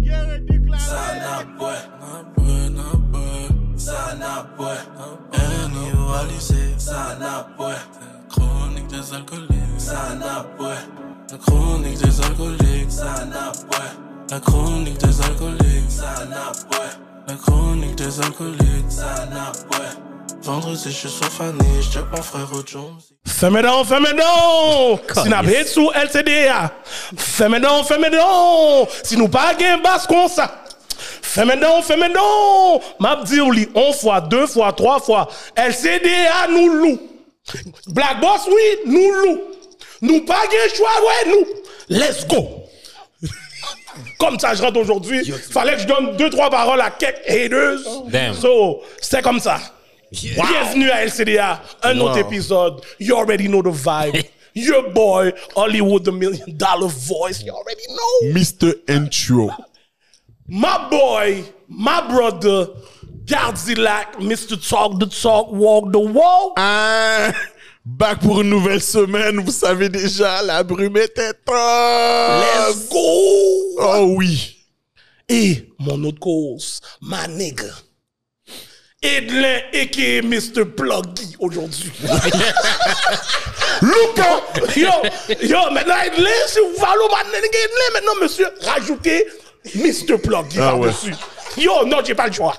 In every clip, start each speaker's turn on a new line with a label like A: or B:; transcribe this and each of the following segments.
A: guerre est déclarée.
B: Sanaboy, Naboy, Naboy, Sanaboy, Annualisé, Sanaboy, Chronique des alcooliques, Sanaboy, La chronique des alcooliques, Sanaboy, La chronique des alcooliques, Sanaboy, La chronique des alcooliques, Sanaboy, Vendredi, je suis sur Fanny, je pas frère Jones.
C: Fais-moi donc, fais-moi donc, si n'a pas sous LCDA. Fais-moi donc, fais-moi donc, si nous pas gain basse comme ça. Fais-moi donc, fais-moi donc, m'a dit ou li, on fois, deux fois, trois fois, LCDA nous loue. Black Boss, oui, nous loue. Nous pas gain choix, ouais, nous. Let's go. Comme ça, je rentre aujourd'hui. Fallait que je donne deux, trois paroles à quelques haineuses.
D: Damn.
C: So, c'est comme ça. Bienvenue à LCDA, un autre épisode. You already know the vibe. Your boy, Hollywood, the million dollar voice. You already know.
E: Mr. Intro.
C: My boy, my brother, Gardzilac, Mr. Talk the Talk, Walk the Walk.
E: Hein? Back pour une nouvelle semaine, vous savez déjà, la brume était trop.
C: Let's go!
E: Oh oui.
C: Et mon autre cause, ma nigga. Edlin, a.k.a. Mr. Pluggy, aujourd'hui.
E: Luca!
C: yo, yo, maintenant, Edlin, si vous voulez, ma nigga, Edlin, maintenant, monsieur, rajoutez Mr. Pluggy
E: Ah ouais.
C: par-dessus. Yo, non, j'ai pas le choix.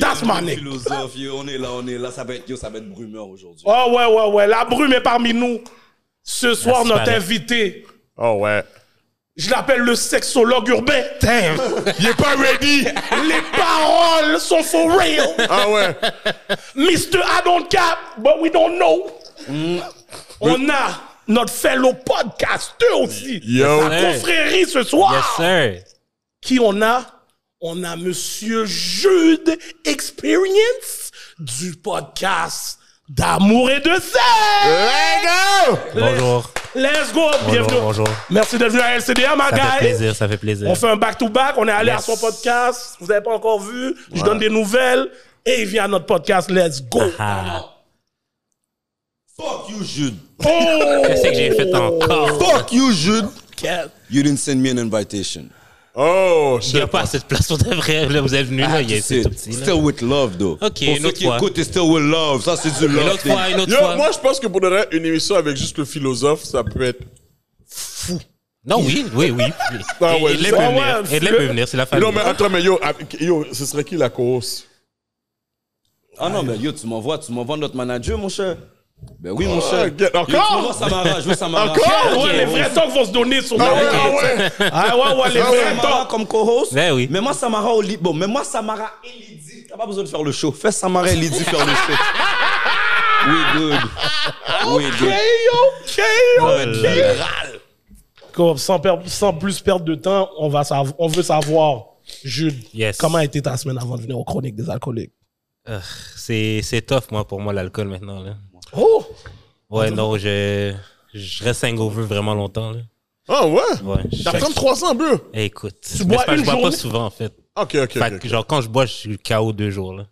C: That's my nigga.
F: Philosophe, yo, on est là, on est là. Ça va être, yo, ça va être brumeur aujourd'hui.
C: Oh ouais, ouais, ouais. La brume est parmi nous. Ce soir,
D: c'est
C: notre
D: pas vrai.
C: invité,
E: Oh ouais.
C: je l'appelle le sexologue urbain.
E: Il est pas ready.
C: Les paroles sont for real.
E: Ah ouais.
C: Mr. I don't cap, but we don't know.
D: Mm.
C: On a notre fellow podcasteur aussi.
E: Yo.
C: La
D: Hey.
C: confrérie ce soir.
D: Yes, sir.
C: Qui on a? On a Monsieur Jude Experience du podcast d'amour et de sexe.
E: Let's go!
D: Bonjour.
C: Let's go, bienvenue.
D: bonjour.
C: Merci d'être venu à LCDA, ma
D: Ça fait
C: guy.
D: plaisir, ça fait plaisir.
C: On fait un back-to-back. On est allé
D: Yes.
C: à son podcast. Vous n'avez pas encore vu. Je donne des nouvelles. Et il vient à notre podcast. Let's go.
D: Ah,
F: Fuck you, Jude.
C: Oh!
D: qu'est-ce que j'ai fait encore?
F: Fuck you, Jude.
C: Quel-
F: You didn't send me an invitation.
E: Oh,
D: Il n'y a
E: shit.
D: pas assez de place pour de vrai. Là, vous êtes venus, là, il est c'est tout petit. Là.
F: Still with love, though.
D: Ok,
F: Pour
D: une
F: ceux
D: autre
F: qui
D: fois.
F: écoutent, it's still with love. Ça, c'est du
D: Une
F: love.
D: autre fois, une autre
E: Yo,
D: fois.
E: moi, je pense que pour de vrai, une émission avec juste le philosophe, ça peut être.
D: Non, oui, oui, oui.
E: Ah ouais,
D: Et
E: je-
D: les peut
C: Ah
D: venir.
C: ouais,
D: Et les
C: le-
D: peut venir, c'est la famille.
E: Non, mais attends, mais yo, avec- yo, ce serait qui la course?
F: Ah non, mais yo, tu m'envoies, tu m'envoies notre manager, mon cher. Ben oui, mon cher.
E: Ah, get-
F: Yo, tu
E: Encore?
F: m'envoies Samara, je veux Samara.
E: Encore?
C: Ah Ouais,
D: Ok.
C: les vrais talks vont se donner sur
E: Ah
C: la-
E: ouais, ah ouais.
C: Ah ouais, ouais, les
E: Ah
C: vrais
F: Samara
C: talks.
F: comme co-host.
D: Ben oui.
F: Mais moi, Samara, au lit. Bon, mais moi, Samara et Lydie. T'as pas besoin de faire le show. Fais Samara et Lydie faire le show. Oui, good. Oui, good.
C: Ok, ok,
D: Voilà.
C: Comme, sans, per- sans plus perdre de temps, on, va sav- on veut savoir, Jude,
D: Yes.
C: comment a été ta semaine avant de venir aux chroniques des alcooliques?
D: Euh, C'est c'est tough, moi, pour moi, l'alcool maintenant. Là.
C: Oh!
D: Ouais, non, je, je reste hangover vraiment longtemps. Là.
E: Ah ouais?
D: Ouais.
E: T'as
D: je-
E: 33 ans, bro.
D: Eh, écoute, tu
C: bois une
D: je bois pas
C: journée?
D: souvent, en fait.
E: Ok, ok.
D: Fait
E: ok.
D: que, genre, quand je bois, je suis KO deux jours. Là.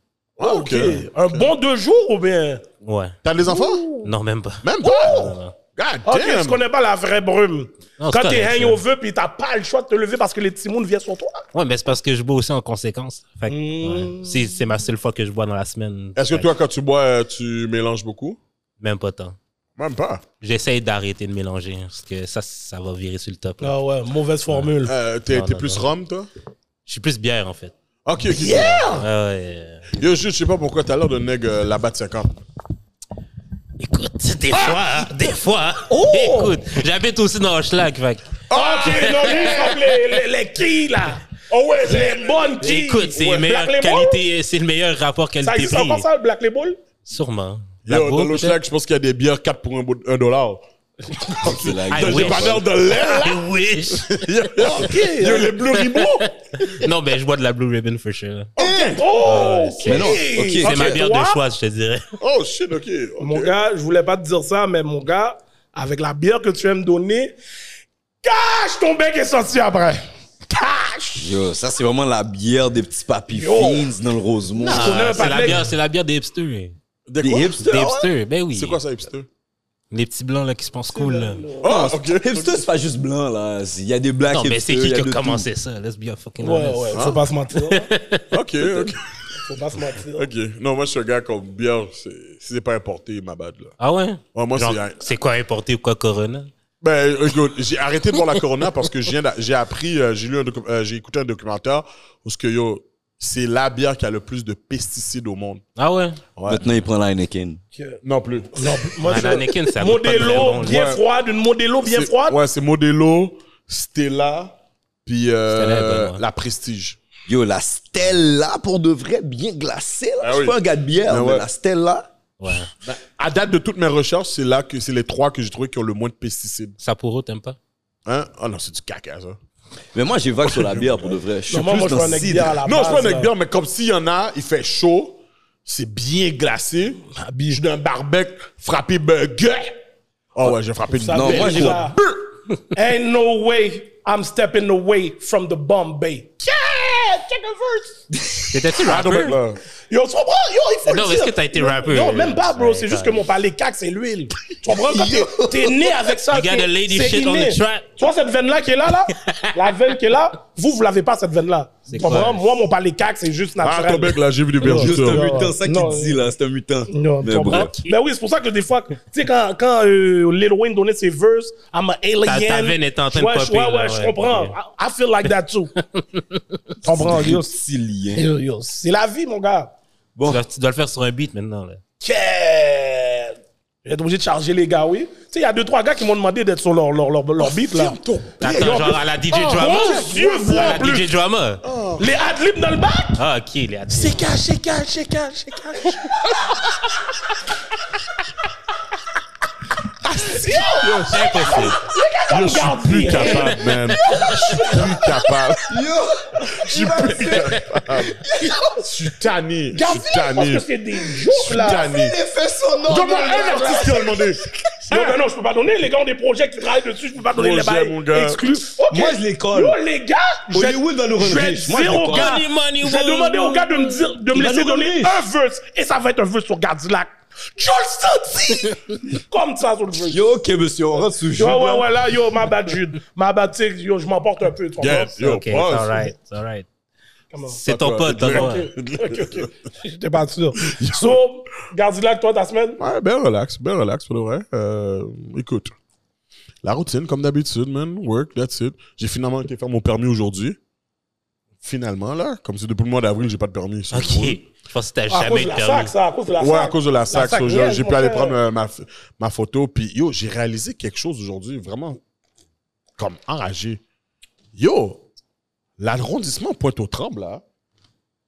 E: Ah, ok.
C: Un bon deux jours ou bien?
D: Ouais.
E: T'as des enfants?
D: Non, même pas.
E: Même pas?
D: Non, non.
E: God
C: Ok,
E: damn.
C: je connais pas la vraie brume.
D: Non, c'est
C: Quand t'es
D: correct,
C: hangover puis t'as pas le choix de te lever parce que les timounes viennent sur toi.
D: Ouais, mais c'est parce que je bois aussi en conséquence. Fait que,
C: Hmm.
D: ouais. C'est- C'est ma seule fois que je bois dans la semaine.
E: Est-ce que
D: Fait
E: toi, quand tu bois, euh, tu mélanges beaucoup?
D: Même pas tant.
E: Même pas.
D: J'essaye d'arrêter de mélanger hein, parce que ça, ça va virer sur le top. là.
C: Ah ouais, mauvaise formule.
E: Euh, T'es
D: Non,
E: t'es
D: non,
E: plus
D: non.
E: rhum, toi?
D: Je suis plus bière, en fait. Ah
E: Ok, ok.
C: Ah.
D: Ouais, euh. ouais.
E: Yo, juste, je sais pas pourquoi t'as l'air de nègre euh, là-bas de 50.
D: Écoute, des
C: Ah!
D: fois, hein, des fois.
C: Oh!
D: Écoute, j'habite aussi dans Hochelag, fait. que-
C: Ok, non, lui, il semble les, les, les quilles, là. Oh ouais, les bonnes quilles.
D: Écoute, c'est
C: Ouais.
D: le meilleur
C: Black Label?
D: qualité, c'est le meilleur rapport
C: Ça existe
D: qualité-prix.
C: encore ça, le Black Label?
D: Sûrement. La
E: Yo, dans
D: bouffe, peut-être?
E: l'Oschlag, je pense qu'il y a des bières 4 pour 1, dollar.
F: C'est la
D: Ah,
E: Dans
D: oui.
E: le dépanneur de l'air, là.
D: I wish.
E: Yo, yo. Yo, les bleus ribauds.
D: non, mais je bois de la Blue Ribbon for sure.
C: Oh!
F: Mais non, ok.
D: C'est ma bière de
C: toi?
D: choix, je te dirais.
E: Oh, shit, ok. ok.
C: Mon gars, je voulais pas te dire ça, mais mon gars, avec la bière que tu aimes donner, cache ton bec est sorti après. Cache!
F: Yo, ça, c'est vraiment la bière des petits papy
C: Yo.
F: fins dans le Rosemont.
C: connais un
D: Ah, c'est la
C: partenaire.
D: bière, c'est la bière des hipsters.
E: Des
F: Des
E: quoi?
F: hipsters.
D: Des hipsters, ben oui.
E: C'est quoi ça, hipster?
D: Les petits blancs là qui se pensent cool. là.
E: Ah, ok.
F: Hipster, c'est pas juste blanc, là. Il y a des blacks
D: Non, mais c'est
F: hipsters,
D: qui
F: il y de
D: qui a
F: tout.
D: commencé ça? Let's be a fucking
C: Ouais,
D: honest.
C: ouais, faut pas se mentir.
E: Ok, ok.
C: Faut pas se mentir.
E: Ok. Non, moi, je suis un gars comme bière, c'est- si c'est pas importé, ma bad, là.
D: Ah ouais?
E: Ouais, moi,
D: Genre,
E: c'est-
D: c'est quoi importé ou quoi Corona?
E: Ben, euh, écoute, j'ai arrêté de voir la Corona parce que je viens d'a- j'ai appris, euh, j'ai lu un docu- euh, j'ai écouté un documentaire où ce que yo, c'est la bière qui a le plus de pesticides au monde.
D: Ah ouais?
F: Maintenant, il prend la Heineken.
E: Non plus.
C: Non, moi,
D: Un Anakin, ça goûte pas très bon,
C: Modelo
D: là.
C: bien froide, une modelo bien
E: C'est-
C: froide.
E: Ouais, c'est Modelo, Stella, puis euh,
D: Stella est bonne, ouais.
E: la Prestige.
F: Yo, la Stella, pour de vrai, bien glacée, là.
E: Ah
F: je suis
E: oui.
F: pas un gars de bière,
E: Mais
F: mais,
E: ouais. Ben,
F: la Stella.
D: Ouais.
E: À date de toutes mes recherches, c'est là que c'est les trois que j'ai trouvé qui ont le moins de pesticides.
D: Sapporo, t'aimes pas?
E: Hein? Oh non, c'est du caca, ça.
F: Mais moi, j'ai vague sur la bière, pour de vrai. Je suis
C: Non, moi,
F: plus
C: moi, je
F: dans
C: prends un
F: cidre.
C: bière à la
E: non, je prends
C: base,
E: avec
C: là.
E: bière, mais comme s'il y en a, il fait chaud, c'est bien glacé, je suis d'un barbecue, frappé burger. Oh ouais, j'ai frappé une
C: Ça
F: Non,
C: fait
F: moi, j'ai-
C: ça. Ain't no way I'm stepping away from the Bombay. Yeah! Check the verse!
D: T'étais-tu
E: Ah, non, mais
D: rapper?
E: là,
C: Yo, tu comprends? Yo, il faut
D: Non,
C: le
D: mais est-ce
C: dire.
D: que t'as été rappeur?
C: Non, même pas, bro. C'est
D: Ouais,
C: juste
D: quand
C: que mon palais cac, c'est l'huile. Tu comprends? Quand t'es- t'es né avec ça.
D: You got
C: t'es-
D: a lady
C: c'est
D: shit on
C: inné.
D: the track.
C: Tu vois cette veine-là qui est là, là? La veine qui est là? Vous, vous l'avez pas, cette veine-là. Tu
D: quoi?
C: comprends? Moi, mon palais cac, c'est juste
E: ah,
C: naturel.
E: ton mec, là, j'ai vu des
F: Juste un
E: bergers.
C: Ouais.
F: mutant, ça
C: euh, Non.
F: qu'il dit, là. C'est un mutant.
C: Non, tu
F: mais
C: comprends?
F: bon.
C: Mais oui, c'est pour ça que des fois, tu sais, quand, quand euh, Lil Wayne donnait ses verses, I'm an alien.
D: Ta- ta veine est en train de
C: Ouais, je-
D: popper,
C: Ouais,
D: là,
C: ouais, je
D: ouais.
C: comprends. I, I feel like that too. Tu comprends? Yo,
F: Reptilien.
C: yo, yo, c'est la vie, mon gars.
D: Tu dois, tu dois le faire sur un beat maintenant. Là.
C: Yeah! Je vais être obligé de charger les gars, oui. Tu sais, il y a deux, trois gars qui m'ont demandé d'être sur leur, leur, leur, leur beat, là.
D: Attends,
C: yo, en
D: genre
C: plus-
D: à la DJ
C: Oh,
D: Drama.
C: mon Dieu, vous,
D: à
C: en
D: la
C: plus.
D: DJ Drama.
C: Les adlibs dans le bac?
D: Ah, ok, les adultes.
C: C'est caché, caché, caché, caché.
D: impossible.
E: Je suis plus capable, man. Je suis plus capable. Je suis plus capable. Je suis tanné. Je suis
C: Garde-le, parce
E: tanné.
C: que
E: Je
C: c'est des jokes,
E: suis
C: là.
E: tanné. Donne-moi un artiste qui a demandé.
C: Non, mais non, je peux pas donner. Les gars ont des projets qui travaillent dessus. Je peux pas donner
E: Projet,
C: les bails
E: mon gars.
C: exclus. Ok.
F: Moi, je les colle.
C: Yo, les gars, je vais,
F: Hollywood va nous rendre
C: je vais
F: riches. Moi, je
C: dire
F: les
C: aux
F: colle.
C: gars,
D: Money, money,
C: je vais
D: money,
C: demander aux
D: money.
C: gars de me, dire, de me
F: Il va
C: laisser
F: nous rendre
C: donner
F: riches.
C: un verse. Et ça va être un verse sur Gardilac. Je le sentis. Comme ça sur le verse.
F: Yo, ok, monsieur, on rentre sous le jeu.
C: Ouais, ouais, ouais, là, yo, ma bad, Jude. Ma bad, tu sais, yo, je m'emporte un peu. tu comprends?
E: Yes, yo,
D: Ok, it's
E: pause.
D: alright, it's alright.
C: Comment?
D: C'est ton pote,
E: Ouais.
D: ton pote.
C: Ok, ok. J'étais pas sûr. So, Gardilac, toi, ta semaine?
E: Ouais, ben relax, ben relax, pour le vrai. Euh, écoute, la routine, comme d'habitude, man. Work, that's it. J'ai finalement été faire mon permis aujourd'hui. Finalement, là. Comme c'est depuis le mois d'avril, j'ai pas de permis. C'est
D: Ok.
E: drôle.
D: Je pense que t'as
C: Ah, À
D: jamais
C: cause
D: eu
C: de
D: de
C: la sac,
D: permis.
C: ça, à cause de la sac.
E: Ouais, à cause de la sac.
C: sac,
E: so,
C: yes,
E: j'ai- j'ai
C: mon
E: pu aller
C: frère.
E: prendre euh, ma, f- ma photo. Puis, yo, j'ai réalisé quelque chose aujourd'hui, vraiment, comme enragé. Yo, l'arrondissement Pointe-aux-Trembles, là,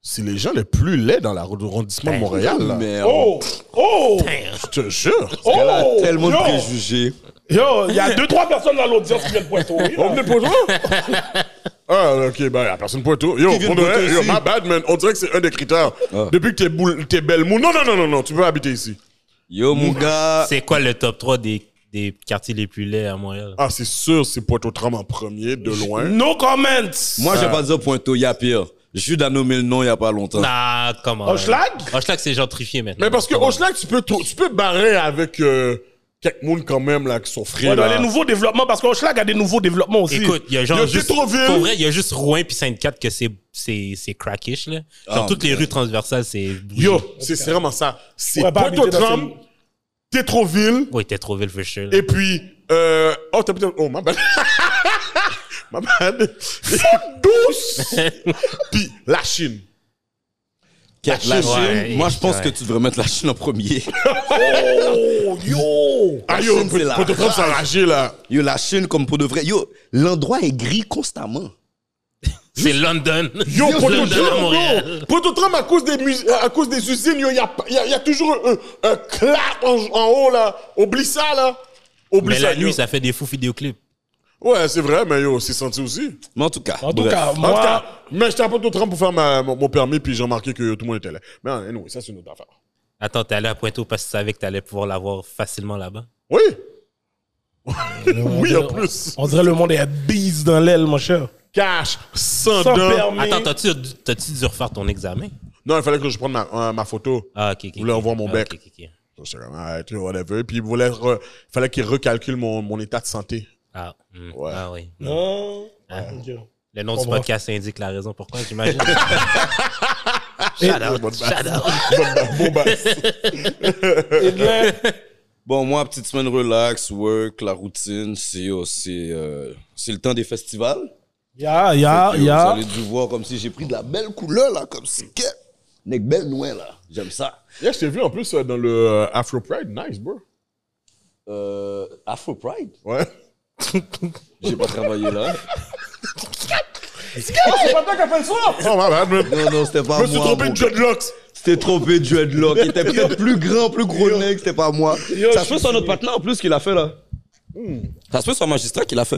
E: c'est les gens les plus laids dans l'arrondissement de Montréal, là.
F: Merde.
C: Oh! Oh!
E: Je te jure.
F: Elle a
C: Oh!
F: tellement de
C: Yo!
F: préjugés.
C: Yo, il y a deux, trois personnes dans l'audience qui viennent de pointe
E: On venait pour toi? Ah, ok, ben, la personne pointe Yo,
F: Qui vient
E: pour
F: de
E: de vrai,
F: Pointe-aux
E: yo,
F: aussi.
E: my bad, man. On dirait que c'est un des critères.
F: Ah.
E: Depuis que t'es boule- t'es belle mou. Non, non, non, non, non, tu peux habiter ici.
F: Yo, mon
A: Ah.
F: gars.
D: C'est quoi le top 3 des, des quartiers les plus laids à Montréal?
E: Ah, c'est sûr, c'est Pointe-aux-Trembles en premier, de loin.
C: No comments!
F: Moi, je vais pas dire pointo, y a pire. Jude a nommé le nom il y a pas longtemps.
D: Nah, comment?
C: Hochelag?
D: Hochelag, c'est gentrifié maintenant.
E: Mais parce que au Schlag, tu peux, trou- tu peux barrer avec euh, quelques mounes quand même, là, qui sont frères.
C: Ouais, dans
E: là.
C: les nouveaux développements, parce qu'Hochelag a des nouveaux développements aussi.
D: Écoute, il y a genre
E: Il y a
D: juste.
E: Pétroville.
D: Pour vrai, il y a juste Rouen puis Sainte-Cat que c'est, c'est, c'est crackish, là.
F: Ah,
D: Genre, toutes les rues transversales, c'est.
E: Yo, c'est c'est vraiment ça. C'est
C: Ouais, pas habiter
E: Pointe-aux-Trembles, Tétroville,
D: Ouais, t'es trop ville for sure, là.
E: et puis, euh, oh, t'as peut-être, oh, ma bad. ma bad. douce! puis, la Chine.
F: La Chine.
D: Ouais,
F: Moi,
D: et-
F: je pense
D: ouais.
F: que tu devrais mettre la Chine en premier.
C: Oh, yo!
E: Ah yo,
F: Chine, c'est la
E: Pointe-aux-Trembles, ça ragé, là.
F: Yo, la Chine, comme pour de vrai. Yo, l'endroit est gris constamment.
D: C'est London.
E: Yo,
D: London à Montréal.
E: Pototrame, Pototrame à cause des mus- à cause des usines, yo, y a, y a- y a toujours un, un clap en, en haut là. Oublie ça là. Oublie
D: Mais
E: ça.
D: la
E: yo.
D: nuit, ça fait des fous vidéoclips.
E: Ouais, c'est vrai, mais yo, c'est senti aussi.
F: Mais en tout cas.
C: En tout
F: bref.
C: cas,
E: En tout
C: moi,
E: cas, mais j'étais à Pototrame pour faire ma- mon, mon permis, puis j'ai remarqué que tout le monde était là. Mais anyway, ça c'est une autre affaire.
D: Attends, t'es allé à Pointe-au parce que tu savais que t'allais pouvoir l'avoir facilement là-bas.
E: Oui. oui, en plus.
C: on dirait le monde est bise dans l'aile, mon cher.
E: Cash, sans,
C: Sans
E: dents.
C: permis.
D: Attends, t'as-tu, t'as-tu dû refaire ton examen?
E: Non, il fallait que je prenne ma, euh, ma photo.
D: Ah, ok, ok.
E: voulez
D: ok.
E: avoir mon
D: Ah,
E: bec.
D: ok, ok, ok.
E: J'étais comme, arrête, whatever. Puis il voulait re- il fallait qu'il recalcule mon, mon état de santé.
D: Ah, hmm.
E: Ouais.
D: Ah oui.
C: Non.
D: Ah.
C: Ok.
D: Le nom du
C: Comprends.
D: podcast indique la raison pourquoi, j'imagine.
E: Bonne base. Bonne base, bonne base.
C: Hitler,
A: Bon, moi, petite semaine relax, work, la routine, c'est aussi.
F: euh,
A: c'est le temps des festivals.
C: Ya,
E: Ah,
C: ya,
A: Fait que, Vous
C: ya.
A: allez dû voir comme si j'ai pris de la belle couleur, là, comme si. que- Nec belle noël, là. J'aime ça.
E: Yeah, je t'ai vu en plus euh, dans le euh, Afro Pride. Nice, bro.
A: Euh, Afro Pride.
E: Ouais.
A: J'ai pas travaillé là.
E: Oh, my bad, man.
A: Non, non, c'était pas
E: Je me suis
A: moi.
E: trompé
A: mon
E: de dreadlocks.
A: C'était trompé de dreadlock. Il était peut-être plus grand, plus gros nec, c'était pas moi. ça se peut sur notre partenaire en plus qu'il l'a fait là. Ça se peut sur un magistrat qu'il l'a fait.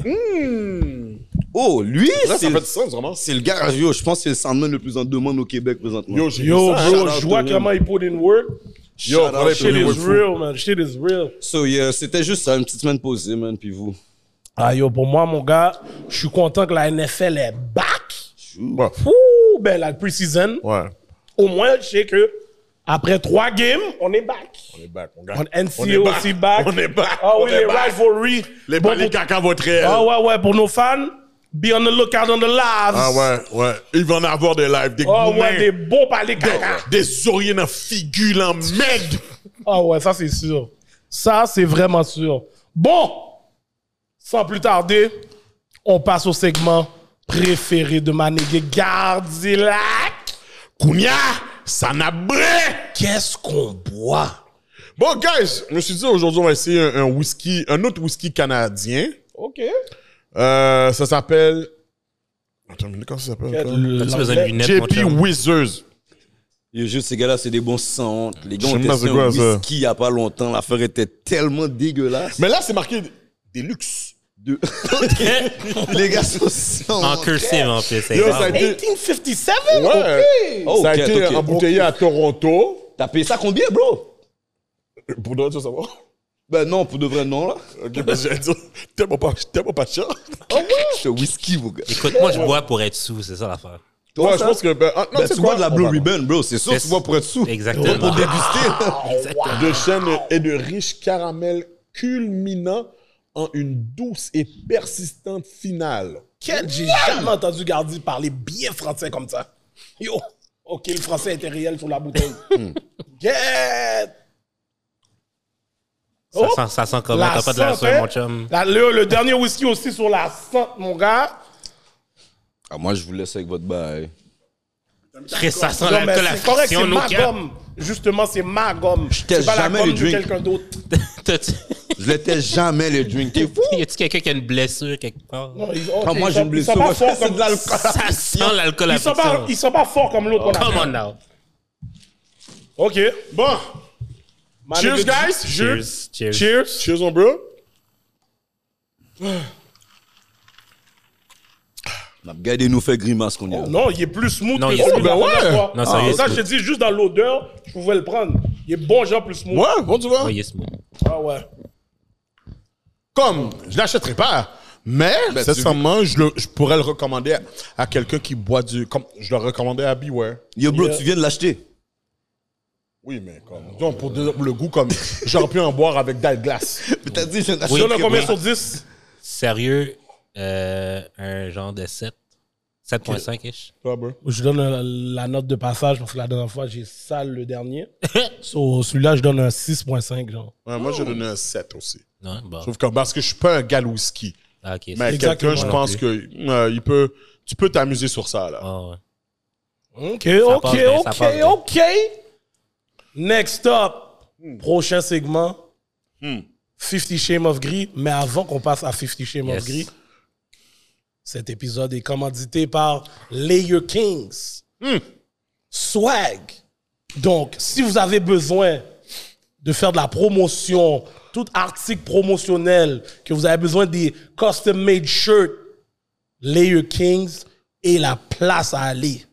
A: Oh, lui,
E: Hmm. Là,
A: c'est
E: ça fait du sens, vraiment.
A: c'est le gars. Yo, je pense que c'est le sandman le plus en demande au Québec présentement.
E: Yo, j'ai
C: Yo,
E: vu ça.
C: bro,
A: shout out
C: je vois
A: to
C: comment il put in work.
E: Yo,
A: Shout
E: voilà,
A: out,
E: shit
C: Shit
E: is
C: is
E: real.
C: real, man. Shit is real.
A: So, yeah, c'était juste ça, une petite semaine posée, man, puis vous.
C: Ah, yo, pour moi, mon gars, je suis content que la NFL est back.
E: Ouais.
C: Ouh, ben, la pre-season,
E: Ouais.
C: au moins, je sais que après trois games, on est back.
E: On est back, mon gars.
C: On NCO
E: est back.
C: aussi back.
E: On est back.
C: Ah
E: On
C: oui,
E: est
C: les
E: back.
C: rivalries.
E: Les
C: Bon,
E: balles, les
C: pour-
E: caca vont être réels.
C: Ah ouais, ouais, pour nos fans, be on the lookout on the lives.
E: Ah ouais, ouais. Il va en avoir des lives, des
C: Ah
E: gourmets,
C: ouais, des bons palais caca.
E: des, des oreillers dans figule en merde.
C: Ah ouais, ça c'est sûr. Ça c'est vraiment sûr. Bon, sans plus tarder, on passe au segment préféré de Manégué Gardilac.
E: Kounia, ça n'a bré.
C: Qu'est-ce qu'on boit?
E: Bon, guys, je me suis dit aujourd'hui, on va essayer un, un whisky, un autre whisky canadien.
C: Ok.
E: Euh, ça s'appelle. Attends, mais comment ça s'appelle? encore?
D: T'as-tu
C: euh,
D: besoin de lunettes, mon
E: JP
D: chum?
E: Wizards.
A: Yo, juste, ces gars-là, c'est des bons sans honte. Les gars
E: Je
A: ont
E: sais pas
A: testé
E: c'est quoi,
A: un
E: ça.
A: whisky il y a pas longtemps. L'affaire était tellement dégueulasse.
E: Mais là, c'est marqué des luxes.
A: De- les gars sont sans
D: En
A: honte.
D: cursive, en plus. c'est
E: Yo, ça
D: grave.
E: a été.
C: 1857?
E: Ouais.
A: Ok,
E: ça a été
A: ok,
E: embouteillé à Toronto.
A: T'as payé ça combien, bro?
E: Pour de vrai, tu veux savoir?
A: Ben non, pour de vrai, non, là.
E: Ok, parce que j'allais dire, tellement pas, tellement pas cher.
A: C'est whisky, mon gars.
D: Écoute, moi, je bois pour être sous, c'est ça l'affaire.
E: Ouais, je
A: ça?
E: pense que. Ben, ah, non,
A: Ben,
E: c'est
A: tu bois
E: quoi
A: de la Blue Ribbon, bro. C'est sûr,
D: Mais
A: tu bois pour être sous. Pour
D: Exactement.
A: déguster.
E: de chêne et de riche caramel culminant en une douce et persistante finale.
C: Quel- J'ai jamais entendu Gardi parler bien français comme ça. Yo, ok, le français était réel sur la bouteille. Get! Oh,
D: Ça, sent, ça sent comment? T'as pas de la
C: sente,
D: soeur,
C: hein?
D: mon chum.
C: La- le, le dernier whisky aussi sur la sente, mon gars.
A: Ah, moi, je vous laisse avec votre bail.
D: Chris, ça sent
C: Non, mais
D: l'alcool, la
C: c'est correct, c'est
D: friction, nos
C: ma
D: gars.
C: gomme. Justement, c'est ma gomme.
A: teste
C: C'est pas la
A: jamais
C: gomme
A: les
C: de
A: drinks.
C: quelqu'un d'autre.
D: T'as-tu-
A: Je l'étais jamais le drink. T'es fou?
D: Y a-tu quelqu'un qui a une blessure quelque part?
C: Non, ils-
A: Ah,
C: ok,
A: moi,
C: ils
A: j'ai
C: sont-
A: une
C: ils sont
A: blessure.
C: pas forts
A: C'est
C: comme-
A: de l'alcool.
D: Ça sent l'alcool, la
C: Ils sont pas-
D: friction.
C: Ils sont pas forts comme l'autre. qu'on a
D: Come
C: fait.
D: on now.
C: Ok.
E: Bon,
C: Ma
E: cheers
C: nigga-
E: guys.
D: Cheers.
E: Cheers.
D: Cheers.
C: Cheers.
E: Cheers on bro.
A: La guide nous fait grimace qu'on y a.
C: Non, il est plus smooth
D: Non,
C: que
D: il est
C: celui
D: smooth.
C: de la
E: Ben ouais.
C: première fois.
D: Non, ça,
C: Ah,
D: il est
C: ça, je
D: smooth.
C: te dis, juste dans l'odeur, je pouvais le prendre. Il est bon, genre, plus smooth.
E: Ouais, bon tu vois.
D: Oh, yes, man.
C: Ah ouais.
E: Comme, je l'achèterai pas, mais
A: Ben, tu-
E: sincèrement, je, le- je pourrais le recommander à, à quelqu'un qui boit du... Comme je le recommandais à Beware.
A: Yo, bro,
C: Yeah.
A: tu viens de l'acheter.
E: Oui, mais comme... Donc, pour de- pour le goût, comme j'aurais pu en boire avec d'al glace.
A: Mais t'as dit, je l'achète.
D: Oui.
C: Donne un combien
D: oui.
C: sur 10?
D: Sérieux, euh, un genre de 7. 7.5-ish.
E: Toi, bro.
C: Je donne un- la note de passage parce que la dernière fois, j'ai sale le dernier. so, celui-là, je donne un 6.5, genre.
E: Ouais, Moi, j'ai donné un 7 aussi.
D: Non, bon.
E: Sauf que parce que je suis pas un gars whisky.
D: Ah, ok.
E: Mais
C: Exactement.
E: quelqu'un, je pense que euh, il peut, tu peux t'amuser sur ça là.
D: Oh, ouais.
C: Ok,
D: passe
C: ok,
D: bien, ça
C: ok,
D: passe bien.
C: ok. Next up, prochain segment. 50 Shame of Gris. Mais avant qu'on passe à 50 Shame of
D: Yes.
C: Gris, cet épisode est commandité par Layer Kings. Swag. Donc, si vous avez besoin de faire de la promotion, tout article promotionnel, que vous avez besoin des custom-made shirts, Layer Kings est la place à aller.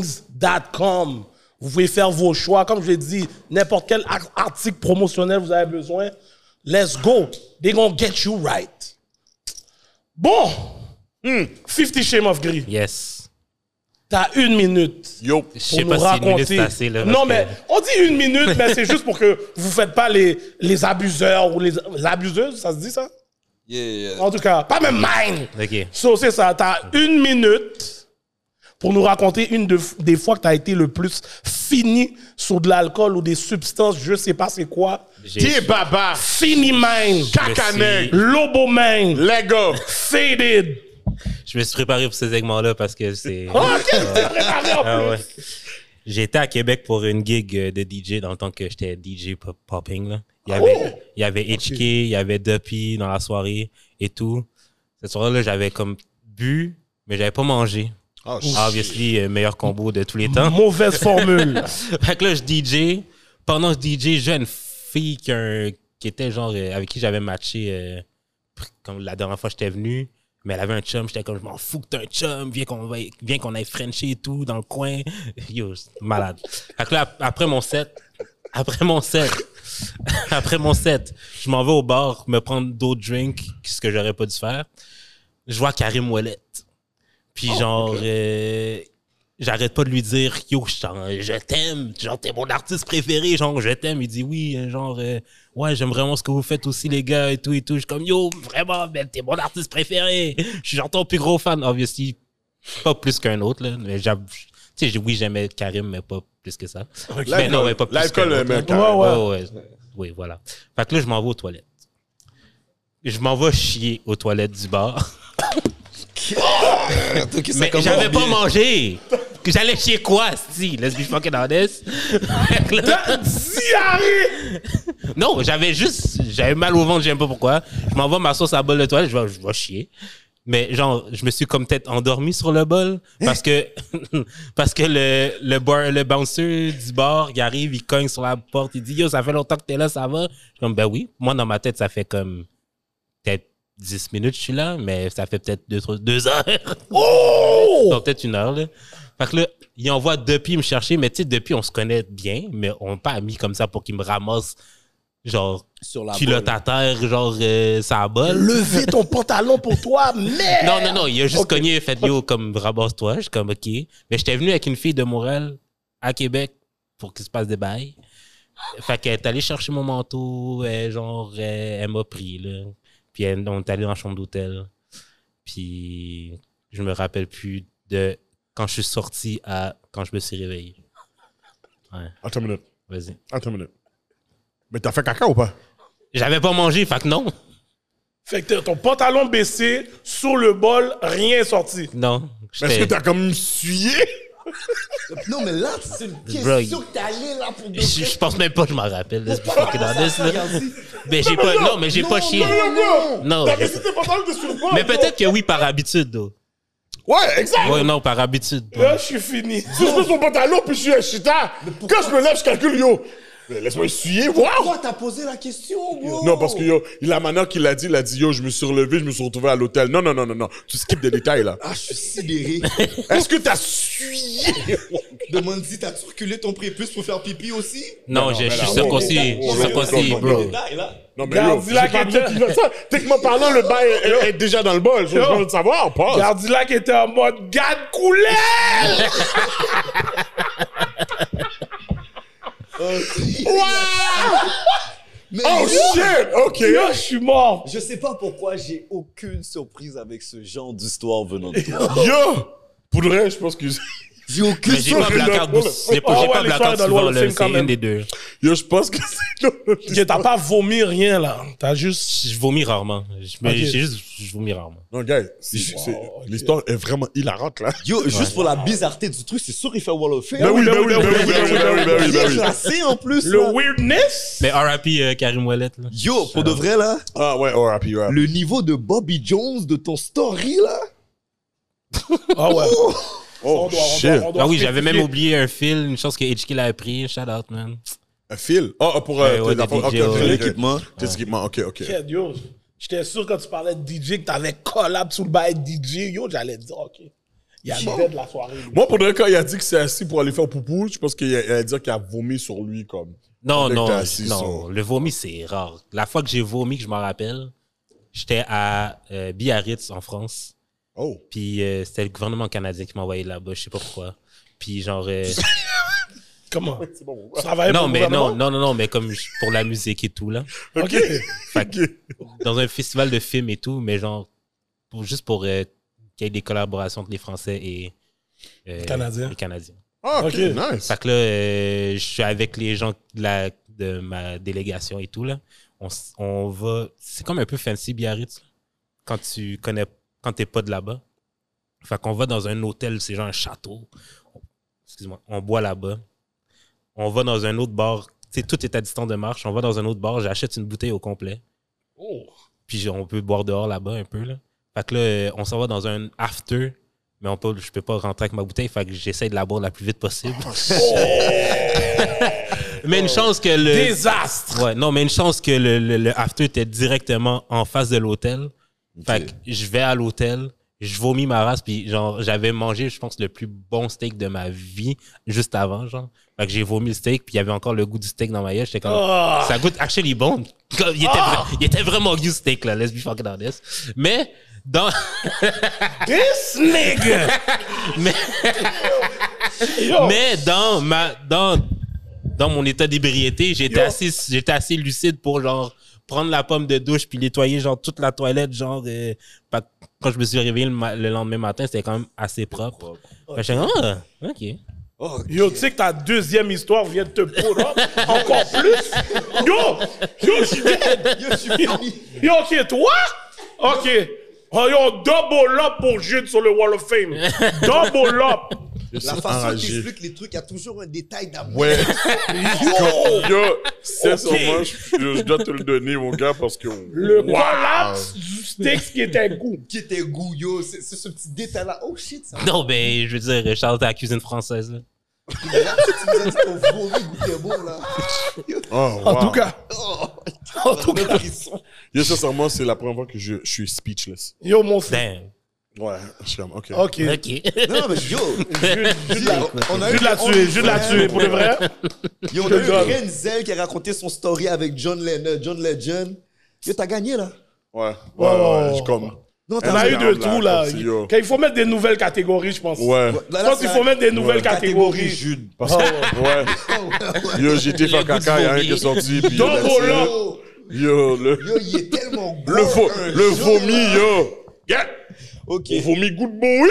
C: LayerKings.com. Vous pouvez faire vos choix. Comme je l'ai dit, n'importe quel ar- article promotionnel vous avez besoin. Let's go. They gonna get you right. Bon. 50 Shame of Gris.
D: Yes.
C: T'as une minute.
E: Yo.
C: pour
D: Je sais
C: nous
D: pas si une minute
C: raconter.
D: c'est assez, là. parce
C: non,
D: que-
C: mais on dit une minute, mais c'est juste pour que vous faites pas les, les abuseurs ou les, les abuseuses, ça se dit ça?
F: Yeah, yeah.
C: En tout cas, pas même mine!
D: Ok.
C: So, c'est ça, t'as une minute pour nous raconter une de- des fois que t'as été le plus fini sur de l'alcool ou des substances, je sais pas c'est quoi.
D: J'ai-
E: Qui est baba?
C: Fini mine!
E: Cacanec.
C: Lobo mine!
E: Lego.
C: Faded!
D: Je me suis préparé pour ce segment-là parce que c'est.
C: Oh, qu'est-ce que t'as préparé en
D: Ah
C: plus?
D: ouais. J'étais à Québec pour une gig euh, de DJ dans le temps que j'étais DJ pop- popping. Là. Il, y avait,
C: Oh!
D: il y avait HK, il y avait Duppy dans la soirée et tout. Cette soirée-là, j'avais comme bu, mais j'avais pas mangé.
E: Oh,
D: Obviously, euh, meilleur combo de tous les temps.
C: Mauvaise formule.
D: fait que là, je DJ. Pendant que je DJ, j'ai une fille qui, a un- qui était genre euh, avec qui j'avais matché euh, pr- comme la dernière fois que j'étais venu. Mais elle avait un chum, j'étais comme je m'en fous que t'as un chum, viens qu'on va- viens qu'on aille Frencher et tout dans le coin. Yo, c'est malade. Fait que là, ap- après mon set, après mon set, après mon set, je m'en vais au bar me prendre d'autres drinks, ce que j'aurais pas dû faire. Je vois Karim Ouellet. Puis
E: Oh,
D: genre, euh, j'arrête pas de lui dire yo je t'en- je t'aime genre t'es mon artiste préféré genre je t'aime il dit oui euh, genre euh, ouais j'aime vraiment ce que vous faites aussi les gars et tout et tout je suis comme yo vraiment ben t'es mon artiste préféré je suis genre ton plus gros fan obviously pas plus qu'un autre là mais j'ab- tu sais j'ai- oui j'aimais Karim mais pas plus que ça mais non ouais, pas plus
E: L'alcool,
D: qu'un autre,
E: mais
D: là.
E: Karim.
D: ouais ouais oui voilà fait que là je m'en vais aux toilettes je m'en vais chier aux toilettes du bar
F: Ok, ça
D: mais
F: commence
D: j'avais pas
F: bien.
D: mangé. Que J'allais chier quoi, si? Let's be fucking honest. Fait que là-
C: Diarrhée!
D: non, j'avais juste, j'avais mal au ventre, j'aime pas pourquoi. Je m'envoie ma sauce à la bol de toilette, je vais, je vais chier. Mais genre, je me suis comme peut-être endormi sur le bol parce que, parce que le, le, bar- le bouncer du bar, il arrive, il cogne sur la porte, il dit, yo, ça fait longtemps que t'es là, ça va? Je suis comme, ben oui. Moi, dans ma tête, ça fait comme peut-être 10 minutes, je suis là, mais ça fait peut-être deux, trois- deux heures.
C: Oh!
D: Donc, peut-être une heure, là. Fait que là, il envoie depuis me chercher, mais tu sais, depuis, on se connaît bien, mais on n'est pas amis comme ça pour qu'il me ramasse, genre,
F: Sur la
D: culotte
F: balle.
D: à terre, genre, euh, sa bolle.
C: Levez ton pantalon pour toi, mais...
D: Non, non, non, il a juste cogné, fait yo, comme, ramasse-toi. Je suis comme, OK. Mais j'étais venu avec une fille de Montréal, à Québec, pour qu'il se passe des bails. Fait qu'elle est allée chercher mon manteau, elle, genre, elle, elle m'a pris, là. Puis elle- on est allé dans la chambre d'hôtel. Puis je me rappelle plus de quand je suis sorti à quand je me suis réveillé.
E: Attends une minute.
D: Vas-y.
E: Attends une minute. Mais t'as fait caca ou pas?
D: J'avais pas mangé, fait que non.
C: Fait que t'as ton pantalon baissé, sur le bol, rien est sorti.
D: Non.
E: Mais Est-ce que
D: j'étais-
E: t'as comme suyé?
A: Non, mais là, c'est une
D: Bro,
A: question que t'as allé là pour de
D: Je je pense même pas que je m'en rappelle. Let's be fucking honest, là.
A: Regarde-y.
D: Mais j'ai pas. Non, mais j'ai pas chié. Non,
C: T'as
D: j'ai
C: baissé tes pantalons, t'es sur le bol.
D: Mais peut-être que oui, par habitude, though.
E: Ouais, exact.
D: Ouais, non, par habitude.
C: Là, je suis fini.
E: Si je mets son pantalon puis je suis un chita, quand je me lève, je calcule, yo. mais Laisse-moi essuyer, wow!
A: Pourquoi Oh, t'as posé la question, bro?
E: Non, parce que yo, la manière qu'il a dit, il a dit, yo, je me suis relevé, je me suis retrouvé à l'hôtel. Non, non, non, non, non. Tu skips des détails, là.
A: Ah, je suis sidéré.
E: Est-ce que t'as suyé?
A: Demande-y, t'as-tu reculé ton prépuce pour faire pipi aussi?
D: Non, je je suis circoncis. Je
E: non,
D: suis
E: non,
D: circoncis,
E: non,
D: bro.
E: Non, mais yo,
C: Garde-la
E: j'ai pas
C: qui était-
E: bien qu'il fasse ça. Techniquement parlant, le bail est, est- est déjà dans le bol. Je veux le savoir, pas.
C: Gardilac était en mode garde coulée!
A: Mais
E: Oh shit! OK.
C: Là, je suis mort.
A: je sais pas pourquoi j'ai aucune surprise avec ce genre d'histoire venant de toi.
E: Yo! Pour le reste, je pense que.
A: J'ai aucune
D: Mais j'ai pas
E: Sur le
D: blackout.
E: bol.
D: J'ai
C: Ah
D: pas j'ai
C: ouais,
D: pas
C: les soirées
D: blackout
C: dans le
D: souvent,
C: Wall of
D: là.
C: Fame, quand
D: C'est
C: même.
D: une des deux.
E: Yo, je pense que c'est.
C: Ok, T'as pas vomi rien, là. T'as juste...
D: Je vomis rarement. Je- Mais
C: Ok.
D: j'ai juste. Je vomis rarement.
E: Non, gars, c'est- c'est- l'histoire est vraiment hilarante, là.
A: Yo, juste pour la bizarreté du truc, c'est sûr qu'il fait Wall of Fame.
E: Ben oui, ben oui, ben oui, ben oui, ben oui, ben oui,
A: Il
E: ben
A: est
E: oui.
A: classé en plus.
C: Le
A: là.
C: weirdness?
D: Mais RIP euh, Karim Ouellet, là.
A: Yo, pour de vrai là,
E: Ah ouais, oh, happy, ouais.
A: le niveau de Bobby Jones de ton story là.
C: Ah ouais.
E: Oh,
C: On doit- on
E: shit.
C: doit- on doit
D: Ah oui, j'avais même
C: spécifier.
D: oublié un fil, une chose que HK l'avait pris. Shout out, man.
E: Un fil? Ah, ah, pour
A: Eh
D: Ouais,
E: euh,
D: ouais,
E: tes enfants.
D: des
E: Ok,
D: DJ,
E: ok,
D: ouais.
E: ok.
A: L'équipement.
E: Tes équipements, ok, ok.
C: Ok, yo, J'étais sûr quand tu parlais de DJ que t'avais collab sous le bail DJ. Yo, j'allais dire, OK. Il y a l'idée de la soirée. lui.
E: Moi, pour le quand il a dit que c'est assis pour aller faire poupou, je pense qu'il a, il a dit qu'il a vomi sur lui, comme.
D: Non,
E: Dès que
D: non,
E: t'es assis
D: non.
E: sur-
D: Le vomi, c'est rare. La fois que j'ai vomi, que je m'en rappelle, j'étais à euh, Biarritz, en France.
E: Oh.
D: Puis euh, c'était le gouvernement canadien qui m'a envoyé là-bas, je sais pas pourquoi. Puis genre. euh,
C: Comment
E: C'est bon.
C: Travailler
D: non,
C: pour le
D: mais non,
C: gouvernement?
D: non, non, non, mais comme je- pour la musique et tout, là.
C: Ok.
D: Fait que dans un festival de films et tout, mais genre, pour- juste pour euh, qu'il y ait des collaborations entre les Français et euh, les
C: Canadiens.
D: Canadiens.
E: Ah,
C: Ok.
E: ok, nice.
D: Fait que là, euh, je suis avec les gens de, la, de ma délégation et tout, là. On, s- on va... C'est comme un peu fancy Biarritz, là, quand tu connais... Quand t'es pas de là-bas. Fait qu'on va dans un hôtel, c'est genre un château. On- Excuse-moi. On boit là-bas. On va dans un autre bar. Tu sais, tout est à distance de marche. On va dans un autre bar, j'achète une bouteille au complet. Puis on peut boire dehors là-bas un peu, là. Fait que là, euh, on s'en va dans un after, mais on peut, je peux pas rentrer avec ma bouteille, fait que j'essaie de la boire la plus vite possible. mais une chance que le...
C: Désastre.
D: Ouais, non, mais une chance que le, le- le after était directement en face de l'hôtel. Fait que je vais à l'hôtel, je vomis ma race, puis genre, j'avais mangé, je pense, le plus bon steak de ma vie juste avant, genre. Fait que j'ai vomi le steak, puis il y avait encore le goût du steak dans ma gueule. J'étais comme, ça goûte actually bon. Comme, il, était vra- il était vraiment du steak, là. Let's be fucking honest. Mais, dans,
C: This nigga.
D: mais,
C: Oh!
D: mais dans ma, dans, dans mon état d'ébriété, j'étais assez, j'étais assez lucide pour genre prendre la pomme de douche puis nettoyer genre toute la toilette genre euh, pas- quand je me suis réveillé le, ma- le lendemain matin c'était quand même assez propre. Fait que j'étais comme, ah, ok.
C: Yo, tu sais que ta deuxième histoire vient de te pull up encore plus. Yo, yo, je suis dead.
A: Yo, je suis fini.
C: Yo, ok, toi? Ok. Oh, yo, double up pour Jude sur le Wall of Fame. Double up.
A: La façon qu'il explique les trucs, il y a toujours un détail d'amour.
E: Ouais.
C: Yo!
E: Yo, sincèrement, je, je- je dois te le donner, mon gars, parce que.
C: Le collapse du steak qui était goût.
A: Qui était goût, yo. C'est c'est ce petit détail-là. Oh shit, ça.
D: Non mais je veux dire Charles t'es à la cuisine française là.
A: Là, tu nous as dit qu'on vomi goûtait bon, là.
E: Oh, wow.
C: En tout cas,
A: Oh,
C: en tout cas.
E: Yo, sincèrement, c'est la première fois que je, je suis speechless.
C: Yo, mon frère.
D: Damn.
E: Ouais, je suis comme, ok.
A: Ben,
C: Ok.
D: Ok.
A: Non, mais yo.
C: Jude
A: On a eu
C: l'a
A: des
C: tué, Jude l'a
A: OnlyFans.
C: tué, pour de vrai.
A: ben, Yo, on
C: Je
A: a
C: te donne.
A: eu Renzel qui a raconté son story avec John Lennon. John Legend. Yo, t'as gagné, là.
E: Ouais, ouais,
C: Oh.
E: ouais, ouais, je suis comme.
A: Non,
C: On a eu de tout, là.
E: Comme si, yo.
C: Quand il faut mettre des nouvelles catégories, je pense.
E: Ouais.
C: Je pense qu'il faut mettre des nouvelles
A: catégorie
C: catégories.
A: Jude.
E: Parce que, ouais. Yo, j'étais
D: Le
E: faire
D: goût du
E: caca, il y a rien
D: vomi.
E: qui est sorti. Puis,
C: Dans
E: that's
C: vos
E: it.
C: lacs.
A: Yo,
E: Yo, le,
A: yo, il est tellement gros.
E: le, vo-
A: un
E: le
A: jour,
E: vomi,
A: là.
E: yo. Yeah.
A: Ok.
E: On vomit goût de bon, oui.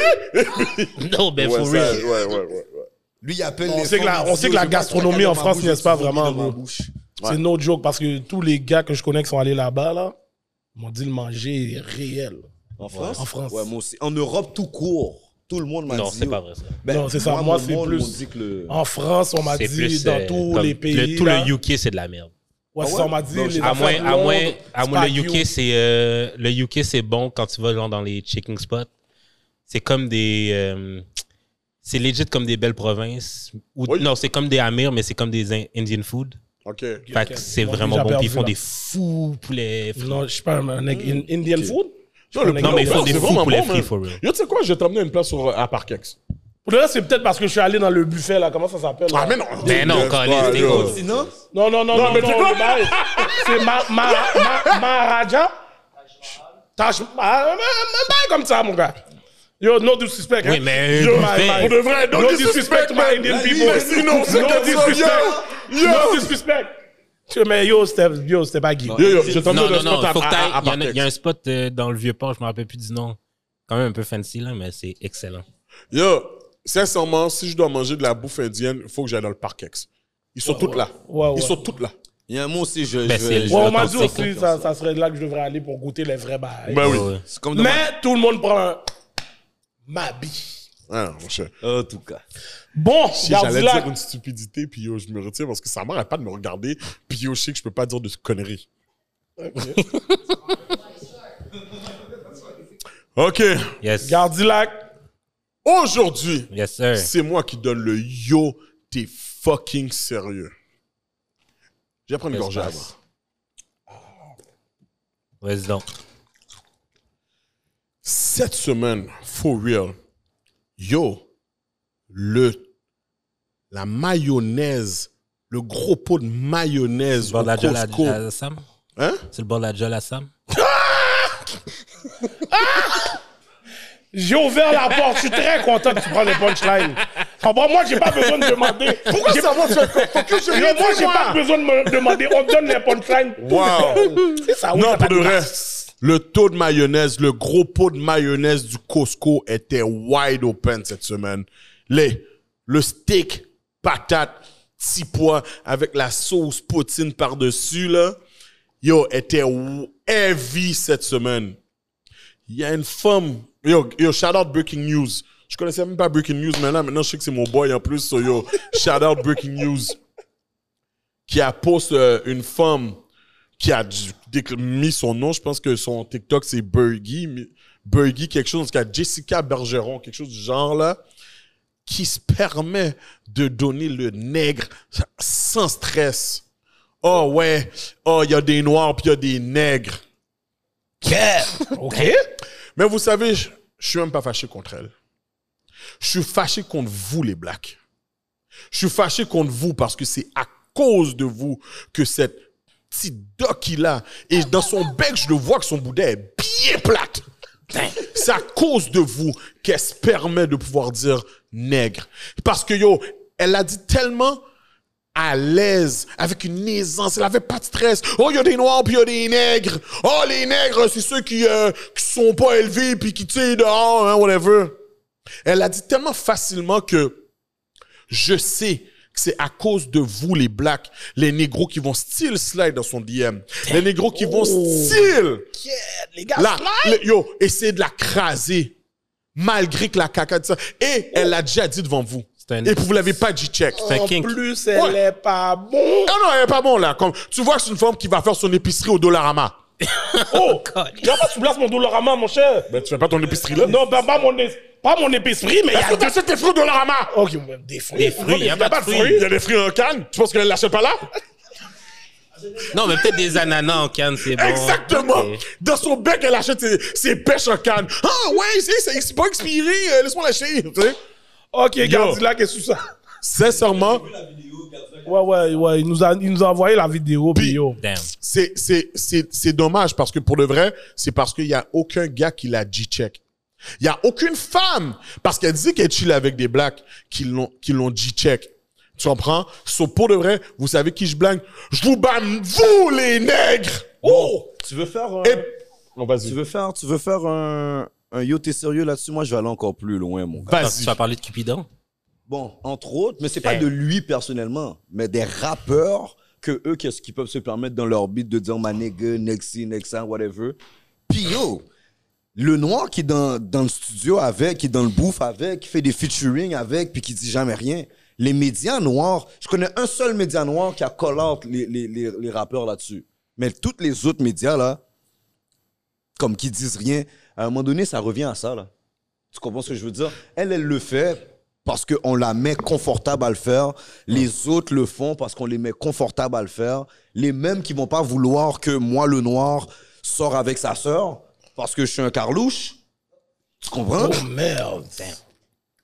D: non mais
E: ouais,
D: for
E: ça,
D: real.
E: ouais, ouais, ouais, ouais.
A: Lui, il appelle
C: On
A: les
C: sait que la-
A: femmes,
C: on
A: il
C: sait
A: dit,
C: que la
A: yo, j'ai pas de
C: gastronomie
A: caca
C: en
A: dans ma
C: France
A: bouche,
C: n'y est pas
A: j'ai vomi
C: vraiment,
A: dans ma
C: gros.
A: bouche.
C: C'est no joke parce que tous les gars que je connais qui sont allés là-bas, là, m'ont dit le manger est réel.
A: En France
C: En France.
A: Ouais, moi aussi. En Europe, tout court. Tout le monde m'a dit.
D: Non, c'est
A: yo.
D: pas vrai ça.
A: Ben,
C: Non, c'est ça. Moi,
A: mon
C: c'est
A: monde,
C: plus-
A: On dit que le.
C: En France, on m'a
D: C'est
C: dit,
D: plus,
C: dans
D: euh,
C: tous
D: comme
C: les pays.
D: le- tout
C: là.
D: le UK c'est de la merde.
C: Ouais, c'est
A: Ah
C: ça, on
A: ouais?
C: m'a dit.
A: Non,
C: les
A: j'ai-
D: À
C: affaires
D: moins, à
C: blondes,
D: moins, à
C: c'est
D: moins
C: pas
D: le UK,
C: cute.
D: c'est euh, le UK, c'est bon quand tu vas genre dans les chicken spots. C'est comme des, euh, c'est legit comme des belles provinces. Ou,
E: Oui.
D: Non, c'est comme des Amir, mais c'est comme des In- Indian food.
E: Ok.
D: Fait que c'est
C: Bon,
D: vraiment
C: déjà
D: bon. Puis
C: perdu,
D: ils font
C: là.
D: des fous poulets. frits.
C: Non, je suis pas un mec. In- Indian food? Je suis pas un mec
D: Mm. Non, mais ils
C: Indian
D: font
E: c'est
D: des fous
E: vraiment
D: poulets
E: bon,
D: frits
E: man.
D: for real.
E: Yo, tu sais quoi, je vais t'emmener une place sur, euh, à Parkex.
C: Pour le reste, c'est peut-être parce que je suis allé dans le buffet, là. Comment ça s'appelle? là?
E: non.
D: Mais non,
E: Yes,
D: Colin,
E: ouais,
D: c'est
E: yo.
D: gros.
A: Sinon,
C: Non, non, non, non, non,
E: mais
C: non,
E: tu vois-
C: le bail. C'est ma, ma, ma, Maharaja. Taj Mahal. Un bail comme ça, mon gars. Yo, no disrespect.
D: Oui,
C: hein.
D: mais
C: Yo, my-
D: un buffet.
C: my-
E: Pour de vrai, no
C: no
E: disrespect,
C: disrespect, my Indian
A: Là, lui,
C: people.
A: mais
E: sinon, c'est
C: no
E: comme ça,
C: disrespect.
E: yo, yo.
C: No disrespect. Tu- Mais yo, c'était, yo, c'était pas gay.
E: Yo, yo, je t'emmène
D: Non,
E: le
D: non,
E: spot
D: non.
E: à,
D: Faut que t'ailles-
E: à, à
D: il y en a- Il y a un
E: Parkex.
D: spot euh, dans le vieux port, je me rappelle plus du nom. Quand même un peu fancy là, mais c'est excellent.
E: Yo, sincèrement, si je dois manger de la bouffe indienne, il faut que j'aille dans le Parkex. Ils sont toutes là.
C: Ouais, ouais.
E: Ils sont toutes là.
A: il y a un mot aussi, je.
D: Ben,
A: je-
D: c'est
A: je-
D: le-
C: Ouais, on
D: attends,
C: m'a dit
D: c'est
C: aussi,
D: comme
C: ça, ça serait là que je devrais aller pour goûter les vrais bails.
E: Ben oui.
D: Ouais, ouais.
A: C'est comme dans.
C: Mais tout le monde prend un. Mabi.
E: Ah, mon cher.
A: En tout cas.
C: Bon,
E: J'allais
C: Gardzilla,
E: dire une stupidité, puis yo, je me retire parce que ça m'arrête pas de me regarder, puis yo, je sais que je peux pas dire de conneries. OK.
D: Yes.
C: Gardilac.
E: Aujourd'hui,
D: Yes, sir.
E: c'est moi qui donne le yo, t'es fucking sérieux. Je vais prendre une
D: Qu'est-ce
E: gorgée
D: qui se
E: avant.
D: passe? Vas-y donc.
E: Cette semaine, for real, yo, le, la mayonnaise, le gros pot de mayonnaise
D: C'est le
E: au
D: bord de la Jol à-
E: Costco.
D: à Sam?
E: Hein?
D: C'est le bord de la Jol à Sam?
C: J'ai ouvert la porte, je suis très content que tu prends les punchlines. Comprends? Moi, j'ai pas besoin de demander. Pourquoi ça va que je Moi, j'ai pas besoin de me demander. On donne les punchlines.
E: Wow.
C: C'est ça, oui,
E: non,
C: ça
E: pour de
C: t'attaque.
E: vrai, le taux de mayonnaise, le gros pot de mayonnaise du Costco était wide open cette semaine. Les, le steak, patate, petits pois avec la sauce poutine par-dessus, là, yo, était heavy cette semaine. Il y a une femme, yo, yo, shout out Breaking News. Je connaissais même pas Breaking News, mais là, maintenant, je sais que c'est mon boy en plus, so yo, shout out Breaking News. Qui a posté euh, une femme qui a dû- déc- mis son nom. Je pense que son TikTok, c'est Bergy. mais- Bergy, quelque chose. En tout cas, Jessica Bergeron, quelque chose du genre là, qui se permet de donner le nègre sans stress. Oh ouais, oh, il y a des noirs puis il y a des nègres.
C: OK?
E: Mais vous savez, je je suis même pas fâché contre elle. Je suis fâché contre vous, les blacks. Je suis fâché contre vous parce que c'est à cause de vous que cette petite doc qu'il a, et dans son bec, je le vois que son boudin est bien plate. C'est à cause de vous qu'elle se permet de pouvoir dire nègre. Parce que yo, elle a dit tellement à l'aise, avec une aisance. Elle avait pas de stress. Oh, il y a des noirs puis il y a des nègres. Oh, les nègres, c'est ceux qui, euh, qui sont pas élevés puis qui tirent dehors, hein, whatever. Elle a dit tellement facilement que je sais que c'est à cause de vous, les blacks, les négros qui vont still slide dans son DM. Les négros qui vont still
C: Les gars,
E: la, le- yo, essayez de la craser. Malgré que la caca de ça. Et elle l'a déjà dit devant vous.
D: C'est un-
E: Et vous l'avez pas dit check.
D: C'est un kink.
C: plus, elle
E: Ouais.
C: est pas bon.
E: Ah non, elle est pas bon là. Comme, tu vois que c'est une femme qui va faire son épicerie au Dollarama.
C: Oh! Tu vas pas soulager mon Dollarama, mon cher.
E: Ben, tu fais pas ton épicerie là?
C: Non, ben, pas mon, es- pas mon épicerie, mais il y a
E: Est-ce que
C: deux...
E: t'achètes tes fruits au Dollarama?
C: Ok, mais des fruits.
D: Des fruits, il y a pas de
E: Il y a des fruits en canne. Tu penses qu'elle l'achète pas là?
D: Non, mais peut-être des ananas en canne, c'est bon.
E: Exactement.
D: Ok.
E: Dans son bec, elle achète ses, ses pêches en canne. Ah ouais, c'est, c'est, c'est pas expiré. euh, laisse-moi lâcher. Tu sais?
C: Ok, garde là, qu'est-ce que c'est ça?
E: Sincèrement,
C: Ouais, ouais, ouais, il nous a, il nous a envoyé la vidéo, puis yo.
D: Damn.
E: c'est, c'est, c'est, c'est dommage parce que pour de vrai, c'est parce qu'il y a aucun gars qui l'a G-check. Il y a aucune femme parce qu'elle disait qu'elle chill avec des blacks qui l'ont, qui l'ont G-check. Tu comprends? So, pour de vrai, vous savez qui je blague? Je vous banne, vous, les nègres! Oh!
A: Tu veux faire. euh,
E: Et... Non,
A: Tu
E: vas-y.
A: veux faire, tu veux faire un, un yo, t'es sérieux là-dessus? Moi, je vais aller encore plus loin, mon gars.
D: Attends,
E: Vas-y.
D: Tu as parlé de Cupidon?
A: Bon, entre autres, mais c'est pas de lui personnellement, mais des rappeurs que eux, qu'est-ce qu'ils peuvent se permettre dans leur beat de dire oh, ma nigga, nexi, nexa, whatever. Puis yo, le noir qui est dans, dans le studio avec, qui est dans le bouffe avec, qui fait des featuring avec, puis qui dit jamais rien. Les médias noirs, je connais un seul média noir qui a call out les, les, les, les rappeurs là-dessus. Mais tous les autres médias, là, comme qui disent rien, à un moment donné, ça revient à ça, là. Tu comprends ce que je veux dire? Elle, elle le fait parce qu'on la met confortable à le faire. Les autres le font parce qu'on les met confortable à le faire. Les mêmes qui vont pas vouloir que moi, le noir, sort avec sa sœur parce que je suis un carlouche. Tu comprends?
C: Oh merde.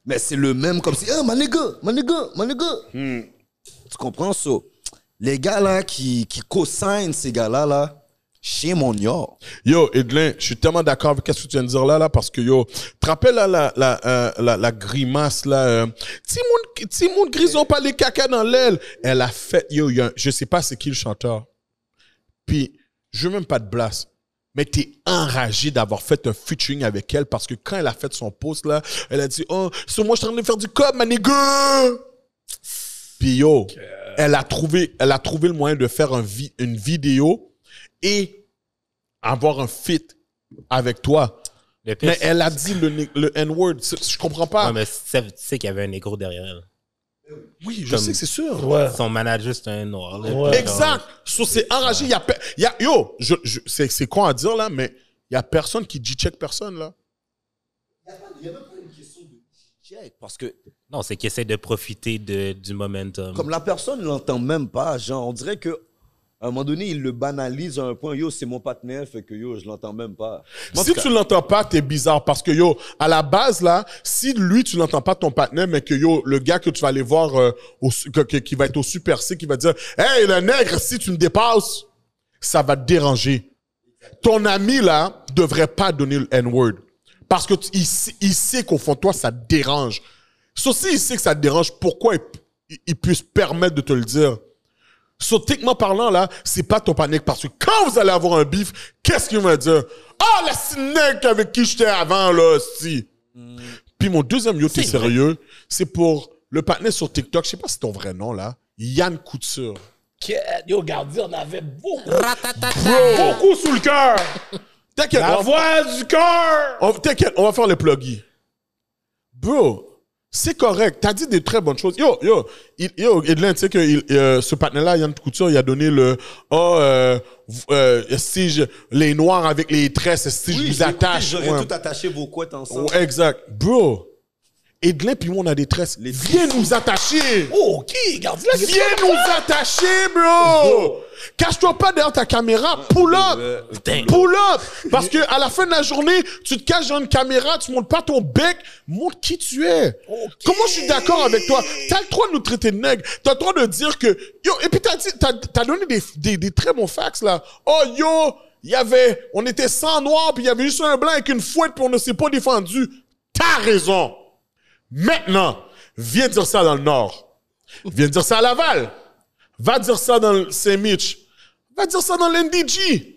A: Mais c'est le même comme si, ah, ma nigga, ma nigga, ma nigga. Tu comprends ça? Les gars là qui, qui co-signent ces gars-là, là, chez mon yor.
E: Yo, Edlin, je suis tellement d'accord avec ce que tu viens de dire là, là, parce que yo, tu te rappelles là, la, la, euh, la, la grimace là, euh, Timoun, Timoun Grison pas les caca dans l'aile. Elle a fait, yo, yo, je sais pas c'est qui le chanteur. Puis, je veux même pas de blast. Mais t'es enragé d'avoir fait un featuring avec elle parce que quand elle a fait son post là, elle a dit, oh, c'est moi je suis en train de faire du cop, ma nigga! Puis yo, elle a trouvé, elle a trouvé le moyen de faire un vi- une vidéo et avoir un fit avec toi.
D: Le pire,
E: Mais
D: c'est-
E: elle a dit le, ni- le N-word. C'est- Je comprends pas.
D: Ouais, mais c'est- tu sais qu'il y avait un négro derrière elle.
E: oui, je
D: comme-
E: sais que c'est sûr.
C: Ouais.
D: Son manager, c'était un noir. là.
C: Ouais.
D: Genre,
E: Exact. So, c'est enragé. Y a, pe- y a- yo, je, je- c'est, c'est con à dire là, mais il y a personne qui dit check personne là.
A: Parce que
D: Non, c'est qu'il essaie de profiter de, du momentum.
A: Comme la personne l'entend même pas, genre, on dirait que à un moment donné, il le banalise à un point, yo, c'est mon partenaire, fait que yo, je l'entends même pas. Moi,
E: si tu l'entends pas, t'es bizarre parce que yo, à la base là, si lui tu l'entends pas ton partenaire, mais que yo, le gars que tu vas aller voir euh, au su- que- que- qui va être au super C, qui va dire, hey le nègre, si tu me dépasses, ça va te déranger. Ton ami là devrait pas donner le N-word Parce que tu- il, sait- il sait qu'au fond de toi, ça te dérange. Sauf si il sait que ça te dérange, pourquoi il, il- il puisse permettre de te le dire? So, techniquement parlant, là, c'est pas ton panique parce que quand vous allez avoir un bif, qu'est-ce qu'il va dire? Ah, la snake avec qui j'étais avant, là, si. Puis mon deuxième yo, t'es
D: C'est vrai.
E: sérieux? C'est pour le partenaire sur TikTok, je sais pas si c'est ton vrai nom, là, Yann Couture.
C: Yo, Gardi, on avait beaucoup,
D: Ratatata.
C: beaucoup sous le cœur.
E: T'inquiète,
C: La
E: on-
C: voix du cœur.
E: on- t'inquiète, on va faire le pluggy. Bro, c'est correct. T'as dit des très bonnes choses. Yo, yo, il, yo, Edlin, tu sais que il- euh, ce partenaire-là, Yann Couture, il a donné le oh, euh, v- euh, si je- les noirs avec les tresses, si je vous attache.
A: J'aurais
E: Ouais.
A: tout attaché vos couettes ensemble.
E: Ouais, exact. Bro, Edlin, puis moi, on a des tresses. Viens nous attacher.
C: Oh, qui? Gardi, là,
E: Viens nous attacher, bro! Cache-toi pas derrière ta caméra, pull
A: ouais,
E: up! Pull up! Parce que à la fin de la journée, tu te caches dans une caméra, tu montes pas ton bec, montre qui tu es. Comment je suis d'accord avec toi? T'as le droit de nous traiter de nègres, t'as le droit de dire que... Yo, et puis t'as dit, t'as, t'as donné des, des, des très bons facts, là. Oh, yo, il y avait... On était sans noir, puis il y avait juste un blanc avec une fouette, puis on ne s'est pas défendu. T'as raison! Maintenant, viens dire ça dans le Nord. Viens dire ça à Laval. Va dire ça dans le Saint-Mitch. Va dire ça dans l'NDG.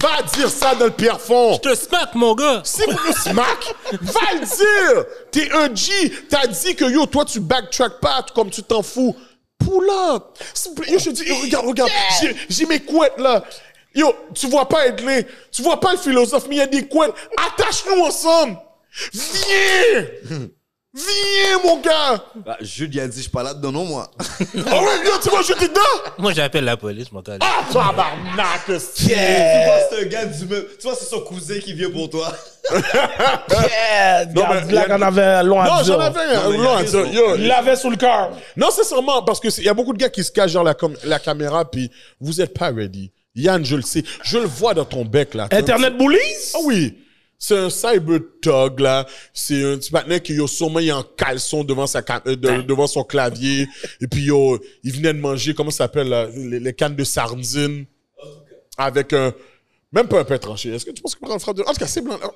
E: Va dire ça dans le Pierrefonds.
D: Je te smack, mon gars.
E: Si vous nous smack, va le dire. T'es un G. T'as dit que yo, toi, tu backtrack pas comme tu t'en fous. Pull up. S'il vous plaît, Yo, je te dis, yo, regarde, regarde. J'ai- J'ai mes couettes là. Yo, tu vois pas Edlin. Tu vois pas le philosophe, mais il y a des couettes. Attache-nous ensemble. Viens. Viens, mon gars.
F: Bah, Jude, il a dit, je suis pas là-dedans, non, moi.
E: Oh ouais, yo, tu vas jeter dedans?
D: Moi, j'appelle la police, mon gars.
E: Ah, tabarnak, esti.
A: Tu vois, c'est un gars du même. Tu vois, c'est son cousin qui vient pour toi.
E: mais
C: Gardi, là,
E: Yann-
C: qu'on avait long à
E: Non,
C: dire.
E: j'en avais un
A: Non, mais
E: long
A: y a
E: à dire,
A: raison.
E: yo.
C: Il l'avait sous le cœur.
E: Non, sincèrement, parce qu'il y a beaucoup de gars qui se cachent dans la, com- la caméra, puis vous êtes pas ready. Yann, je le sais. Je le vois dans ton bec, là.
C: Internet bullies?
E: Ah oui. C'est un cyber thug, là. C'est un petit matin qui, yo, sûrement, il est en caleçon devant sa cam- euh, de- devant son clavier. Et puis, yo, il venait de manger, comment ça s'appelle, là, les, les cannes de sardines. Avec un, même pas un pain tranché. Est-ce que tu penses qu'il prend le frappe de, en tout cas, c'est blanc, là.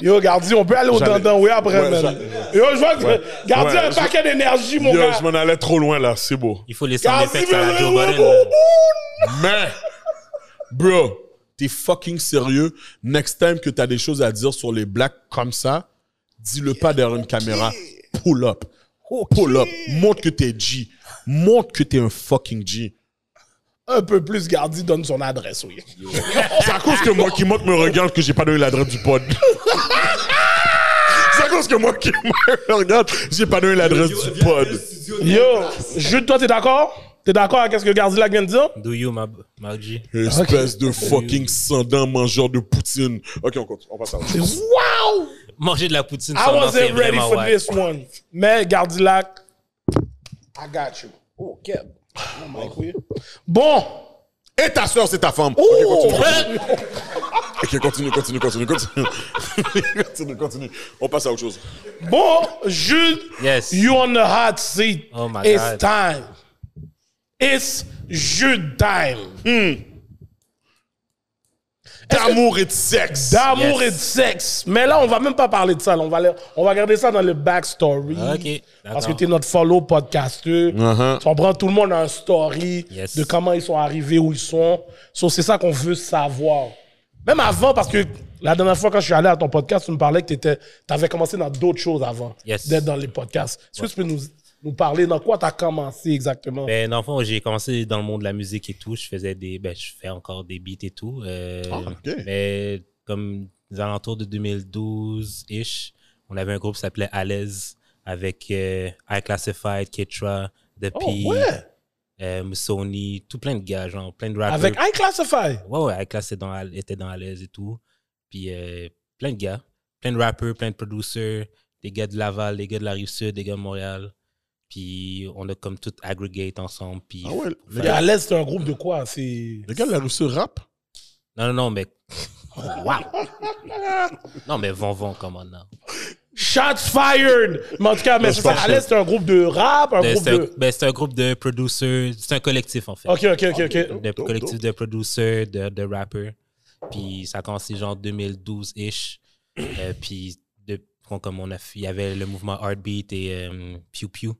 C: Yo, Gardi, on peut aller au
E: J'allais-
C: dandan, oui, après,
E: Ouais,
C: man.
E: j'allais-
C: Yo, je vois que Gardi a un
E: Ouais, je-
C: paquet d'énergie, mon
E: Yo,
C: gars.
E: je m'en allais trop loin, là. C'est beau.
D: Il faut laisser un
C: Gardi,
D: effet à la Joe
C: mais-
D: Biden, là.
E: Mais, bro, t'es fucking sérieux. Next time que t'as des choses à dire sur les blacks comme ça, dis-le pas derrière une caméra. Pull up. Pull up. Montre que t'es G. Montre que t'es un fucking G.
C: Un peu plus, Gardi donne son adresse, oui.
E: C'est à cause que moi qui monte me regarde que j'ai pas donné l'adresse du pod. C'est à cause que moi qui me regarde, j'ai pas donné l'adresse du pod.
C: Yo, Jude, toi, t'es d'accord? T'es d'accord avec ce que Gardi là vient de dire?
D: Do you, ma, ma G?
E: Espèce de fucking sandan mangeur de poutine. Ok, on compte. On passe à autre chose.
C: Wow!
D: Manger de la poutine,
C: I
D: ça en
C: wasn't
D: fait
C: ready
D: vraiment
C: for
D: ouais.
C: this one. Mais Gardilac, I got you. Oh, Keb. Oh, Mike, oui. Bon,
E: Et ta soeur, c'est ta femme.
C: Oh!
E: Ok, Eh, continue, continue, continue, continue, continue. continue, continue. On passe à autre chose.
C: bon, Jude,
D: Yes.
C: you on the hot seat.
D: Oh my
C: It's
D: God.
C: time. It's Jude time. Hmm.
E: D'amour et de sexe.
C: D'amour
D: Yes.
C: et de sexe. Mais là, on va même pas parler de ça. là. On, va aller- on va garder ça dans le backstory.
D: Ok,
C: Parce que
D: d'accord.
C: tu es notre follow podcasteur.
E: Uh-huh.
C: Tu comprends, tout le monde a un story
D: Yes.
C: de comment ils sont arrivés, où ils sont. So, c'est ça qu'on veut savoir. Même avant, parce que la dernière fois, quand je suis allé à ton podcast, tu me parlais que tu avais commencé dans d'autres choses avant
D: Yes.
C: d'être dans les podcasts. Est-ce que tu peux nous, nous parler dans quoi tu as commencé exactement?
D: Ben, dans le fond, j'ai commencé dans le monde de la musique et tout. Je faisais des. Ben, je fais encore des beats et tout. Euh,
C: Ah,
E: ok.
D: Mais comme aux alentours de 2012-ish, on avait un groupe qui s'appelait À l'aise avec euh, iClassified, Ketra, The
C: Oh,
D: P,
C: ouais.
D: euh, Moussoni, tout plein de gars, genre plein de rappers.
C: Avec iClassify.
D: Ouais, ouais, iClass était dans, était dans À l'aise et tout. Puis euh, plein de gars, plein de rappers, plein de producers, des gars de Laval, des gars de la Rive-Sud, des gars de Montréal. Puis on a comme tout aggregate ensemble. Puis
E: Ah ouais, les
C: Et
E: gars,
C: à l'aise, c'est un groupe de quoi? C'est.
E: les gars de la Rousseau rap.
D: Non, non, non, mais. Wow! non, mais vont, vont, comment non?
C: Shots fired! Mais en tout cas, mais c'est ça.
E: pense
C: À l'aise, c'est un groupe de rap, un
D: Ben,
C: groupe
D: C'est un,
C: de.
D: ben, c'est un groupe de producers, c'est un collectif en fait.
C: Ok, ok, ok, ok.
D: Un collectif de producers, de, de rappers. Puis ça a commencé genre 2012-ish. Euh, puis de, on- comme on a, fait- il y avait le mouvement Heartbeat et euh, Pew Pew.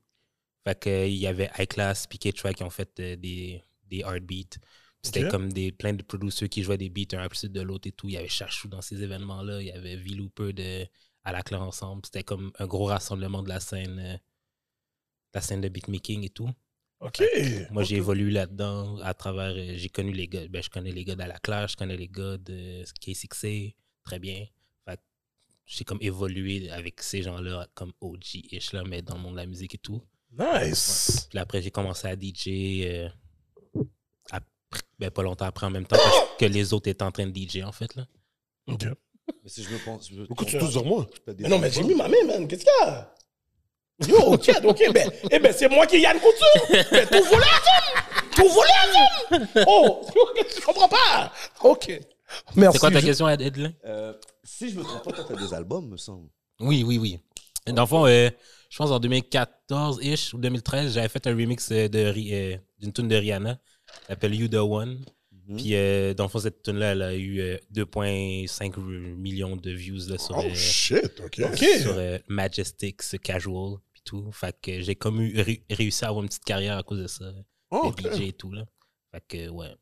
D: Fait que, euh, il y avait iClass, puis K-Track qui ont fait euh, des, des Heartbeat. C'était
E: Ok.
D: comme des, plein de producteurs qui jouaient des beats un après de l'autre et tout. Il y avait Chachou dans ces événements-là. Il y avait V-Looper de à la clé ensemble. C'était comme un gros rassemblement de la scène, euh, la scène de beatmaking et tout.
E: OK.
D: Moi, j'ai évolué là-dedans à travers. euh, j'ai connu les gars. Ben, je connais les gars de la Clash, je connais les gars de K6A très bien. Fait que j'ai comme évolué avec ces gens-là, comme OG-ish, là, mais dans le monde de la musique et tout.
E: Nice.
D: Puis là, après, j'ai commencé à DJ. euh, après- ben, pas longtemps après en même temps parce que les autres étaient en train de DJ, en fait. Là.
E: OK.
A: Mais si je me pense. Je me
E: Pourquoi tu tous sur moi?
C: Mais non, mais j'ai mis ma main, man. Qu'est-ce qu'il y a? Yo, Chad, ok, ben, eh ben c'est moi qui ai Yann Couture. Mais tout volé à tout. Tout volé à tout. Oh, je comprends pas. Ok. Merci.
D: C'est quoi ta
C: je-
D: question, Ed- Edlin?
F: Euh, si je me trompe pas, toi, t'as des albums, me semble.
D: Oui, oui, oui. Dans le fond, euh, je pense en 2014-ish ou 2013, j'avais fait un remix euh, de Ri- euh, d'une tune de Rihanna qui s'appelle You The One.
E: Mhm.
D: Puis euh, dans le fond, cette tune-là, elle a eu euh, 2,5 millions de views là, sur,
E: Oh,
D: euh,
E: shit. OK.
D: sur euh, Majestic, ce Casual, puis tout. Fait que j'ai comme eu- ré- réussi à avoir une petite carrière à cause de ça.
E: Oh,
D: euh,
E: OK.
D: Les DJ et tout, là. Fait que, ouais.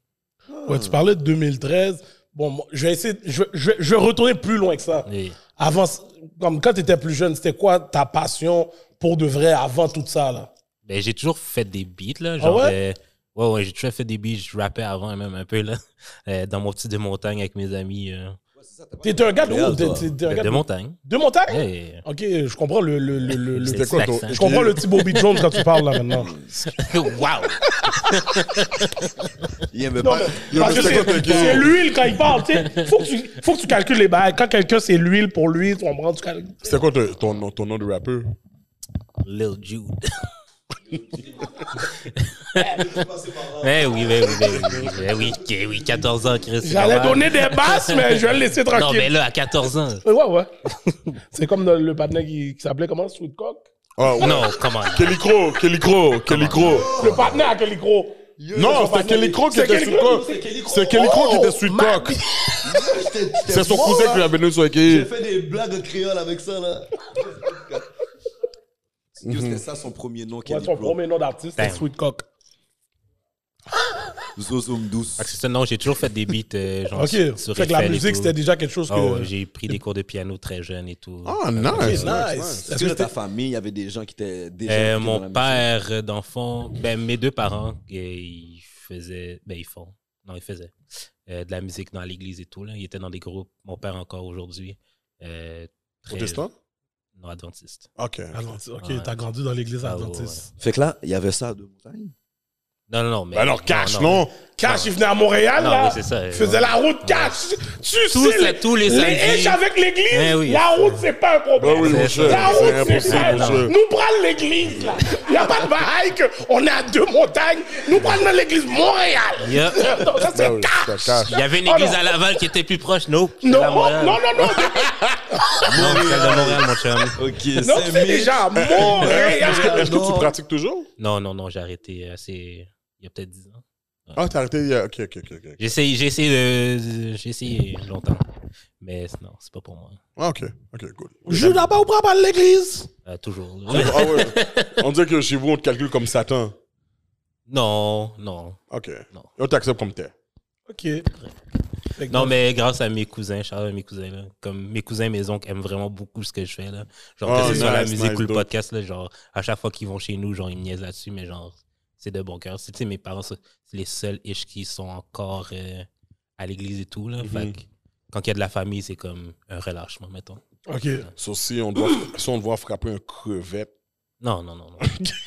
C: Ouais, tu parlais de 2013. Bon, moi, je vais essayer. Je, vais- je, vais- je vais retourner plus loin que
E: Ah.
C: ça.
D: Et-
C: Avant, c- comme quand tu étais plus jeune, c'était quoi ta passion pour de vrai avant tout ça, là?
D: Ben, j'ai toujours fait des beats, là. Genre,
C: Ah ouais?
D: euh, ouais, ouais, j'ai toujours fait des beats. Je rappais avant, même un peu, là. euh, dans mon petit de montagne avec mes amis. euh,
C: T'étais un gars de
A: Montréal,
C: où? T'es-
A: toi.
C: t'es- t'es un
D: de,
C: gars
D: de
C: de,
D: montagne.
C: de montagne?
D: Ouais.
C: Ok, je comprends le. le, le, le- le-
D: C'est
E: C'était quoi ton...
D: l'accent.
C: Je comprends le petit Bobby Jones quand tu parles là maintenant.
D: wow!
F: Il aimait pas.
C: Parce que c'est c'est l'huile quand il parle, tu sais. Faut que tu, faut que tu calcules les bails. Quand quelqu'un c'est l'huile pour lui, tu comprends, tu calcules.
E: C'était quoi ton, ton, nom- ton nom de rappeur?
D: Lil Jude. Eh oui, ben oui, ben oui, ben oui, ok, oui, 14 ans, Chris. c'est
C: J'allais
D: pas mal.
C: donner des basses, mais je vais le laisser
D: Non, mais
C: tranquille.
D: là, à 14 ans.
C: Euh, Ouais, ouais. C'est comme dans le partenaire qui, qui s'appelait comment? Sweetcock?
E: Ah, ouais.
D: Non, comment?
E: Kélikro, Kélikro, Kélikro.
C: Le partenaire à Kelikro.
E: Non, c'était Kélikro qui était sous coq. C'est Kélikro qui était sous coq. C'est son
A: hein.
E: cousin qui lui avait donné son
F: J'ai
E: équipe.
F: fait des blagues créoles avec ça, là.
D: Mhm.
F: C'était ça son premier nom,
C: Ouais,
F: Kelly
C: son
F: Pro.
C: premier nom d'artiste, c'est
D: Damn.
C: Sweetcock.
F: Zozoum douce.
D: Fait que c'est ça, non, j'ai toujours fait des beats, euh, genre,
C: Ok.
D: sur,
C: Fait
D: sur
C: que la
D: Eiffel et
C: musique,
D: tout.
C: c'était déjà quelque chose que.
D: Oh, ouais, j'ai pris des cours de piano très jeune et tout.
E: Ah, nice.
C: Ok,
E: nice.
C: nice.
F: Est-ce que dans ta famille, il y avait des gens qui étaient déjà.
D: Euh,
F: impliqués dans la
D: mon
F: musique?
D: père, euh, dans le fond, ben, mes deux parents, euh, ils faisaient, ben, ils font, non, ils faisaient euh, de la musique dans l'église et tout. Là. Ils étaient dans des groupes, mon père encore aujourd'hui. Euh, très-
E: Protestant?
D: Non, adventiste.
E: OK.
C: Adventiste. Ok,
D: Ouais.
C: t'as grandi dans l'église
D: Ah, ouais,
C: adventiste.
F: Fait que là, il y avait ça à deux montagnes.
D: Non, non, non. Mais, Ah,
E: Ben alors, cash, non?
C: Cash, il venait à Montréal,
D: Non,
C: là.
D: oui, c'est ça. euh,
C: Il faisait la route cash. Tu
D: Tous
C: sais,
D: les- tous les samedis.
C: Les haches avec l'église,
D: Eh oui.
C: la route, c'est pas un problème.
E: Ben oui, mon cher,
C: La
E: c'est
C: route,
E: impossible,
C: c'est ça.
E: mon cher.
C: Nous prenons l'église, là. Il n'y a pas de bail que on est à deux montagnes. Nous prenons l'église Montréal.
D: Yeah.
C: Donc, ça, c'est
E: Ah oui,
C: cash.
E: c'était cash.
D: Il y avait une
C: Oh,
D: église
C: non.
D: à Laval qui était plus proche, nope. c'est
C: Non,
D: la
C: non,
D: Montréal.
C: non, non, non.
E: Ah,
D: Non, c'est celle de Montréal, mon chum.
A: Ok,
C: Non, c'est déjà à Montréal.
E: Est-ce que, est-ce que tu pratiques toujours?
D: Non, non, non, j'ai arrêté assez, il y a peut-être 10 ans.
E: Ah, t'as arrêté. il y a- OK, OK, OK. ok.
D: J'ai essayé, j'ai essayé, de- j'ai essayé longtemps. Mais non, c'est pas pour moi.
E: Ah, OK. OK, cool.
C: Je là-bas, on prend pas l'église.
D: Euh, toujours.
E: Ah ouais. On dirait que chez vous, on te calcule comme Satan.
D: Non, non.
E: OK.
D: Non.
E: Et on t'accepte comme t'es.
C: Ok. Fait que
D: Non, mais grâce à mes cousins, Charles mes cousins, là, comme mes cousins, mes oncles aiment vraiment beaucoup ce que je fais. Là. Genre,
E: Oh,
D: que ce soit la
E: nice,
D: musique
E: nice,
D: ou le
E: dope.
D: podcast, là, genre, à chaque fois qu'ils vont chez nous, genre, ils me niaisent là-dessus, mais genre, c'est de bon cœur. C'est- Tu sais, mes parents, c'est c'est les seuls ish qui sont encore euh, à l'église et tout. Là. Fait que quand il y a de la famille, c'est comme un relâchement, mettons.
C: Ok.
E: Sauf si on doit, si on doit frapper un crevette.
D: Non, non, non, non.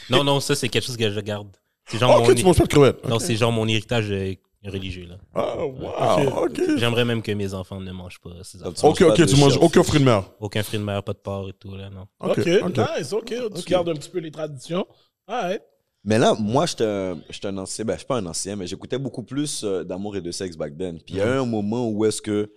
D: non, non, ça, c'est quelque chose que je garde. C'est genre,
E: OK,
D: Ah, mon,
E: Oh, tu manges pas de crevette.
D: non, c'est genre mon héritage euh, religieux, là.
E: Ah, wow. OK.
D: J'aimerais même que mes enfants ne mangent pas ces affaires.
E: OK, OK, tu manges aucun fruit de mer.
D: Aucun fruit de mer, pas de porc et tout, là, non.
E: OK,
C: Ok. Ah.
E: OK.
C: Nice, ok. Tu gardes un petit peu les traditions. Alright.
F: Mais là, moi, j'étais un, j'étais un ancien, ben, je suis pas un ancien, mais j'écoutais beaucoup plus euh, d'amour et de sexe back then. Puis il y
D: Mhm.
F: a eu un moment où est-ce que,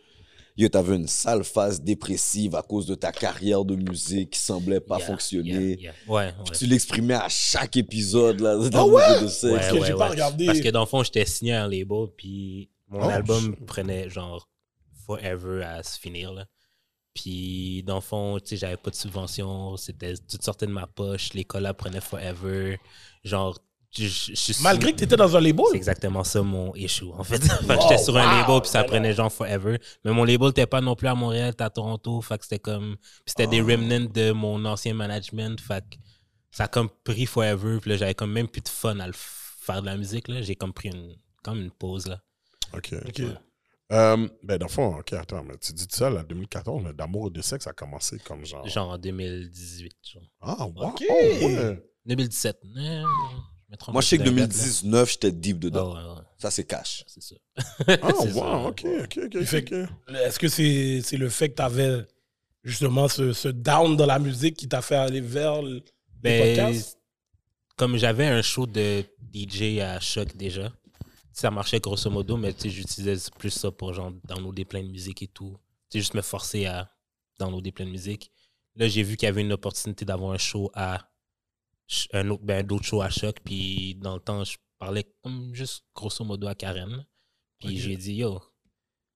F: yo, t'avais une sale phase dépressive à cause de ta carrière de musique qui semblait pas
D: Yeah,
F: fonctionner.
D: yeah, yeah. Ouais, ouais.
F: Tu l'exprimais à chaque épisode, là, d'amour et de
D: Ouais,
F: sexe.
C: que
D: ouais,
C: j'ai pas
D: ouais.
C: regardé.
D: Parce que dans le fond, j'étais signé à un label, puis mon
E: Oh,
D: album prenait genre forever à se finir. Là. Puis, dans le fond, tu sais, j'avais pas de subvention. C'était tout sortait de ma poche. Les collabs prenaient forever. Genre, je- je je suis.
C: Malgré que tu étais dans un label.
D: C'est exactement ça mon issue, en fait. Fait que j'étais sur un label, puis ça prenait genre forever. Mais mon label n'était pas non plus à Montréal, t'es à Toronto. Fait que c'était comme. Puis c'était des remnants de mon ancien management. Fait que ça a comme pris forever. Puis là, j'avais comme même plus de fun à le f- faire de la musique. là. J'ai comme pris une, comme une pause, là.
E: OK. Euh, ben, dans le fond, OK, attends, mais tu dis ça, là, 2014, là, d'amour et de sexe a commencé comme genre.
D: Genre en 2018. genre.
E: Ah, wow!
D: OK.
E: ouais.
D: 2017. Euh, je me trompe
F: Moi, je sais que
D: de date, là. Ah,
F: 2019, j'étais deep
D: Ouais,
F: dedans.
D: ouais, ouais,
F: Ça, c'est cash.
D: c'est ça.
E: Ah,
D: C'est ça,
E: wow!
D: ouais.
E: OK, OK, OK.
C: Fait
E: OK.
C: que- Est-ce que c'est c'est le fait que tu avais justement ce, ce down dans la musique qui t'a fait aller vers le les
D: Ben,
C: podcasts?
D: comme j'avais un show de DJ à Choc déjà, ça marchait grosso modo, mais tu sais, j'utilisais plus ça pour genre downloader plein de musique et tout. Tu sais, juste me forcer à downloader plein de musique. Là, j'ai vu qu'il y avait une opportunité d'avoir un show à ch- un autre, ben, d'autres shows à Choc, puis dans le temps, je parlais comme juste grosso modo à Karen. Puis j'ai dit, yo,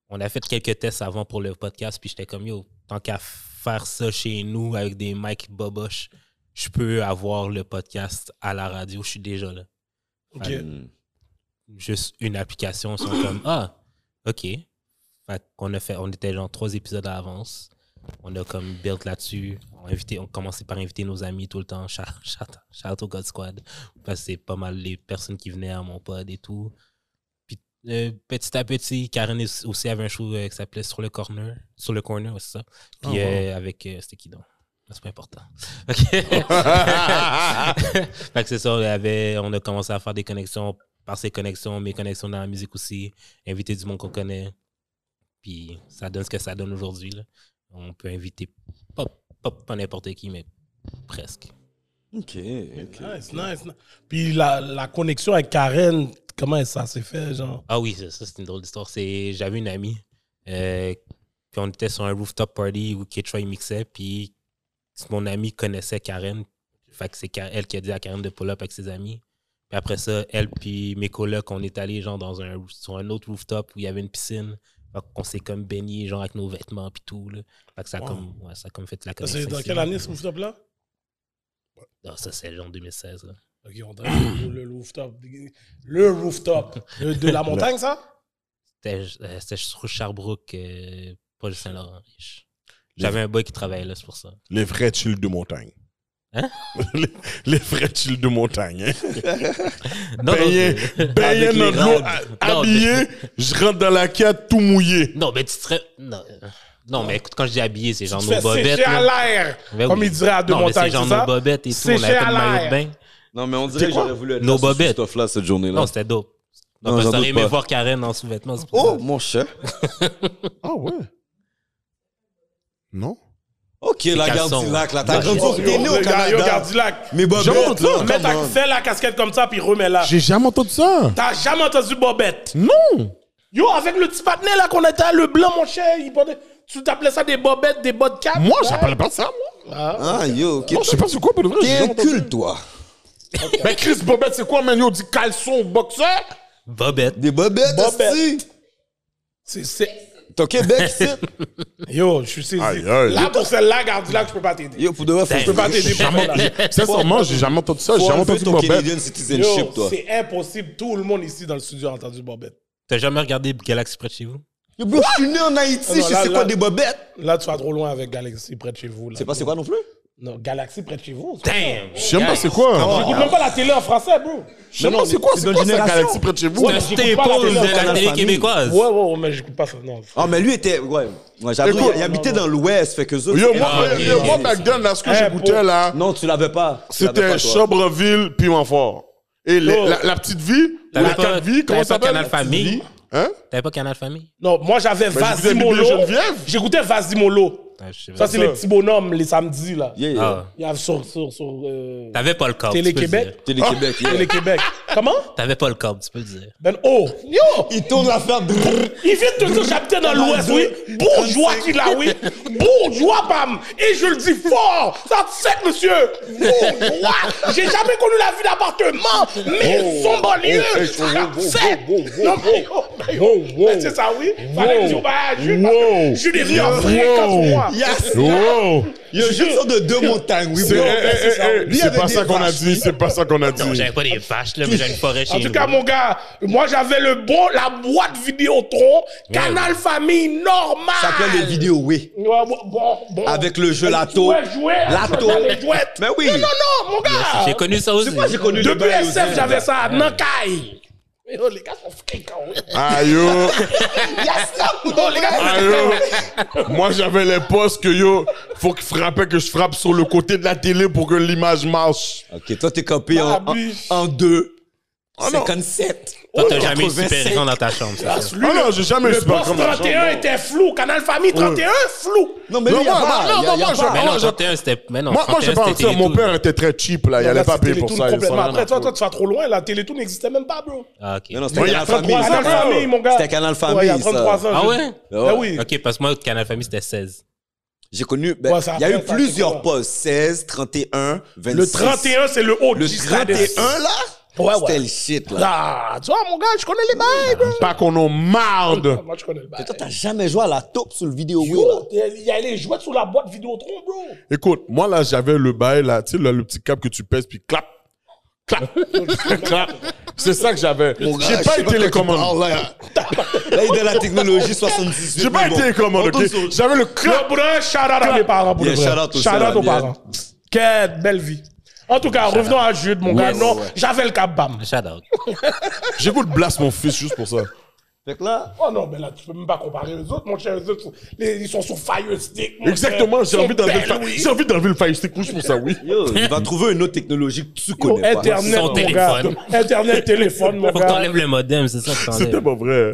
D: on a fait quelques tests avant pour le podcast, puis j'étais comme, yo, tant qu'à faire ça chez nous avec des mics boboches, je peux avoir le podcast à la radio, je suis déjà là.
C: Ok.
D: Fait que
F: Hmm.
D: Juste une application, ils sont comme, ah, ok. Fait qu'on a fait, on était genre trois épisodes à l'avance. On a comme built là-dessus. On, a invité- on commençait par inviter nos amis tout le temps. Shout, shout- shout au God Squad. Parce que c'est pas mal les personnes qui venaient à mon pod et tout. Puis euh, petit à petit, Karen est- aussi avait un show euh, qui s'appelait Sur le Corner. Sur le Corner, ouais, c'est ça. Puis euh, avec. euh, C'était qui donc C'est pas important. Ok. fait que c'est ça, on, avait, on a commencé à faire des connexions par ses connexions, mes connexions dans la musique aussi, inviter du monde qu'on connaît. Puis ça donne ce que ça donne aujourd'hui. là. On peut inviter pas, pas, pas n'importe qui, mais presque.
F: OK. ok.
C: Nice, nice, nice. Puis la, la connexion avec Karen, comment ça s'est fait, genre?
D: Ah oui, ça, ça, c'est une drôle d'histoire. C'est, j'avais une amie, euh, puis on était sur un rooftop party où Ketra il mixait, puis mon amie connaissait Karen. Fait que c'est Ka- elle qui a dit à Karen de pull up avec ses amis. Puis après ça, elle puis mes colocs, on est allés genre dans un, sur un autre rooftop où il y avait une piscine. Fait qu'on s'est comme baigné genre avec nos vêtements puis tout. Là. Fait que ça a, comme, ouais, ça a comme fait de
C: Ça,
D: la connexion.
C: C'est dans
D: ici.
C: quelle année ce rooftop-là?
D: Ah, ça, c'est genre 2016. là.
C: Ok, on t'a le, le rooftop. Le rooftop. Le- de la montagne, ça?
D: C'était euh, c'était sur Sherbrooke, euh, pas le Saint-Laurent. J'avais un boy qui travaillait là, c'est pour ça.
E: Les vrais chills de montagne.
D: Hein?
E: les, les vrais chills de montagne. Hein?
D: Non, non,
E: Baigné,
D: c'est-
E: baigné
D: Avec
E: dans
D: les
E: de l'eau,
D: rades.
E: ha-
D: Non,
E: habillé, je rentre dans la quête tout mouillé.
D: mais- Non, mais tu serais. Non, euh, non, mais écoute, quand je dis habillé, c'est genre
C: Ah. Tu
D: nos
C: fais
D: bobettes.
C: sécher à
D: là.
C: l'air,
D: Ben
C: comme
D: oui.
C: il dirait à deux
D: Non, mais c'est
C: montagnes,
D: genre
C: c'est
D: nos
C: ça?
D: bobettes et tout. On
C: Sécher
D: avait pas
C: à
D: de maillot de
C: l'air.
D: bain.
F: Non, mais on dirait que j'aurais voulu être
D: Nos
F: dans ce
D: bobettes.
F: stuff-là cette journée-là.
D: Non, c'était dope.
F: Non,
D: Non, parce que
F: j'en
D: t'aurais
F: doute
D: aimé
F: pas.
D: voir Karen en sous-vêtements. c'est pour
F: Oh,
D: ça.
F: mon chat.
E: Ah ouais? Non?
F: OK, la
D: caleçons.
F: Gardilac, là, t'as
D: Ouais.
F: grandi.
D: Oh,
F: T'es né au
C: Le gars, yo,
F: Canada.
C: Gardilac.
F: Mes bobettes,
E: J'en monte
F: là.
E: là.
C: Mets ta-
F: come on.
C: fais la casquette comme ça, puis remets-la.
E: J'ai jamais entendu ça.
C: T'as jamais entendu Bobette?
E: Non!
C: Yo, avec le petit patinet là qu'on était, le blanc, mon cher, il portait- tu t'appelais ça des bobettes, des bottes cap?
E: Moi, j'appelle pas ça, moi.
F: Ah, yo,
E: Non, je sais pas c'est quoi pour le vrai. j'ai
F: t'es
E: jamais
F: un
E: entendu.
F: culte, toi.
E: Mais Chris Bobette, c'est quoi, man? Yo, dit caleçon, boxeur?
D: Bobette.
F: Des bobettes,
C: Bobettes.
F: aussi.
C: C'est- c'est-
F: T'es au Québec, ici.
C: Yo, je suis saisi.
E: Aïe, aïe.
C: Là, pour celle-là, Gardilac, je peux pas t'aider.
F: Yo, pour de vrai, faut
D: Damn.
F: que
C: Je peux pas t'aider. pour
E: Jamais-
C: celle-là.
E: j'ai- Sincèrement, j'ai jamais entendu ça. J'ai
F: Faut
E: jamais
F: enlever
E: entendu
F: ton
E: Bobette.
F: Canadian
C: Yo,
F: citizenship, toi.
C: c'est impossible. Tout le monde ici dans le studio a entendu Bobette.
D: T'as jamais regardé Galaxy près de chez vous?
F: Yo, bro, je suis né en Haïti,
C: Ah
F: je
C: non, là,
F: sais
C: là.
F: quoi des bobettes.
C: Là, tu vas trop loin avec Galaxy près de chez vous. là.
F: C'est pas c'est quoi non plus?
C: Non, Galaxy près de chez vous.
D: Damn!
E: Je sais même pas c'est
A: Ah,
E: quoi.
C: J'écoute même pas la télé en français, bro.
E: Je sais même pas c'est quoi. C'est quoi cette galaxie près de chez vous?
C: j'écoute
D: C'est un
C: pas la
D: staple
C: télé,
D: de
C: on
D: la
F: parle de
D: télé
F: famille.
D: québécoise.
C: Ouais, ouais, ouais, mais j'écoute pas ça. Non.
F: Ah, mais lui était. Ouais, ouais j'avoue,
E: Écoute.
F: il, il habitait dans l'Ouest, fait que ça.
E: Yo,
F: c'est-
E: moi,
D: Ah,
E: yo,
D: ok,
E: moi,
D: ok,
E: back then, là, ce que
C: Eh,
E: j'écoutais,
C: pour-
E: là,
F: Non, tu l'avais pas. Tu l'avais
E: c'était
F: pas, toi.
E: Chabreville, Pimentfort. Et les-
C: Oh.
E: la, la petite vie, ou
D: T'avais
E: la
D: pas-
E: quatre vies,
D: t'avais
E: comment
D: pas
E: ça s'appelle?
D: Canal
E: La petite
D: Famille?
E: vie. Hein?
D: T'avais pas Canal Famille?
C: Non, moi j'avais
E: j'écoutais
C: Vasimolo.
E: Bibi Geneviève.
C: J'écoutais Vasimolo.
D: Ah, je sais pas.
C: Ça, c'est les petits bonhommes les samedis, là.
F: Yeah, yeah.
D: Ah.
C: Il y a sur, sur, sur euh,
D: T'avais pas le câble. tu peux le
C: Télé-Québec.
D: dire.
F: Télé-Québec,
E: Ah.
F: yeah.
C: Télé-Québec. Comment?
D: T'avais pas le câble, tu peux le dire.
C: Ben, oh, yo!
F: Il tourne l'affaire de.
C: Il vient de te dire j'habitais dans l'Ouest, oui, Bourgeois qu'il a, oui. Bourgeois, bam. Et je le dis fort. Ça te sait, monsieur. Bourgeois. J'ai jamais connu la vie d'appartement, mais son banlieue. Ça te sait. Non, mais oh, mais oh. Mais c'est ça, oui. Fallait que tu bah, je suis-
E: Wow.
C: je suis devenu un vrai
E: Wow.
C: casse-moi.
A: Yes!
E: Wow!
A: Il y a juste ça de deux montagnes, oui,
E: C'est
A: bro.
E: eh, eh,
A: C'est ça.
E: eh, eh,
A: Lui,
E: c'est
A: avec
E: pas
A: des
E: ça qu'on a
A: vaches.
E: dit, c'est pas ça qu'on a dit.
D: J'avais pas des vaches, là, mais j'avais une forêt chez
C: En
D: nous.
C: tout cas, mon gars, moi j'avais le bon, la boîte Vidéotron, Canal Famille, normal.
A: Ça s'appelle les vidéos, oui.
C: Ouais, ouais, bon, bon.
A: Avec le jeu Lato.
C: Ouais, jouer,
A: Lato.
C: jouer les jouettes.
A: Mais oui.
C: Non, non, non, mon gars.
D: J'ai connu ça aussi.
A: J'ai connu le
C: Depuis
A: bail
C: SF,
A: aussi.
C: j'avais ça. Nankai. Mais oh, les gars sont hein. fucking quand même.
E: Ah yo,
C: Yes, non, non, les gars sont
E: ah yo. oh. Moi j'avais les postes que yo, faut qu'il frappait que je frappe sur le côté de la télé pour que l'image marche.
A: Ok, toi, t'es campé en, en,
C: Abuse.
A: en deux.
E: Ah, non.
A: 57.
D: Toi, t'as jamais eu de
A: 85.
D: super écran dans ta chambre, ça.
C: fucking-
E: Ah non, j'ai jamais eu
C: Le
E: super
C: poste
E: comme ça.
C: 31 était flou. Canal Famille 31, flou.
A: Non, mais
E: Non,
A: lui, il y a
E: moi,
A: pas.
E: non,
A: il y a-
E: non,
A: il y a
E: ah, moi,
A: pas.
E: je-
D: Mais non,
E: je-
D: 31, c'était. Mais non,
E: Moi, moi j'ai
D: 31,
E: pas
D: c'était
E: menti, mon
D: Télétoon.
E: père était très cheap là, il allait
C: Là,
E: pas
C: c'est
E: payer pour
C: Télétoon
E: ça. il s'en
C: complètement.
E: allait
C: Après, toi,
E: dans-
C: toi, tu vas trop loin. La Télétoon n'existait même pas, bro.
D: Ah, ok.
A: Non, non,
E: Moi,
A: c'était
E: il y a
A: Canal Famille.
E: 33
C: Canal
E: ans,
A: ça.
E: bro.
C: Famille, mon gars.
A: C'était Canal
C: Ouais, il y a
A: Famille,
C: 33
A: ça.
C: ans.
D: Ah
C: je-
D: ouais?
E: Ben
C: Ah oui.
D: Ok, parce que moi, Canal Famille, c'était 16.
A: J'ai connu. ben,
C: Ouais, ça
A: il y a eu
C: appelle ça, c'est
A: plusieurs
C: quoi
A: postes. 16, 31, 26.
C: Le 31, c'est le haut.
A: Le 31, là?
C: Ouais, ouais.
A: C'était le shit, là.
C: Ah, tu vois, mon gars, je connais les bails, bro.
E: Pas qu'on en marde.
C: Moi, je connais le bail.
A: Toi, t'as jamais joué à la taupe sur le vidéo, oui, là.
C: Yo, Il y a les jouets sur la boîte Vidéotron, bro.
E: Écoute, moi là j'avais le bail là, tu sais là, le petit cap que tu pèses puis clap, clap, clap. C'est ça que j'avais.
A: Mon gars,
E: J'ai
A: je sais
E: pas une
A: pas de quoi tu
E: télécommande.
A: parles, là. Là, il est dans la technologie 78.
E: J'ai pas
A: mais
E: une
A: bon.
E: télécommande.
A: On
E: ok?
A: tourne sur-
E: J'avais le clap.
C: Le brun, shout out à mes parents pour
A: Yeah,
C: le vrai.
A: shout out aussi,
C: Shout out aux
A: yeah.
C: parents. Quelle belle vie. En tout cas, revenons à Jude, mon gars. Non, j'avais le cap bam.
D: Shout out.
E: J'écoute Blast mon fils juste pour ça.
A: Fait que là,
C: Oh non, mais là, tu peux même pas comparer les autres, mon cher. Les autres, les- ils sont sur Fire Stick. mon
E: Exactement,
C: cher.
E: j'ai
C: Ils
E: envie
C: sont
E: d'enlever le
C: belles,
E: fa-
C: oui.
E: j'ai envie d'enlever le Fire Stick Rouge pour ça, oui.
A: yo, il va trouver une autre technologie que tu
C: Yo,
A: connais pas.
C: Internet,
D: Son
C: mon gars.
D: téléphone.
C: Internet, téléphone, mon
D: Faut que
C: gars.
D: t'enlèves le modem, c'est ça que
E: C'était
D: t'enlèves.
E: pas vrai.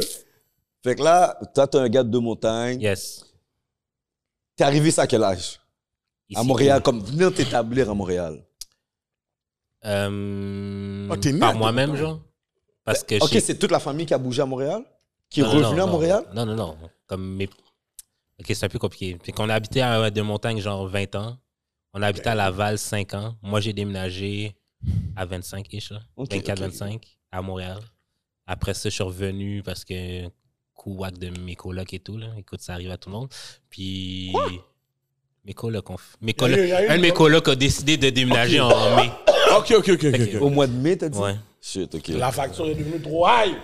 A: Fait que là, toi, t'es un gars de montagne.
D: Yes.
A: T'es arrivé ça à quel âge?
D: Ici.
A: À Montréal, comme venir t'établir à Montréal.
D: Euh,
E: Ah, t'es Ben, né à
D: Par
E: Toronto.
D: moi-même, genre. Parce que
A: Ok,
D: chez-
A: c'est toute la famille qui a bougé à Montréal? Qui est
D: Non, non,
A: revenue
D: non,
A: à
D: non.
A: Montréal?
D: Non, non, non. Comme mes- Ok, c'est un peu compliqué. Puis qu'on a habité à De Montagne, genre 20 ans. On a habité à Laval 5 ans. Moi, j'ai déménagé à 25 ish, là.
A: Ok,
D: 24,
A: ok.
D: 25 à Montréal. Après ça, je suis revenu parce que couac de mes colocs et tout, là. Écoute, ça arrive à tout le monde. Puis. mes colocs ont f- mes
C: y a eu-
D: colocs-
C: il y a eu
D: Un de
C: une
D: mes
C: coloc.
D: colocs a décidé de déménager en mai.
E: Ok, ok, ok, ok.
D: Fait
E: ok.
A: Au mois de mai, t'as dit?
D: Ouais.
A: Shit, ok.
C: La facture est devenue trop high.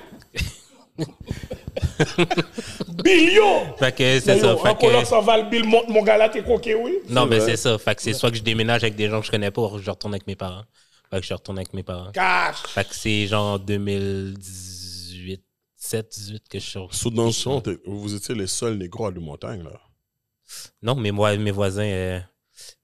C: Billion!
D: Fait que c'est
C: Mais
D: ça.
C: yo,
D: Fait
C: Un
D: que-
C: coloc s'en va le bill, monte, mon gars, là, t'es coqué, oui.
D: Non, mais c'est ça. Fait que c'est soit que je déménage avec des gens que je connais pas ou je retourne avec mes parents. Fait que je retourne avec mes parents.
C: Cash.
D: Fait que c'est genre 2018, 7, 18 que je suis.
E: Sous dans le champ, t'es- vous étiez les seuls négros à de montagne, là.
D: Non, mais moi, mes voisins, euh,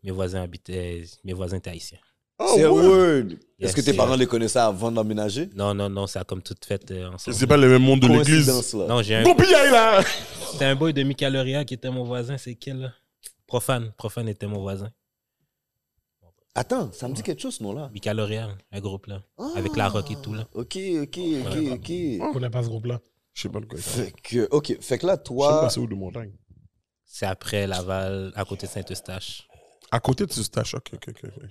D: mes voisins habitaient, mes voisins étaient haïtiens.
E: Ah
A: C'est Oh, word.
D: Yes,
A: Est-ce que tes
D: yeah.
A: parents les connaissaient avant d'emménager?
D: Non, non, non, ça a comme tout fait euh, ensemble.
E: C'est pas le même monde de l'église.
A: Coïncidence, là.
D: Non, j'ai un,
E: Goupillard, là!
D: c'était un boy de Micaloria qui était mon voisin. C'est quel là? Profane. Profane était mon voisin.
A: Attends, ça me dit quelque chose, ce nom-là.
D: Micaloria, un groupe là.
A: Ah.
D: Avec la rock et tout là.
A: Ok,
E: Oh,
A: ok, ok, ok.
C: On connaît pas ce groupe-là.
E: Je sais pas le quoi. Je sais
A: Fait que, ok, fait que là,
E: pas
A: toi,
E: c'est où de montagne.
D: C'est après Laval, à côté de Saint-Eustache.
E: À côté de ce stage, ok, ok, ok. ok.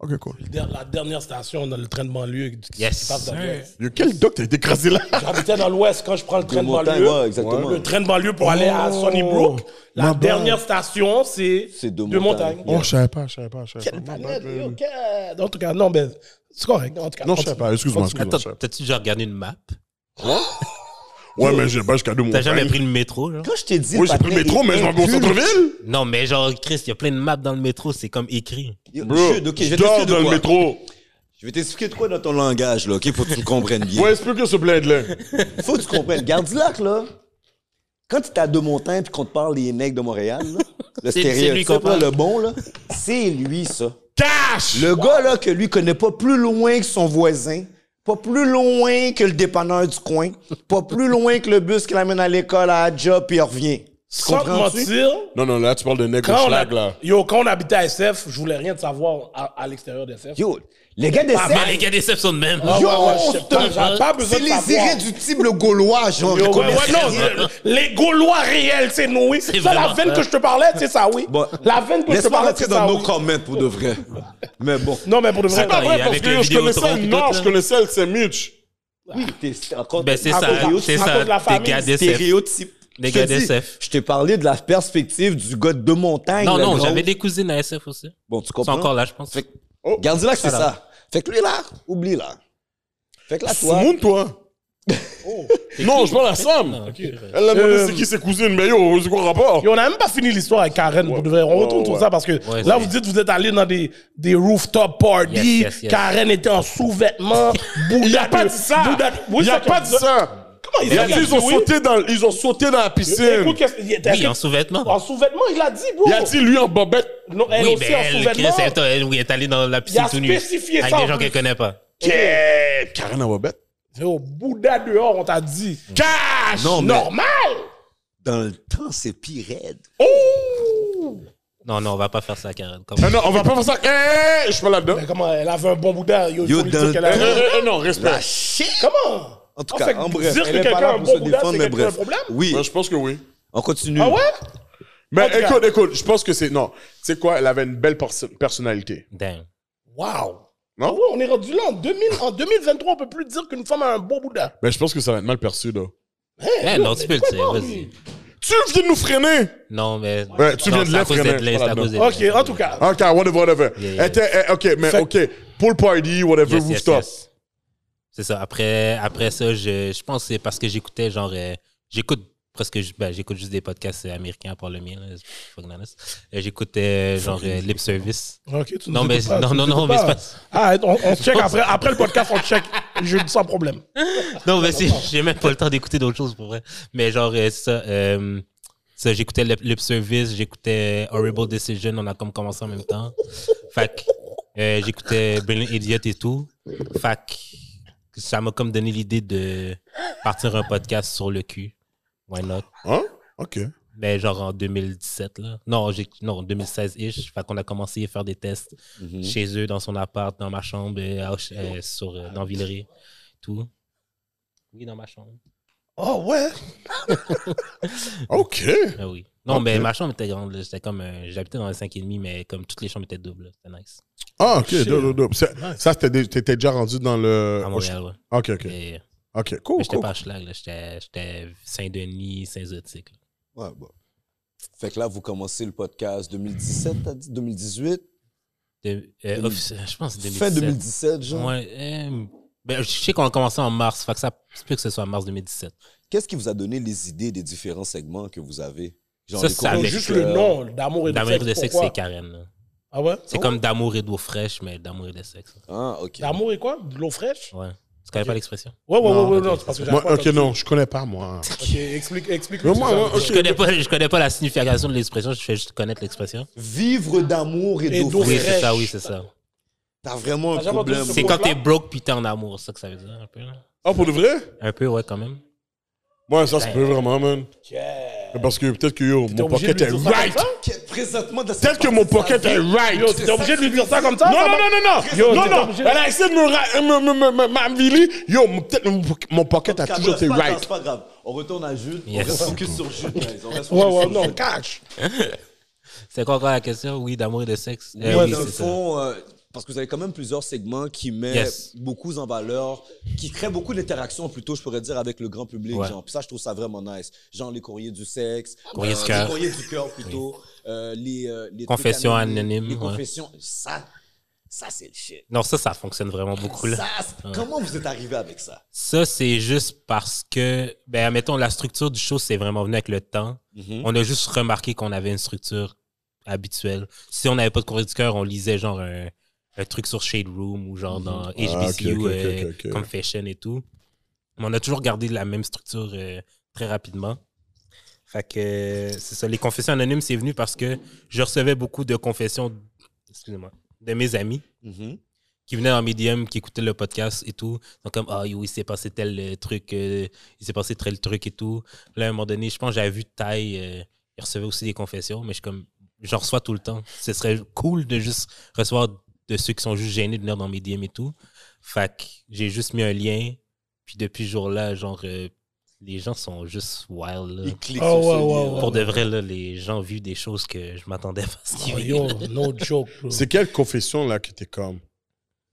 E: Ok, cool.
C: Der- La dernière station dans le train de banlieue qui- qui
D: Yes.
C: qui passe dans l'Ouest.
E: Yo, quel doc t'as été écrasé là?
C: J'habitais dans l'Ouest quand je prends le train
A: le
C: de
A: montagne,
C: banlieue.
A: ouais, exactement.
C: Le train de banlieue pour aller à
E: Oh.
C: Sunnybrook. La
E: my bad.
C: dernière station, c'est
A: C'est de
C: de montagne.
A: montagne.
E: Oh, je savais pas, je savais pas, je savais
C: Quelle
E: pas. euh.
C: planète, ok. En tout cas, non, mais c'est correct. En tout cas,
E: Non, je savais pas, excuse-moi, excuse-moi.
D: Attends,
E: je savais pas.
D: t'as-tu déjà regardé une map?
E: Ouais, mais j'ai pas jusqu'à deux
D: T'as jamais
E: montagnes.
D: pris le métro, genre?
A: Quand je t'ai dit.
E: Oui, j'ai pris le
A: Patrick,
E: métro, mais je m'en vais au centre-ville.
D: Non, mais genre, Chris, il y a plein de maps dans le métro, c'est comme écrit.
A: Yo,
E: Bro,
A: Jude, ok, je
E: je
A: vais
E: dors
A: t'expliquer de
E: dans le
A: quoi.
E: métro.
A: Je vais t'expliquer de quoi dans ton langage, là, ok, pour que tu comprennes bien.
E: Ouais, explique ce bled-là.
A: Faut que tu comprennes. Garde-la, là. Quand tu es à deux montagnes puis qu'on te parle des nègres de Montréal, là, le
D: C'est- c'est lui
A: stéréotype,
D: qu'on
A: là,
D: parle.
A: le bon, là, c'est lui, ça.
E: Cash!
A: Le gars, là, que lui connaît pas plus loin que son voisin, pas plus loin que le dépanneur du coin, pas plus loin que le bus qui l'amène à l'école, à la job, puis il revient.
C: Sans te
E: Comprends-tu?
C: mentir,
E: Non, non, là, tu parles de nègre
C: quand on, a-
E: schlag, là.
C: yo, quand on habitait à SF, je voulais rien de savoir à, à l'extérieur d'SF.
A: Yo, les gars des
C: Pas
A: cercles,
D: Mais les gars des Seps sont de même.
C: Ah,
A: yo,
C: ouais, ouais,
A: on
C: je-
A: se-
C: pas- j'ai pas besoin
F: C'est
C: de
F: les
C: savoir.
F: irréductibles gaulois, genre.
C: Yo, ouais,
F: connaissent
C: ouais, non,
F: rien.
C: euh, les Gaulois réels, c'est nous, oui. Ça, la
D: vraiment
C: veine
D: ça.
C: que je te parlais, c'est ça, oui.
F: Bon,
C: la veine que je
F: Laisse
C: te
F: pas
C: parlais,
F: rentrer
C: c'est
F: dans
C: ça,
F: nos
C: oui.
F: comments pour de vrai. Mais bon.
C: Non, mais pour de vrai,
E: C'est pas vrai,
D: Avec
E: parce
D: le
E: que je
D: Vidéotron
E: connaissais
D: puis
E: le
D: tout,
E: Nord, je
D: là.
E: connaissais le Saint-Mitch.
A: oui, t'es c'est encore
D: Ben, c'est
A: à
D: ça,
A: cause-
D: c'est
C: à cause
D: ça,
C: de la
D: des
C: famille,
D: gars des Seps.
A: stéréotypes.
D: Des
A: Je te
D: gars des
A: dis,
D: SF.
A: Je t'ai parlé de la perspective du gars de montagne.
D: Non,
A: le
D: non,
A: gros.
D: j'avais des cousines à SF aussi. Ils
A: Bon, tu
D: sont
A: comprends.
D: encore là, je pense.
A: Fait que,
C: Oh.
A: garde là que c'est
D: Alors.
A: ça. Fait que lui là, oublie là. Fait que là, toi.
E: Foumoune, toi. Non, je parle à Sam.
D: Ah, ok.
E: Elle l'a demandé
C: Euh,
E: c'est qui ses cousines, mais yo, c'est quoi le rapport?
C: Et on n'a même pas fini l'histoire avec Karen. pour de vrai. On retourne
E: ouais,
C: sur
E: ouais.
C: ça parce que
D: Ouais,
C: là,
D: c'est-
C: vous dites vous êtes allé dans des, des rooftop parties.
D: Yes, yes, yes.
C: Karen était en sous-vêtements. Il
E: Il a pas dit ça.
C: Oui,
E: Il a
C: c'est
E: pas
C: que-
E: dit ça.
C: Comment Ah, il
E: Il
C: a
E: a dit,
C: dit
E: ils ont
C: oui?
E: sauté dans, ils ont sauté dans la piscine.
C: Écoute, qu'est-ce qu'il était-
D: Oui, en sous-vêtements.
C: en sous-vêtements, il a dit, bro.
E: Il a dit, lui, en bobette.
C: Non, elle
D: Oui,
C: aussi
D: ben,
C: en
D: elle, Chris,
C: sous-vêtements.
D: elle, elle, oui, elle est allée dans la piscine
C: a
D: tout nue.
C: spécifié
D: Avec
C: ça, en
D: des gens
C: plus.
D: qu'elle connaît pas.
E: Qu'est- Karen en bobette?
C: Yo, Bouddha dehors, on t'a dit.
A: Ah,
C: Cash!
F: Non, mais-
C: Normal!
F: Dans le temps, c'est pire raide.
C: Oh!
D: Non, non, on va pas faire ça, Karen. Comme-
E: Non, non, on va pas faire ça. Eh, je suis pas là-dedans.
C: Mais Ben, comment, elle avait un bon Bouddha. Yo, il
F: Yo,
C: faut lui
F: dans
C: dire
F: le
C: qu'elle a-
E: Eh, eh, eh, non, respect.
F: La shit!
C: Comment?
F: En tout
C: Ah,
F: cas,
C: fait que
F: en bref.
C: dire
F: elle
C: que
F: est pas
C: quelqu'un
F: là
C: a un
F: pour
C: bon
F: se
C: Bouddha,
F: défendre,
C: c'est
F: mais
C: quelqu'un un
F: bref.
C: problème?
F: Oui,
E: Ouais, je pense que oui.
F: on continue.
C: Ah ouais?
E: Mais
C: En tout cas-
E: écoute, écoute, je pense que c'est. Non, tu sais quoi, elle avait une belle perso- personnalité.
D: Damn.
C: Wow!
E: Non?
C: Ah ouais, on est rendu là en, 2000, en 2023, on peut plus dire qu'une femme a un beau Bouddha.
E: Mais je pense que ça va être mal perçu, là.
D: Eh, non, tu peux le dire, vas-y.
E: Tu viens de nous freiner!
D: Non, mais.
E: Ouais, tu
D: non,
E: viens de
D: c'est à
E: les
D: cause
E: freiner,
D: d'être laid, c'est à
E: voilà,
D: cause d'être
C: Ok,
D: laid.
C: en tout cas.
E: Ok, whatever, whatever.
D: Yeah, yeah.
E: Elle était- eh, ok, mais
C: Fait-
E: ok. Pool party, whatever,
D: Yes, yes,
E: rooftop.
D: yes. C'est ça. Après, après ça, je, je pense que c'est parce que j'écoutais genre. euh, j'écoute presque. ju- ben, j'écoute juste des podcasts euh, américains pour le mien. là, fucking honest. Euh, J'écoutais euh, genre euh, Lip Service.
C: Ok, tu nous
D: Non, mais-
C: écoutes pas,
D: non,
C: tu
D: non,
C: nous
D: non,
C: écoutes
D: mais
C: pas.
D: c'est
C: Ah, on, on se check après, après le podcast, on check. Je dis sans problème.
D: Non, mais c'est- j'ai même pas le temps d'écouter d'autres choses pour vrai. Mais genre, euh, ça. euh, ça, j'écoutais Lip Lip Service, j'écoutais Horrible Decision, on a comme commencé en même temps. Fait que, euh, j'écoutais Brilliant Idiot et tout. Fait que ça m'a comme donné l'idée de partir un podcast sur le cul. Why not?
E: Hein? Ok.
D: Mais genre en 2017, là. Non, j'ai- non 2016-ish. Fait qu'on a commencé à faire des tests
E: Mm-hmm.
D: chez eux, dans son appart, dans ma chambre, euh, à Auch- euh, sur, euh, dans Villeray, tout. Oui, dans ma chambre.
C: Oh ouais?
E: Ok.
D: Ah oui. Non,
E: euh,
D: mais ma chambre était grande, là. C'était comme, euh, j'habitais dans le 5,5, mais comme toutes les chambres étaient doubles, là. c'était nice.
E: Ah, ok. dope, dope, dope. C'est- Ça, t'étais dé- t'étais déjà rendu dans le.
D: À Montréal, ouais.
E: Ok, Euh, ok.
D: Et-
E: Ok, cool.
D: mais j'étais
E: cool.
D: pas à Schlag, là. J'étais j'étais Saint-Denis, Saint-Zotique. là.
A: Ouais, bon. Fait que là, vous commencez le podcast 2017, t'as dit 2018?
D: De- euh, office- Je pense que
A: Fin
D: 2017.
A: 2017, genre.
D: Ouais, euh, ben, je sais qu'on a commencé en mars. Fait que ça se peut que ce soit en mars 2017.
A: Qu'est-ce qui vous a donné les idées des différents segments que vous avez? Genre
D: Ça,
A: les
D: ça
A: cours-
C: Donc,
D: avec,
C: juste
A: euh,
C: le nom d'amour et de
D: D'amour et
C: sexe.
D: de sexe,
C: pourquoi?
D: c'est Karen. là.
C: Ah ouais?
D: C'est comme d'amour et d'eau fraîche, mais d'amour et de sexe.
A: Ah, OK.
C: D'amour et quoi? De l'eau fraîche?
D: Ouais. Tu connais pas l'expression?
C: Ouais, ouais, ouais,
D: Non,
C: ouais,
D: ok.
C: non, c'est parce que j'avais
E: Moi,
C: pas
E: ok,
C: entendu.
E: non, je connais pas, moi.
C: Ok, explique, explique.
E: Mais moi, moi,
D: Je
E: ok.
D: connais pas, je connais pas la signification de l'expression, je fais juste connaître l'expression.
A: Vivre d'amour et
C: Et
A: d'eau
C: d'eau
D: Oui,
A: fraîche.
D: c'est ça, oui, c'est ça.
A: T'as vraiment un
C: T'as jamais
A: problème.
C: entendu ce
D: C'est
C: mot-là?
D: quand t'es broke puis t'es en amour, c'est ça que ça veut dire un peu. là.
E: Ah, pour de vrai?
D: Un peu, ouais, quand même.
E: Moi, ça se peut vraiment, man.
C: Yeah.
E: Parce que peut-être que yo,
C: T'es
E: mon
C: obligé
E: pocket
C: de
E: est
C: lui dire ça comme
E: right.
C: ça?
A: Que- Présentement, dans
E: Peut-être que mon pocket est right.
C: Yo, t'es obligé de lui dire ça comme ça?
E: Non,
C: ça
E: non,
C: va-
E: non, non, non.
C: Yo,
E: non,
C: t'es
E: non.
C: obligé
E: Elle
C: de-
E: a essayé de me, ra- me, me, me, me- m'enviler. Yo, mon- peut-être que mon poc- mon pocket a toujours été right.
A: C'est pas grave. On retourne à Jude.
D: Yes.
A: On reste focus sur Jude. guys. On reste
C: Ouais,
A: focus
C: ouais,
A: sur
C: non,
A: Jude.
C: catch.
D: C'est quoi encore la question? Oui, d'amour et de sexe.
A: Ouais,
D: Eh oui,
A: dans le
D: c'est ça.
A: fond, euh, parce que vous avez quand même plusieurs segments qui mettent
D: Yes.
A: beaucoup en valeur, qui créent beaucoup d'interactions plutôt, je pourrais dire, avec le grand public.
D: Ouais.
A: Genre. Puis ça, je trouve ça vraiment nice. Genre les courriers du sexe, euh,
D: Courriers du
A: les
D: cœur.
A: courriers du cœur plutôt, euh, les, euh, les trucs
D: Confessions anonymes,
A: Les
D: ouais.
A: confessions, ça, ça c'est le shit.
D: Non, ça, ça fonctionne vraiment beaucoup là.
A: Ça, c'est- Comment vous êtes arrivé avec ça?
D: Ça, c'est juste parce que, ben, admettons, la structure du show, c'est vraiment venu avec le temps.
A: Mm-hmm.
D: On a juste remarqué qu'on avait une structure habituelle. Si on n'avait pas de courrier du cœur, on lisait genre un, un truc sur Shade Room ou genre dans HBCU
E: Mhm. Ah, ok, ok,
D: euh,
E: ok, ok.
D: Confession et tout. Mais on a toujours gardé la même structure euh, très rapidement. Fait que, euh, c'est ça. Les confessions anonymes, c'est venu parce que je recevais beaucoup de confessions, excusez-moi, de mes amis
A: Mm-hmm.
D: qui venaient en médium, qui écoutaient le podcast et tout. Donc, comme, ah, yo, il s'est passé tel euh, truc, euh, il s'est passé tel truc et tout. Là, à un moment donné, je pense que j'avais vu Ty, euh, il recevait aussi des confessions, mais je suis comme, j'en reçois tout le temps. Ce serait cool de juste recevoir de ceux qui sont juste gênés de venir dans mes DM et tout. Fait que j'ai juste mis un lien, puis depuis ce jour-là, genre, euh, les gens sont juste wild. là.
A: Il clique
E: Ah
C: Oh,
A: sur
C: ouais,
A: ce
C: ouais,
A: lien.
C: ouais.
D: Pour de vrai, là, les gens vivent des choses que je m'attendais pas à ce qu'ils
C: Oh,
D: vivent.
C: yo, no joke, bro.
E: C'est quelle confession là qui était comme.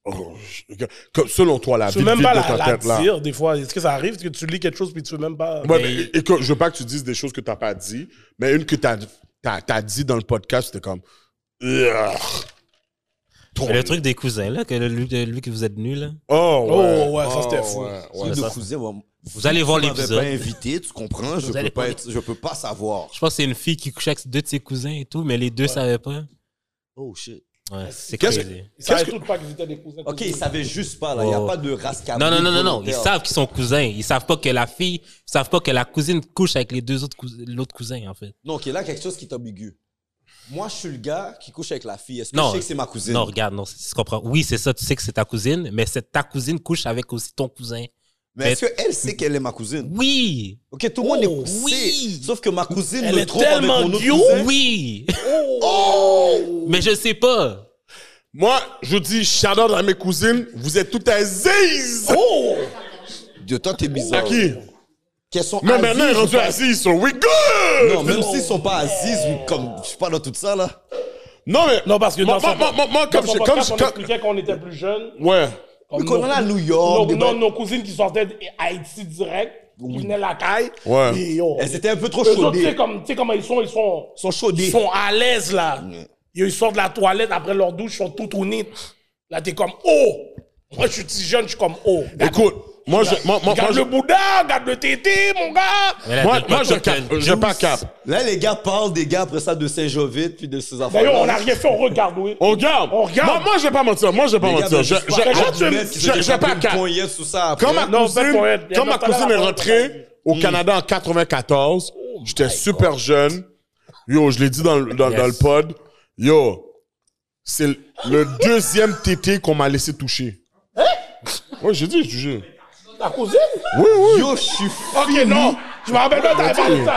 E: Oh, je- comme selon toi, la
C: Tu
E: vie
C: veux même pas
E: de
C: la,
E: ta
C: la
E: tête là.
C: dire, des fois. Est-ce que ça arrive que tu lis quelque chose puis tu veux même pas.
E: Ouais,
D: Mais-
E: mais, écoute, je veux pas que tu dises des choses que t'as pas dit, mais une que t'as as, dit dans le podcast, c'était comme. Ugh. Trop
D: Mais le truc des cousins, là, que le- lui, de- lui que vous êtes nul, là.
E: Oh, ouais.
C: Oh, ouais, ça, c'était fou.
E: ouais, ouais.
A: Truc de
D: ça-
A: cousin, Ah ouais.
D: Vous allez voir
A: Tu m'avais
D: l'épisode.
A: pas invité, tu comprends? Je
D: Vous allez
A: peux
D: voir.
A: pas être- je peux pas savoir.
D: Je pense que c'est une fille qui couchait avec deux de ses cousins et tout, mais les deux savaient pas.
A: Oh shit.
D: Ouais, c'est
E: Qu'est-ce
D: crazy.
C: Ils savaient tout pas que j'étais des cousins.
A: Ok, ils savaient juste pas, là. Il n'y a
D: Oh.
A: pas de rascable.
D: Non, non, non, non, non. Ils savent qu'ils sont cousins. Ils savent pas que la fille, ils savent pas que la cousine couche avec les deux autres cous- l'autre cousin, en fait.
A: Non, ok, là, quelque chose qui est ambigu. Moi, je suis le gars qui couche avec la fille. Est-ce que
D: Non.
A: je sais que c'est ma cousine?
D: Non, regarde, non, c'est- tu comprends. Oui, c'est ça, tu sais que c'est ta cousine, mais c'est ta cousine couche avec aussi ton cousin.
A: Mais est-ce qu'elle sait qu'elle est ma cousine?
D: Oui!
A: Ok, tout le monde est
C: Oh,
A: cousin.
D: oui.
A: Sauf que ma cousine
C: Elle
A: me
C: est
A: trompe avec
C: tellement
A: mon autre
C: cute.
A: cousin. Oh!
D: Oui! Mais je sais pas.
E: Moi, je dis shout out à mes cousines, vous êtes toutes assises!
C: Oh.
A: De toi, t'es
E: à
A: bizarre.
E: qui?
A: Qu'elles sont
E: Mais
A: assises
E: maintenant, ils
A: ou
E: sont rendus
A: pas-
E: assises, so we good!
A: Non, même s'ils sont pas assises, ou comme je suis pas dans tout ça, là.
E: Non, mais.
C: Non, parce que
E: Moi,
C: dans
E: moi,
C: son-
E: moi, moi, moi,
C: Comme
E: comme
C: son
E: je. Comme
C: podcast,
E: je
C: on
E: comme-
C: expliquait qu'on était plus jeunes.
E: ouais.
C: Comme
A: Mais qu'on
C: nos-
A: allait à New
C: nos,
E: Oh,
A: York. des
C: nos,
E: ben-
A: ba-
C: nos cousines qui sortaient d'Haïti direct, qui venaient de la caille.
E: Ouais. Eh,
C: Et yo,
A: Elles étaient un peu trop
C: eux autres, tu sais
A: chaudées.
C: comme- tu sais comment ils sont, ils sont,
A: Ils sont chaudées.
C: ils sont à l'aise là. Yo, Ils sortent de la toilette après leur douche, ils sont tout tournés. Là, t'es comme oh! Moi, je suis petit jeune, je suis comme oh!
E: Écoute, moi, je. Moi, moi, moi,
C: Regarde
E: je.
C: le Bouddha, regarde le tété, mon gars!
D: Mais là,
E: Moi,
D: t'as
E: moi,
D: pas
E: je
D: quoi
E: cap.
D: que-
E: J'ai pas cap.
A: Là, les gars parlent des gars après ça de Saint-Jovite puis de ces affaires.
C: D'ailleurs, on n'a rien fait, on regarde, oui.
E: On regarde.
C: On regarde.
E: Moi, moi, je vais pas mentir. Moi, je vais pas
A: Les gars,
E: mentir.
A: mais
E: Je-
A: juste pas
E: je-
C: quand
E: je-
C: tu mets-
E: je- je- J'ai pas
A: Ils
E: cap.
A: poignaient sous ça après.
E: Quand ma
C: Non,
E: cousine,
C: faites pour elle.
E: quand ma
C: Non, pas hein. là,
E: cousine est
C: pas là, pas là.
E: rentrée au Canada en 94,
C: Oh
E: j'étais super jeune. Yo, je l'ai dit dans, le- dans,
D: Yes.
E: dans le pod. Yo, c'est le- le deuxième tété qu'on m'a laissé toucher.
C: Hein?
E: Ouais, j'ai dit, je te jure.
C: Ta cousine?
E: Oui, oui.
A: Yo, je suis
C: Ok, non! Je me rappelle pas, t'avais parlé de ça!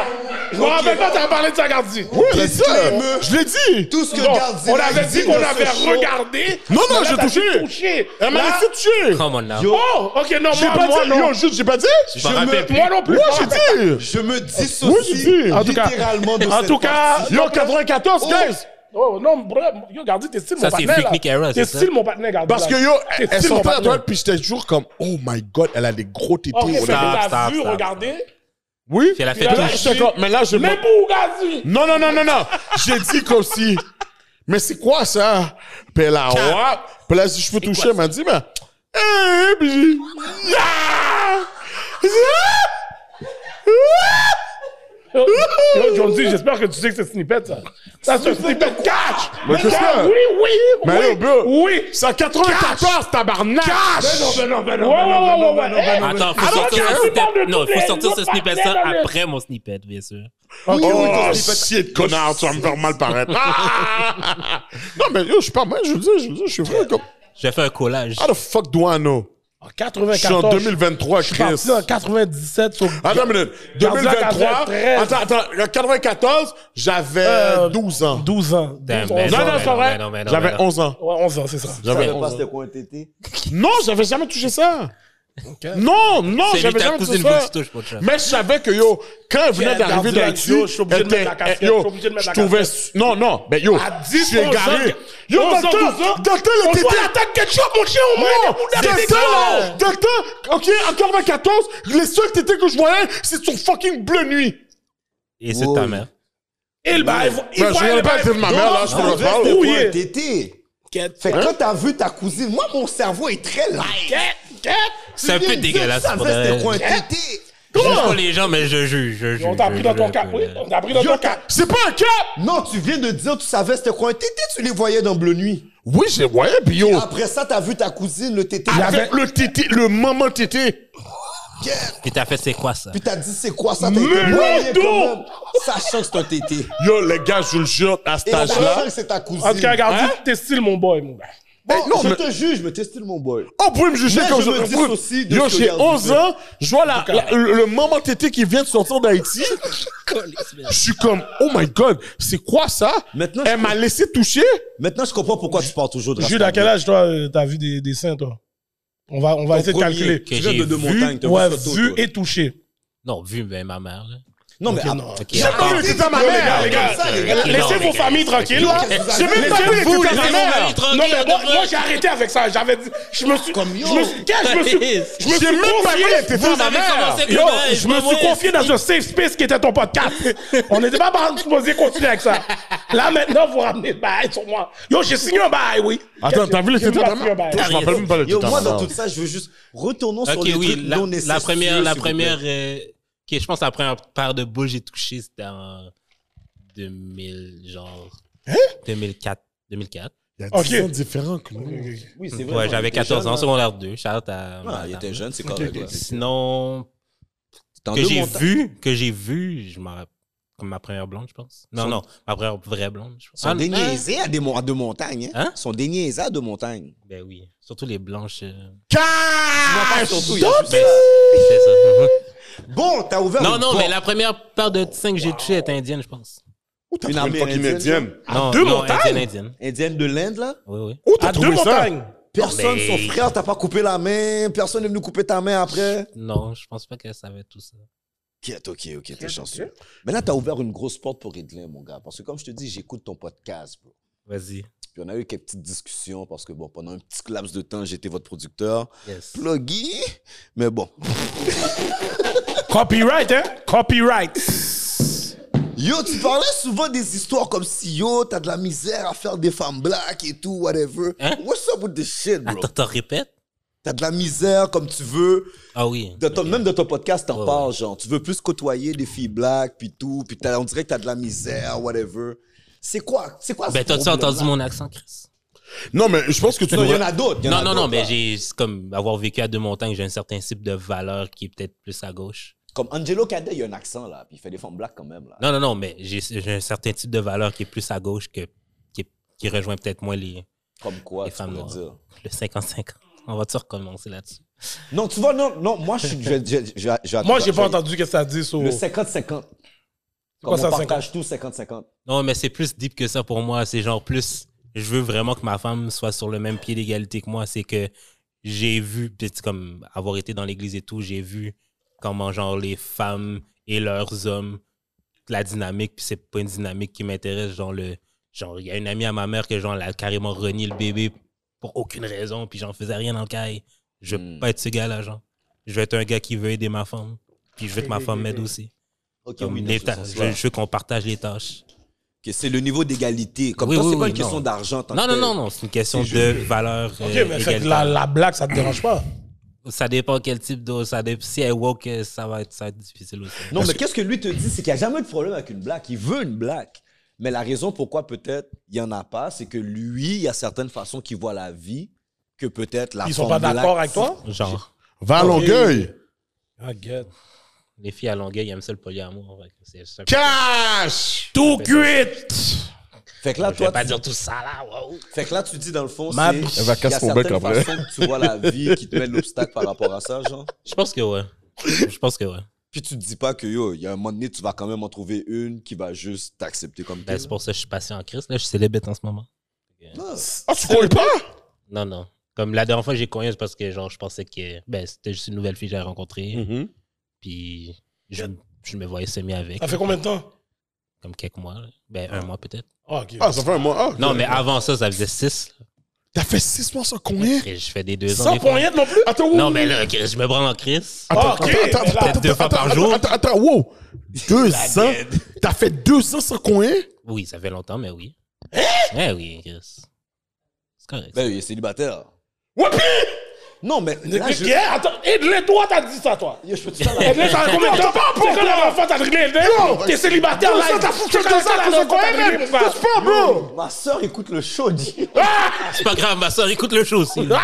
C: Je me rappelle pas, t'avais parlé de ça, Gardi!
E: Oui, c'est
A: Qu'est-ce
E: ça.
A: qu'il me-
E: Oh, Je l'ai dit.
A: tout ce que
C: Bon,
A: Gardi
C: on avait dit qu'on avait
A: regardé.
C: regardé.
E: Non, non,
C: mais là,
E: j'ai
C: t'as
E: touché.
C: dit touché.
E: Elle m'a
C: Là-
E: laissé toucher.
D: Come on now.
C: Oh, ok, non,
E: J'ai
C: moi,
E: pas
C: moi,
E: dit.
C: non.
E: Yo, juste, j'ai pas dit.
D: Je
A: je
D: m'en
A: me-
D: rappelle plus.
C: Moi non plus.
E: Ouais,
C: je me rappelle.
E: j'ai dit.
A: Je me
E: Oui, j'ai
A: dissocie
E: dit.
C: En tout cas-
A: littéralement de
C: En
A: cette
C: tout cas,
A: partie.
E: Yo, 94, guys.
C: Oh, non, bro, yo, Gardi, t'es style mon
D: Ça, c'est
C: partenaire.
D: Freak Nick era,
C: T'es
D: c'est ça?
C: style mon partenaire, Gardi.
E: Parce
C: là.
E: que yo,
C: T'es
E: elle
C: style mon
E: sortait à
C: partenaire.
E: toi, puis j'étais toujours comme, oh my god, elle a des gros tétés.
C: Ok,
E: On
C: fait
E: a-
C: que
D: Stop,
C: t'as
D: stop,
C: vu,
D: stop.
C: regardez.
E: Oui.
D: Puis elle a fait
C: Puis
E: Là,
C: toucher.
E: j'étais comme- mais là, je me-
C: Mais pour Gardi.
E: Non, non, non, non, non. J'ai dit comme si. Mais c'est quoi ça? Puis elle a ouais. Puis là, si je peux toucher, elle m'a dit, mais. Eh, puis j'ai- Ah! Ah!
C: Yo, John D, j'espère que tu sais que c'est snippet, ça. Ça, c'est un snippet catch.
E: Mais qu'est-ce que-
C: Oui, oui,
E: Mais yo,
C: oui.
E: bro.
C: Oui.
E: C'est en 94, tabarnak!
C: Ben non, ben non, ben non, ben non, ben non, ben non.
D: Attends, faut
C: Alors,
D: sortir
C: tu
D: ce
C: parles de
D: snippet. Non,
C: toutes les
D: faut sortir ce
C: autres
D: snippet-là
C: partenaires dans le-
D: après mon snippet, bien sûr.
E: Oh, shit, connard, tu vas me faire mal paraître. Ah! non, mais yo, je suis pas mal, je veux dire, je veux dire, je suis vrai comme.
D: J'ai fait un collage.
E: How the fuck do I know?
C: En
E: Je suis en
C: 94.
E: 2023,
C: Je suis parti en
E: Chris.
C: 97 sur.
E: Attends une minute.
C: Gardien
E: 2023.
C: 93.
E: Attends, attends. en 94, j'avais
C: Euh,
E: 12 ans.
C: 12 ans.
D: Damn,
C: 12,
D: ben
C: 11
E: Non, non,
C: ans.
D: mais
E: c'est
D: non,
E: vrai.
D: mais non, mais non,
E: J'avais
D: mais non.
E: 11 ans.
C: Ouais, 11 ans, c'est ça.
A: Je
E: J'avais
A: savais pas
E: 11 ans.
A: c'était quoi un tété.
E: Non, j'avais jamais touché ça. Non, non,
D: C'est lui,
E: j'avais
D: ta
E: jamais touché
D: cousine
E: ça.
D: Bouti touche pas de chat.
E: Mais je savais que yo, quand elle venait
C: Quel
E: d'arriver
C: gardien,
E: d'Haïti,
C: yo, je suis obligé de
E: elle
C: mettre
E: était-
C: la
E: eh,
C: casquette,
E: yo,
C: je suis obligé de mettre la
E: je trouvais, non, non, mais yo,
C: À 10,
E: je suis
C: 11 ans,
E: égaré. Yo,
C: 11 ans,
E: dans le temps,
C: 12 ans,
E: dans le temps,
C: on
E: le
C: doit
E: tété-
C: attaquer ketchup, mon chien, au moins,
E: Non,
C: des boulettes,
E: dans
C: des
E: le temps, là, dans le temps, ok, en 94, les seuls tétés que je voyais, c'est sur fucking bleu nuit.
D: Et c'est de ta mère.
C: Il va, il va, il
E: Ben,
C: va,
E: je
C: il
E: ne
C: va,
E: pas
C: il
E: dire de ma mère, là, je
C: Ah,
A: Non,
E: peux
A: en
E: pas
A: fait,
E: parler.
A: c'était
C: Oui.
A: pas un
C: Hein?
A: tété.
C: Quête,
A: Fait que quand t'as vu ta cousine, moi, mon cerveau est très light.
C: quête, quête.
D: C'est un peu dégueulasse.
A: Ça
D: pour
A: savais
D: de
A: c'était
D: vrai.
A: quoi un tété.
D: Je juge pas les gens, mais je juge. je juge,
C: On t'a
D: je
C: pris dans
D: juge
C: ton
D: un
C: cap,
D: peu,
C: oui.
D: là.
C: On t'a pris dans
E: Yo,
C: ton cap.
E: c'est pas un cap!
A: Non, tu viens de dire, tu savais c'était quoi un tété, tu les voyais dans Bleu Nuit.
E: Oui, j'ai voyé, puis
C: Oh.
E: yo,
A: Après ça, t'as vu ta cousine, le tété.
E: avec le tété, le maman tété.
D: Puis t'as fait, c'est quoi ça?
A: Puis t'as dit, c'est quoi ça? T'as été
E: Mais
A: moyen
E: non!
A: quand même, sachant que c'est un tété.
E: Yo, les gars, je vous le jure, à cet
A: Et sachant
E: âge-là,
A: que c'est ta cousine.
C: En tout cas, regarde, t'es style, mon boy, mon gars.
E: Bon, non,
A: je
E: mais-
A: te juge, mais t'es style mon boy.
E: On pourrait me juger
A: Mais
E: comme
A: je
E: ça.
A: me
E: On pourrait-
A: dissocie de
E: Yo,
A: ce
E: j'ai
A: regard du
E: 11 ans, je vois la- la- le le maman tété qui vient de sortir d'Haïti. Je suis comme, oh my God, c'est quoi ça?
A: Maintenant, je
E: Elle m'a laissé toucher?
A: Eh, Maintenant, je comprends pourquoi tu parles toujours de
C: Jude, à quel âge, toi, euh, t'as vu des dessins, toi On va, on va essayer de
A: premier
C: calculer.
D: que
A: Tu viens
D: j'ai
A: de deux
D: vu,
A: montagnes, t'as
C: Ouais,
A: vu photo,
C: vu
A: toi.
C: et touché.
D: Non, vu ben, ma mère, là.
A: Non, mais
C: Ok, non.
D: Ok,
E: J'ai
D: attends.
E: pas vu les tétés à ma mère, les gars.
A: ça, les gars.
D: Ok, non,
C: Laissez
D: les
C: vos
D: gars.
C: familles tranquilles, là.
E: J'ai même pas vu les
D: Vous,
E: tétés à ma
D: laissez
E: mère.
D: mon mari
C: Non, mais
D: tranquille,
C: moi,
D: on
C: moi,
D: devrait-
C: j'ai arrêté avec ça. J'avais dit, je me suis. Comme je me suis, gars, je me suis. Je me suis
E: J'ai même pas vu
C: confié.
E: les tétés à
D: Vous
E: ma
D: avez
E: mère.
D: commencé
C: Yo,
D: comme ça,
C: je me suis
D: vois-
C: confié dans un safe space qui était ton podcast. On n'était pas supposé continuer avec ça. Là, maintenant, vous ramenez le bail sur moi. Yo, j'ai signé un bail, oui.
E: Attends, t'as vu les
C: J'ai même
E: tétés à
C: pas
E: ma
C: signé un
E: mère?
C: bail.
E: Toi, Je me rappelle même pas les tétés
A: Yo,
E: à ma
A: moi, dans
E: mère.
A: tout ça, je veux juste. Retournons sur
D: Ok,
A: les
D: oui,
A: trucs
D: la,
A: non
D: la
A: nécessaires.
D: première, la
A: s'il vous plaît.
D: première, euh, ok, je pense que la première paire de boules que j'ai touchée, c'était en 2000, genre, 2004, 2004.
E: Il y a
C: Ok.
E: 10 ans différents que nous.
A: Oui, c'est vrai.
D: Ouais,
A: non, il
D: j'avais
A: était
D: 14 ans,
A: jeune,
D: secondaire 2, Charlotte à
A: hein. Ah,
D: ma
A: il
D: dame.
A: était jeune, c'est correct. ouais.
D: Sinon,
A: Dans
D: que
A: deux
D: j'ai
A: montagnes.
D: vu, que j'ai vu, je m'en rappelle, comme ma première blonde, je pense. Non, non, ma première vraie blonde, je pense.
A: Sont
D: Ah,
A: déniaisés à des mon- à deux montagnes.
D: Hein?
A: Hein? Sont déniaisés à deux montagnes.
D: hein? Ben oui, surtout les blanches, euh,
A: Ah, surtout, il y a juste ça.
D: c'est ça.
A: hein. Bon, t'as ouvert
D: Non,
A: une
D: non,
A: porte.
D: mais la première paire de seins que j'ai touchée était indienne, je pense.
E: T'as
A: Une
E: trouvé
A: armée
E: fucking
A: indienne,
E: indienne.
D: non,
C: deux
D: non,
C: montagnes?
D: indienne, indienne.
A: Indienne de l'Inde, là?
D: Oui, oui.
E: Où t'as
C: À deux
E: trouvé ça?
C: montagnes.
A: Personne,
D: mais-
A: son frère t'a pas coupé la main, personne n'est venu couper ta main après.
D: Non, je pense pas qu'elle savait tout ça.
A: Ok, ok, ok, t'es chanceux. Mais là, t'as ouvert une grosse porte pour Edlin, mon gars. Parce que comme je te dis, j'écoute ton podcast, bro.
D: Vas-y.
A: Puis on a eu quelques petites discussions parce que, bon, pendant un petit laps de temps, j'étais votre producteur.
D: Yes.
A: Pluggy, mais bon.
C: Copyright, hein? Copyright.
A: Yo, tu parlais souvent des histoires comme si, yo, t'as de la misère à faire des femmes black et tout, whatever.
D: Hein?
A: What's up with this shit, bro?
D: Attends, t'en répètes?
A: T'as de la misère comme tu veux.
D: Ah oui.
A: De ton- Même de ton podcast, t'en
D: Ouais,
A: parles, genre. Tu veux plus côtoyer des filles black, puis tout, puis t'as- on dirait que t'as de la misère, whatever. C'est quoi? C'est quoi
D: Ben, t'as-tu entendu mon accent, Chris?
E: Non, mais je pense que tu
A: Non, il y en
E: devrais-
A: a d'autres. il y en
D: Non,
A: a
D: non, non,
A: d'autres,
D: mais
A: là.
D: j'ai, c'est comme avoir vécu à deux montagnes, j'ai un certain type de valeur qui est peut-être plus à gauche.
A: Comme Angelo Cadet, il y a un accent, là, puis il fait des femmes black quand même, là.
D: Non, non, non, mais j'ai, j'ai un certain type de valeur qui est plus à gauche que, qui, est- qui rejoint peut-être moins les,
A: Comme quoi,
D: les
A: tu
D: femmes
A: pourrais
D: noires.
A: dire.
D: Le 50-50. On va-tu recommencer là-dessus?
A: Non, tu vois, non, non, moi, je suis. je- je- je- je- je-
C: Moi, j'ai
A: je-
C: pas entendu ce que ça dit sur.
A: Le 50-50. Comme
C: quoi ça,
A: on partage tout 50-50.
D: Non, mais c'est plus deep que ça pour moi. C'est genre plus. Je veux vraiment que ma femme soit sur le même pied d'égalité que moi. C'est que j'ai vu, peut-être comme avoir été dans l'église et tout, j'ai vu comment genre les femmes et leurs hommes, la dynamique, puis c'est pas une dynamique qui m'intéresse. Genre, le, genre, il y a une amie à ma mère que genre, elle a carrément renié le bébé pour aucune raison, puis j'en faisais rien dans le caille. Je veux pas être ce gars-là, genre. Je veux être un gars qui veut aider ma femme, puis je veux que ma femme m'aide aussi.
A: Ok,
D: Comme
A: oui, dans
D: les
A: ce
D: ta-
A: sens-là.
D: je, je veux qu'on partage les tâches.
A: Ok, c'est le niveau d'égalité. Comme
D: Oui,
A: toi,
D: oui,
A: c'est pas
D: oui,
A: une question
D: non.
A: d'argent. tant
D: Non,
A: que
D: non,
A: tel.
D: non, non, c'est une question de valeur.
C: Ok,
D: euh,
C: mais fait que la,
D: égalitaire.
C: la blague, ça te dérange pas.
D: Ça dépend quel type d'eau. Ça dé- Si elle woke, euh, ça va être, ça va être difficile aussi.
A: Non, mais qu'est-ce que lui te dit, c'est qu'il n'y a jamais de problème avec une blague. Il veut une blague. Mais la raison pourquoi peut-être il n'y en a pas, c'est que lui, il y a certaines façons qu'il voit la vie que peut-être la
E: Ah,
C: Ils sont pas
A: forme
C: d'accord
A: black-
C: avec toi?
D: Genre,
E: Va à
C: Ok.
E: Longueuil.
C: Ah, get.
D: les filles à Longueuil aiment ça le polyamour. fait que c'est- c'est-
E: Cash!
C: Tout cuit!
A: Fait que là,
D: Je vais
A: toi,
D: pas
A: tu...
D: dire tout ça là. wow.
A: fait que là, tu dis dans le fond,
C: Ma-
A: c'est
E: Elle va
A: il y a
E: casser mon bec
A: certaines
E: après.
A: façons que tu vois la vie qui te met l'obstacle par rapport à ça, genre.
D: Je pense que ouais. Je pense que ouais.
A: Puis tu te dis pas que yo, il y a un moment donné, tu vas quand même en trouver une qui va juste t'accepter comme
D: Ben,
A: t'es.
D: c'est pour ça que je suis patient en Christ. Là, je suis célibataire en ce moment.
E: Ah, tu connais pas?
D: Non, non. Comme la dernière fois, j'ai connu c'est parce que genre, je pensais que ben, c'était juste une nouvelle fille que j'avais rencontrée.
C: Mm-hmm.
D: Puis je, je me voyais semi avec.
C: Ça Ah, fait combien de temps?
D: Comme quelques mois. là. Ben, un mois peut-être.
C: Ah, ok.
E: Ah, ça fait un mois. Ah, ok.
D: Non, mais avant ça, ça faisait six.
E: T'as fait six mois sans courrier?
D: Et je fais des deux ans.
C: Sans
D: des fois.
C: poignette non plus? Attends,
D: Non, mais là, Chris, je me prends en crise.
A: Ah,
E: Attends, attends,
C: Ok, mais
E: attends,
C: là-
E: attends,
D: Deux fois
E: attends,
D: par
E: attends,
D: jour.
E: Attends, attends, wow! Deux ans? T'as fait deux ans sans courrier?
D: Oui, ça fait longtemps, mais oui. Eh oui, Chris. C'est correct.
A: Ben, il est célibataire.
C: Whoopi!
A: Non, mais là, je...
C: Yeah, attends, Edley, toi, t'as dit ça, toi.
A: Yo, je peux te faire la-
C: Edley, ça fait combien de temps? C'est quand la dernière fois, t'as drillé Edley? T'es célibataire, là.
E: Deux ans, t'as
C: C'est
E: foutu
C: quand
E: deux
C: la
E: ans, t'as
C: dernière
E: fait
C: fois, t'as
E: courrier,
C: drillé,
E: man!
C: mon gars?
E: Touche pas, bro!
A: Ma soeur écoute le show, dis.
D: C'est pas grave, ma soeur, écoute le show aussi. là.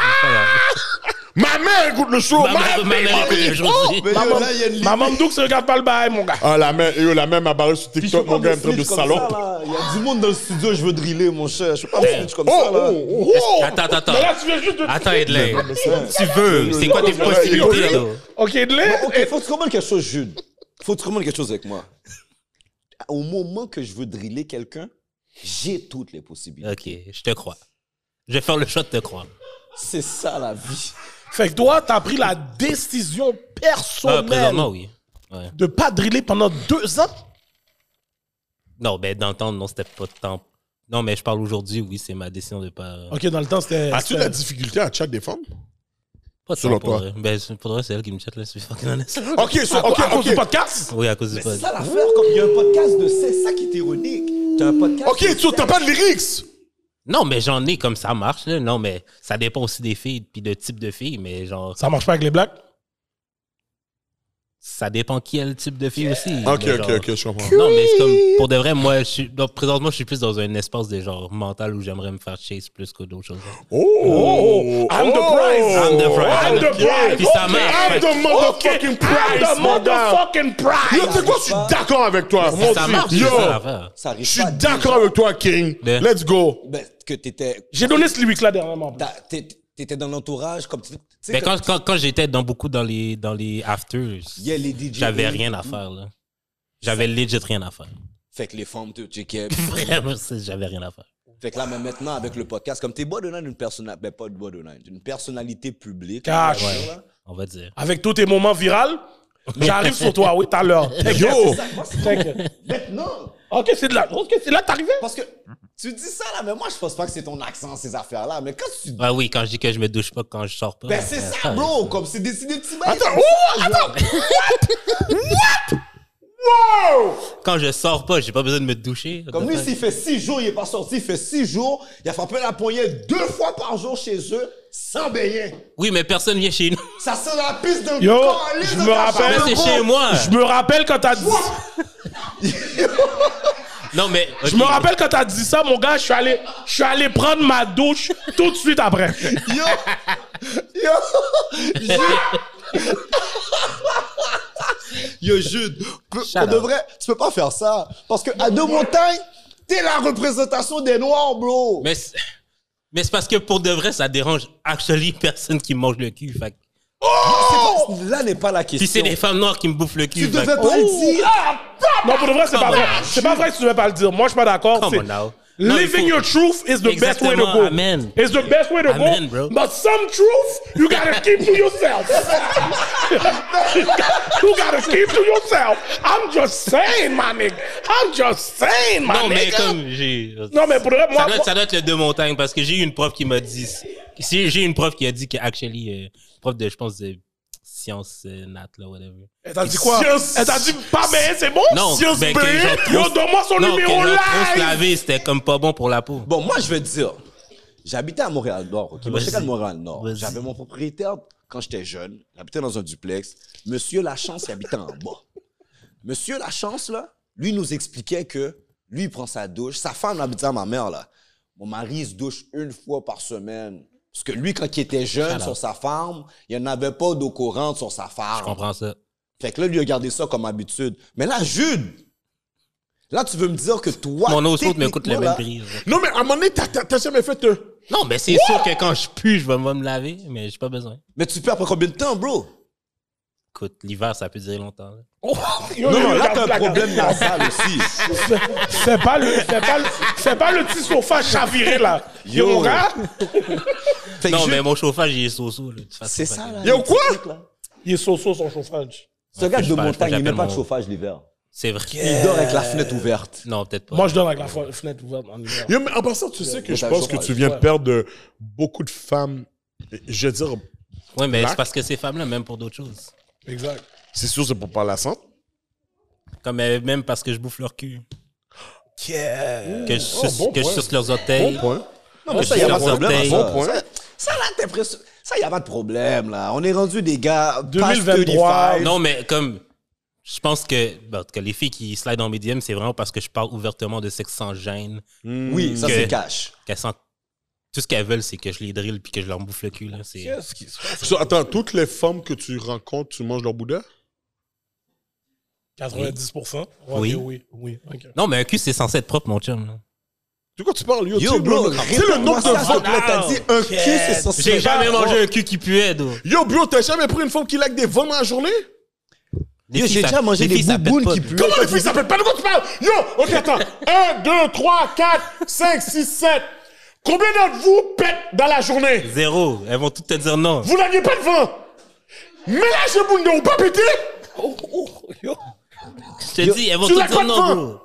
E: Ma mère écoute le show.
D: Ma mère- ma mère écoute le show aussi.
E: Oh,
C: Maman,
F: là, il y a une limite.
C: maman me dit que ça regarde pas le bail, mon gars.
E: Ah, la mère, yo, la mère m'a barré sur
A: Puis je
E: TikTok,
A: fais pas
E: mon gars, en train
A: snitch
E: de
A: comme
E: salope.
A: ça, là. Il y a du monde dans le studio, je veux driller, mon cher. Je suis pas
D: Damn.
A: snitch comme
E: Oh,
A: ça, là.
E: oh, oh.
D: Attends, attends,
C: Mais là,
D: attends.
C: tu viens juste de.
D: Ah. Attends, Edlin.
E: ça-
D: Tu veux. C'est quoi tes
E: non, non,
D: possibilités,
E: non,
D: là?
C: Ok, Edlin.
A: Oh,
C: eh,
A: Ok, faut que tu comprennes quelque chose, Jude. Faut que tu comprennes quelque chose avec moi. Au moment que je veux driller quelqu'un, j'ai toutes les possibilités.
D: Ok, je te crois. Je vais faire le choix de te croire.
A: C'est ça, la vie.
C: Fait que toi, t'as pris la décision
D: Ah,
C: personnelle
D: présentement, oui. Ouais.
C: de pas driller pendant deux ans.
D: Non, ben, dans le temps, non, c'était pas de temps. Non, mais je parle aujourd'hui, oui, c'est ma décision de pas.
C: Ok, dans le temps, c'était.
E: As-tu de
C: c'était-
E: la difficulté à chat des femmes?
D: Pas de
E: Selon
D: temps pour
E: toi.
D: vrai. Ben, c'est- pour le reste, c'est elle qui me chatte, là, c'est fucking honest.
E: Ok, so-
C: À
E: ok,
C: à cause du
E: ok.
C: podcast?
D: Oui, à cause du pod.
A: C'est ça l'affaire, comme il y a un podcast de c'est ça qui est ironique. T'as un podcast.
E: Ok, tu t'as pas de lyrics.
D: Non, mais j'en ai comme ça marche, là. Non, mais ça dépend aussi des filles, puis de type de filles, mais genre,
C: Ça marche pas avec les blacks?
D: ça dépend quel type de fille aussi.
E: Ok,
D: mais
E: ok,
D: genre-
E: ok, je comprends.
D: Non, mais c'est comme, pour de vrai, moi, je suis, donc, présentement, je suis plus dans un espace de genre mental où j'aimerais me faire chase plus que d'autres choses.
E: Oh,
C: I'm the prize.
D: I'm the prize.
C: I'm the prize.
D: Puis ça
C: Ok,
D: marche.
E: I'm the motherfucking prize,
C: I'm the
E: mon gars.
C: motherfucking prize.
E: Yo, tu sais quoi, je suis d'accord avec toi.
D: Ça,
A: Ah,
E: mon
D: ça
E: Dieu.
D: marche, c'est
E: Yo,
D: ça l'affaire.
A: Ça arrive
E: je suis
A: pas des
E: d'accord avec toi, King.
D: De-
E: Let's go.
A: gens, ben, que t'étais.
C: J'ai donné ce lyric-là dernièrement.
A: t'as- t'é- T'étais dans l'entourage, comme. tu- tu sais,
D: Mais
A: comme-
D: Ben, quand, quand, quand j'étais dans beaucoup dans les, dans les afters,
A: Yeah, les DJ.
D: j'avais rien à faire, là. J'avais legit rien à faire.
A: Fait que les femmes te checkaient.
D: Vraiment, c'est- j'avais rien à faire.
A: fait que là, mais maintenant, avec le podcast, comme t'es borderline d'une personnalité. Ben, pas de borderline, d'une personnalité publique.
C: Cash.
A: on va dire, là.
D: On va dire.
C: Avec tous tes moments virals, j'arrive sur toi, oui, tout à l'heure.
E: Yo,
A: Moi, c'est-
C: T'inquiète.
A: Maintenant!
C: Ok, c'est de là. Ok, c'est là que t'arrivais.
A: Parce que tu dis ça là, mais moi je pense pas que c'est ton accent, ces affaires-là. Mais quand tu.
D: Ah oui, quand je dis que je me douche pas, quand je sors pas. euh,
A: Ben c'est ça, bro! Comme c'est des, c'est des petits bails.
E: attends, oh, attends.
D: Quand je sors pas, j'ai pas besoin de me doucher.
A: Comme lui, s'il fait six jours, il est pas sorti, il fait six jours, il a frappé la poignée deux fois par jour chez eux, sans baigner.
D: Oui, mais personne vient chez nous.
A: Ça sent la piste d'un
C: Yo,
A: calice
C: je
A: de
C: me
A: ta
C: rappelle.
D: Mais
A: chambre.
D: c'est chez moi.
C: Je me rappelle quand t'as dit.
D: Non, mais.
C: Je me rappelle quand t'as dit ça, mon gars, je suis allé, je suis allé prendre ma douche tout de suite après.
A: Yo! Yo! Jude. Yo, Jude, on
D: out.
A: devrait. Tu peux pas faire ça. Parce que à deux montagnes, t'es la représentation des Noirs, bro!
D: Mais c'est... mais c'est parce que pour de vrai, ça dérange actually personne qui mange le cul. Fait. que-
A: Là n'est pas la question.
D: Puis c'est des femmes noires qui me bouffent le
A: Tu
D: cul. fait que-
A: devais pas le dire.
C: Non, pour de vrai, c'est pas vrai. C'est pas vrai que tu devais pas le dire. Moi, je suis pas d'accord.
D: Come
C: C'est-
D: on now. Non, il
C: Living
D: faut-
C: your truth is the best way to
D: Exactement,
C: go.
D: amen.
C: It's the best way to
D: Amen,
C: go.
D: bro.
C: But some truth, you gotta keep to yourself. you gotta keep to yourself. I'm just saying, my nigga. I'm just saying, my
D: Non, mais
C: nigga.
D: comme j'ai.
C: Non, mais pour de vrai,
D: Ça
C: moi,
D: doit,
C: moi-
D: être, ça doit être le deux montagnes parce que j'ai eu une prof qui m'a dit. si J'ai eu une prof qui a dit que, actually, euh, prof de, je pense, de sciences euh, nat, là, whatever.
C: Elle t'a dit quoi?
E: Science-
C: Elle t'a dit pas mais c'est bon?
D: Non,
C: Science
D: ben, que
C: B.
D: les gens trop-
C: Yo, donne-moi son
D: non,
C: numéro
D: qu'elle a
C: live.
D: trop se laver, c'était comme pas bon pour la peau.
A: Bon, moi, je vais te dire, j'habitais à Montréal-Nord, ok? Moi,
D: Vas-y.
A: j'étais à Montréal-Nord.
D: Vas-y.
A: J'avais mon propriétaire quand j'étais jeune. Il habitait dans un duplex. Monsieur Lachance, il habitait en bas. Monsieur Lachance, là, lui, il nous expliquait que lui, il prend sa douche. Sa femme habitait à ma mère, là. Mon mari, il se douche une fois par semaine. Parce que lui, quand il était jeune sur sa farm, il n'y en avait pas d'eau courante sur sa farm.
D: Je comprends ça.
A: Fait que là, lui, il a gardé ça comme habitude. Mais là, Jude, là, tu veux me dire que toi.
D: Mon eau saute me coûte le
A: techniquement,
D: même
A: là,
D: prix. là.
E: Non, mais à un moment donné, t'as- t'as t'as jamais fait un.
D: Non, mais c'est sûr que quand je pue, je vais me me laver, mais j'ai pas besoin.
A: Mais tu perds après combien de temps, bro?
D: Écoute, l'hiver, ça peut durer longtemps. là.
C: Yo, yo,
A: Non, non,
C: yo,
A: là,
C: regarde,
A: t'as un
C: regarde.
A: problème nasal aussi.
C: Fais pas le, fais pas le, fais pas le petit sofa chaviré là. Yo,
A: Yo.
C: mon gars,
A: Fait que
D: Non,
A: je-
D: mais mon chauffage, il est so-so. là, de toute façon.
A: C'est
D: Fait
A: ça,
D: que-
A: là.
E: Yo, quoi?
C: il est so-so son chauffage.
A: Ce gars de
D: je sais pas, je crois
A: montagne,
D: que
A: il n'a
D: j'appelle
A: pas de
D: mon-
A: chauffage l'hiver.
D: C'est vrai.
A: Il dort avec la fenêtre ouverte.
D: Non, peut-être pas.
C: Moi, je donne avec la fe- fenêtre ouverte en hiver.
E: Yo, mais en passant, tu sais que je
A: t'as
E: pense
A: le
E: que
A: chauffage,
E: tu viens de
C: ouais.
E: perdre de- beaucoup de femmes. Je veux dire,
D: Oui, mais
E: Lac.
D: c'est parce que ces femmes-là, même pour d'autres choses.
C: Exact.
E: c'est sûr, c'est pour pas la santé.
D: Comme euh, même parce que je bouffe leur cul. Que je
A: Oh,
D: suce,
E: bon
D: que je
E: point.
D: suce leurs orteils.
E: Bon point.
A: Non, mais
D: ça,
A: ça,
D: je
A: il n'y a
D: suis
A: pas de
D: dans
A: problème. à
D: un
A: Ça,
E: bon point.
A: Ça- ça, là, t'es pres- Ça, il n'y a pas de problème, là. On est rendu des gars.
C: 2023.
D: Non, mais comme. Je pense que, ben, en tout cas, les filles qui slide en médium, c'est vraiment parce que je parle ouvertement de sexe sans gêne,
A: Oui, ça,
D: Que-
A: c'est cash.
D: qu'elles sentent Tout ce qu'elles veulent, c'est que je les drille puis que je leur bouffe le cul. Là. C'est...
E: Qu'est-ce qui se passe? So, attends, toutes les femmes que tu rencontres, tu manges leur boudin?
C: 90%? Ouais,
D: Oui.
C: ok, oui. Oui. ok.
D: Non, mais un cul, c'est censé être propre, mon chum. là.
E: De quoi tu parles, yo?
A: Yo,
E: Tu sais,
A: bro,
E: le- tu sais le nombre de
A: ça,
E: femmes.
A: là, t'as dit un cul, c'est censé
D: J'ai jamais
A: propre.
D: mangé un cul qui puait, d'eau.
E: Yo, bro, t'as jamais pris une femme qui laque des ventes dans la journée?
A: Yo, j'ai déjà mangé des boubounes qui puent.
E: Comment les filles s'appellent pas? De quoi tu parles? Yo, ok, attends. 1, 2, 3, 4, 5, 6, 7. Combien d'entre vous pètent dans la journée?
D: Zéro. Elles vont toutes te dire non.
E: Vous n'aviez pas de vent? Mais là, je boule de ou pas pété?
D: Je te dis, elles vont
E: tu l'as
D: toutes dire
E: pas de
D: non,
E: vin.
D: bro.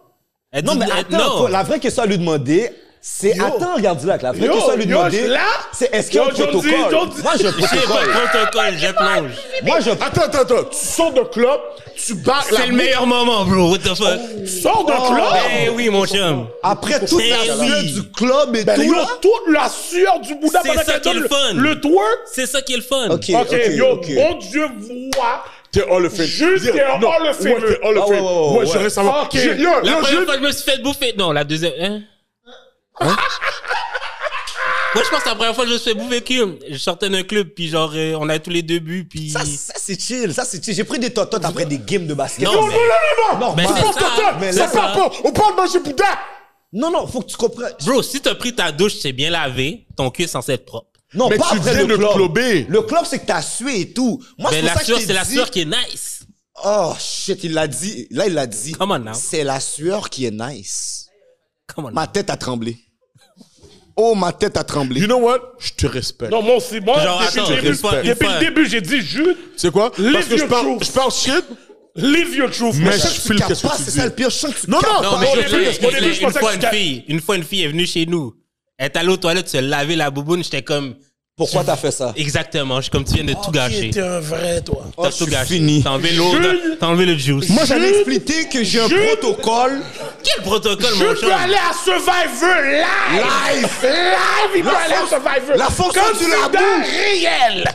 D: Elles
A: Non,
D: disent-
A: mais
D: elles-
A: attends,
D: non.
A: toi, la vraie question à lui demander, c'est. Attends, regarde là, que la vraie
C: Yo,
A: question à lui
C: yo, je
A: demander,
C: suis là.
A: c'est est-ce qu'il y a
C: Yo,
A: un
C: je me dis,
A: protocole?
C: je me dis.
A: Moi, j'ai un
D: Je sais pas
A: protocole.
D: le protocole, je plonge.
A: Moi, je.
E: Attends, attends, attends. Tu sors de club, tu bats la
D: C'est le meilleur moment, bro. What the fuck?
E: Tu sors de
A: Oh.
E: club?
D: Ben oui, mon chum.
A: Après toute la
D: Eh
A: sueur
D: oui.
A: du club et
E: Ben,
A: tout,
E: yo,
A: là.
E: toute la sueur du Bouddha
D: C'est
E: pendant
D: ça
E: qu'elle
D: qui est
E: donne
D: le fun.
E: Le twerk.
D: C'est ça qui est le fun.
A: Ok,
E: Ok,
A: ok,
E: yo,
A: ok.
E: mon Dieu voit. T'es all of Juste,
C: Dire-
E: t'es all
C: non,
E: of
C: ouais, t'es all
E: Ah,
C: of
E: ouais,
C: it.
E: ouais, ouais,
C: Ouais, je
E: ouais.
C: reste avant.
E: Ok. Yo, yo,
D: La première
E: je-
D: fois que je me suis fait bouffer. Non, la deuxième. Hein? Moi, je pense que la première fois que je me suis fait bouffer, que je sortais d'un club, puis genre, euh, on avait tous les deux buts, puis.
A: Ça, ça c'est chill, ça c'est chill. J'ai pris des tototes après des games de basket.
D: Non,
E: Non,
D: mais-
E: non, non, non, non.
D: Ben,
A: Normal.
D: c'est
E: On parle
D: ça. hein.
E: de
A: Ah, Mais
E: ça,
A: là,
E: ça parle pas. On parle de manger Bouddha.
A: Non, non, faut que tu comprennes.
D: Bro, si t'as pris ta douche, c'est bien lavé, ton cul est censé être propre.
A: Non,
E: Mais
A: pas
E: tu
A: après
E: viens
A: le
E: de
A: club.
E: clober.
A: Le club, c'est que t'as sué et tout. Moi,
D: Mais
A: c'est pour
D: la
A: ça que
D: sueur,
A: je t'ai
D: c'est la
A: dit-
D: sueur qui est nice.
A: Oh, shit, il l'a dit. Là, il l'a dit.
D: Come on now.
A: C'est la sueur qui est nice.
D: Come on.
A: Ma tête a tremblé. Oh, ma tête a tremblé.
E: You know what? Je te respecte.
C: Non, moi aussi, moi,
D: Genre,
C: depuis,
D: attends,
C: le
D: une
C: début,
D: fois- une
C: depuis
D: fois-
C: le début, j'ai dit, Jude,
E: C'est quoi? Parce
C: Live
E: que je
C: your
E: parle,
C: truth.
E: je parle shit,
C: live your truth.
E: mais
C: mon
E: je
C: cher.
A: Tu
E: file
A: capes
E: qu'est-ce
A: pas,
E: que
A: c'est
E: tu
A: ça le
E: dis.
A: pire. Je sens que tu
E: Non,
A: capes
E: non,
A: pas.
D: Non, mais
E: Au
D: je
E: début,
D: veux dire,
E: au début,
D: une-
E: je
D: une
E: pensais
D: fois,
E: que
D: une
E: tu-
D: fille, une fois, une fille est venue chez nous. Elle est allée aux toilettes se laver la bouboune. J'étais comme,
A: Pourquoi t'as fait ça?
D: exactement, je suis comme tu viens de tout gâcher.
C: T'es un vrai, toi.
A: Oh,
D: T'as
A: je
D: tout
A: suis
D: gâché.
A: fini.
D: T'as enlevé l'eau,
C: Jules-
D: t'as enlevé le juice.
A: Moi, j'avais
C: Jude-
A: expliqué que j'ai un
C: Jude-
A: protocole.
D: Quel protocole, mon
E: Je peux
D: chum?
E: aller à Survivor live!
A: Live.
E: Live! Il peut aller à
A: force-
E: Survivor!
A: la force
E: Comme
A: de la
E: c'est dans
A: bouche.
E: réel!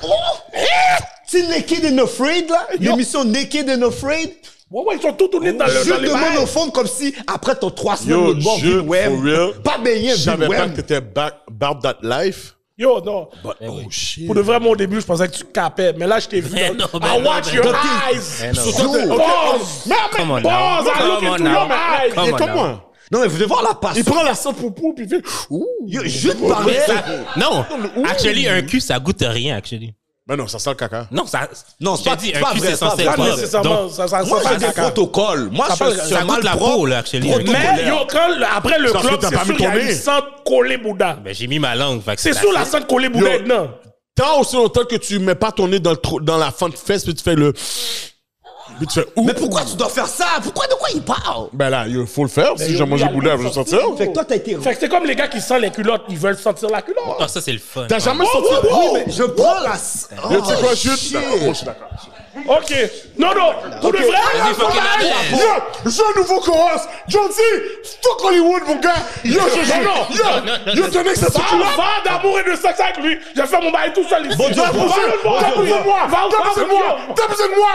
A: Tu sais, Naked and Afraid, là? L'émission Naked and Afraid?
E: Ouais, ouais, ils sont tous tournés dans le
A: Je
E: dans les
A: demande
E: bails.
A: au fond comme si, après ton 3
E: Yo,
A: semaines de bord,
E: je-
A: ville web,
E: for real,
A: pas baigné,
E: Je savais
A: ville
E: pas que
A: web.
E: t'étais back, about that life.
C: Yo, non.
E: But,
D: Eh
E: oh shit.
C: Pour de vrai, moi, au début, je pensais que tu capais. Mais là, je t'ai vu.
D: Mais
C: dans-
D: Eh non, mais
C: I
D: non,
C: watch
D: mais
C: your
D: non.
C: eyes.
D: Mais non.
E: So,
A: Yo.
E: ok,
C: Pause. Mais
D: Come on
C: mais
D: now.
C: pause. I
D: Come
C: look
D: on
C: into
D: now.
C: your eyes.
D: Come
E: Il est
D: on
E: comme
D: now.
E: moi.
A: Non, mais vous devez voir la passion.
E: Il prend la sang pour pou, puis il fait. Ouh.
A: Yo, je te parlais.
D: Non, actually, un cul, ça goûte rien, actually.
E: Mais Ben non, ça sent le caca.
D: Non, ça.
A: Non,
D: je
A: c'est
D: t'ai
A: pas-
D: dit,
A: c'est
D: un
A: pas
D: cul,
A: vrai,
D: c'est
A: c'est pas
D: censé
A: vrai.
D: être
C: Pas
A: Ouais.
D: propre.
C: nécessairement.
D: Donc,
C: Ça ça-
A: Moi,
C: ça-
A: j'ai
C: ça-
A: des
C: ça-
A: protocoles. Moi,
D: ça
A: je suis
D: goûte-
A: un
D: ça goûte la
A: malpropre.
D: peau, là, actually. un
A: Protocole.
D: cul.
C: Mais yo, quand après le
E: Parce que
C: club,
E: t'as
C: c'est
E: pas mis
C: sûr qu'il y
E: ton
C: a une
E: nez.
C: sente collée Bouddha.
D: Ben, j'ai mis ma langue. fait que
C: C'est
D: ça-
C: sûr, la sente collée Bouddha
E: Yo.
C: est dedans.
E: Tant aussi longtemps que tu mets pas ton nez dans, le trou- dans la fin de fesse, puis tu fais le. Puis tu fais ouh.
A: Mais pourquoi tu dois faire ça? Pourquoi, de quoi il parle?
E: Ben là, il faut le faire. Si j'ai
C: yo,
E: mangé
C: il y a
E: boudin, je
C: le
E: vais
C: goût de
E: sortir.
A: Fait que toi, t'as été.
C: Fait que c'est comme les gars qui sentent les culottes. Ils veulent sentir la
D: Ah,
C: culotte.
D: ça, c'est le fun. Ah,
E: T'as jamais sorti
C: ouais,
E: Oh!
A: Mais je prends la.
C: Ah,
A: Oh,
E: Yo, Tu sais quoi, chute?
A: shit.
E: Oh, je suis d'accord.
C: OK. Non, non. Pour de vrai, là,
D: Vas-y, fucking
C: faut-
D: Alex.
E: Yo, j'ai un nouveau chorus. John C, fuck Hollywood, mon gars. Yo, je
C: Non, non.
E: joue. Yo, yo, ton ex, ça se
C: Parle
E: culotte.
C: pas d'amour et de sexe avec lui. J'ai fait mon bail tout seul ici.
E: Bon Dieu,
C: Va
E: bon Dieu,
C: le voir.
E: t'as besoin de moi.
C: Va le
E: T'as
C: voir,
E: besoin de moi. T'as besoin de moi.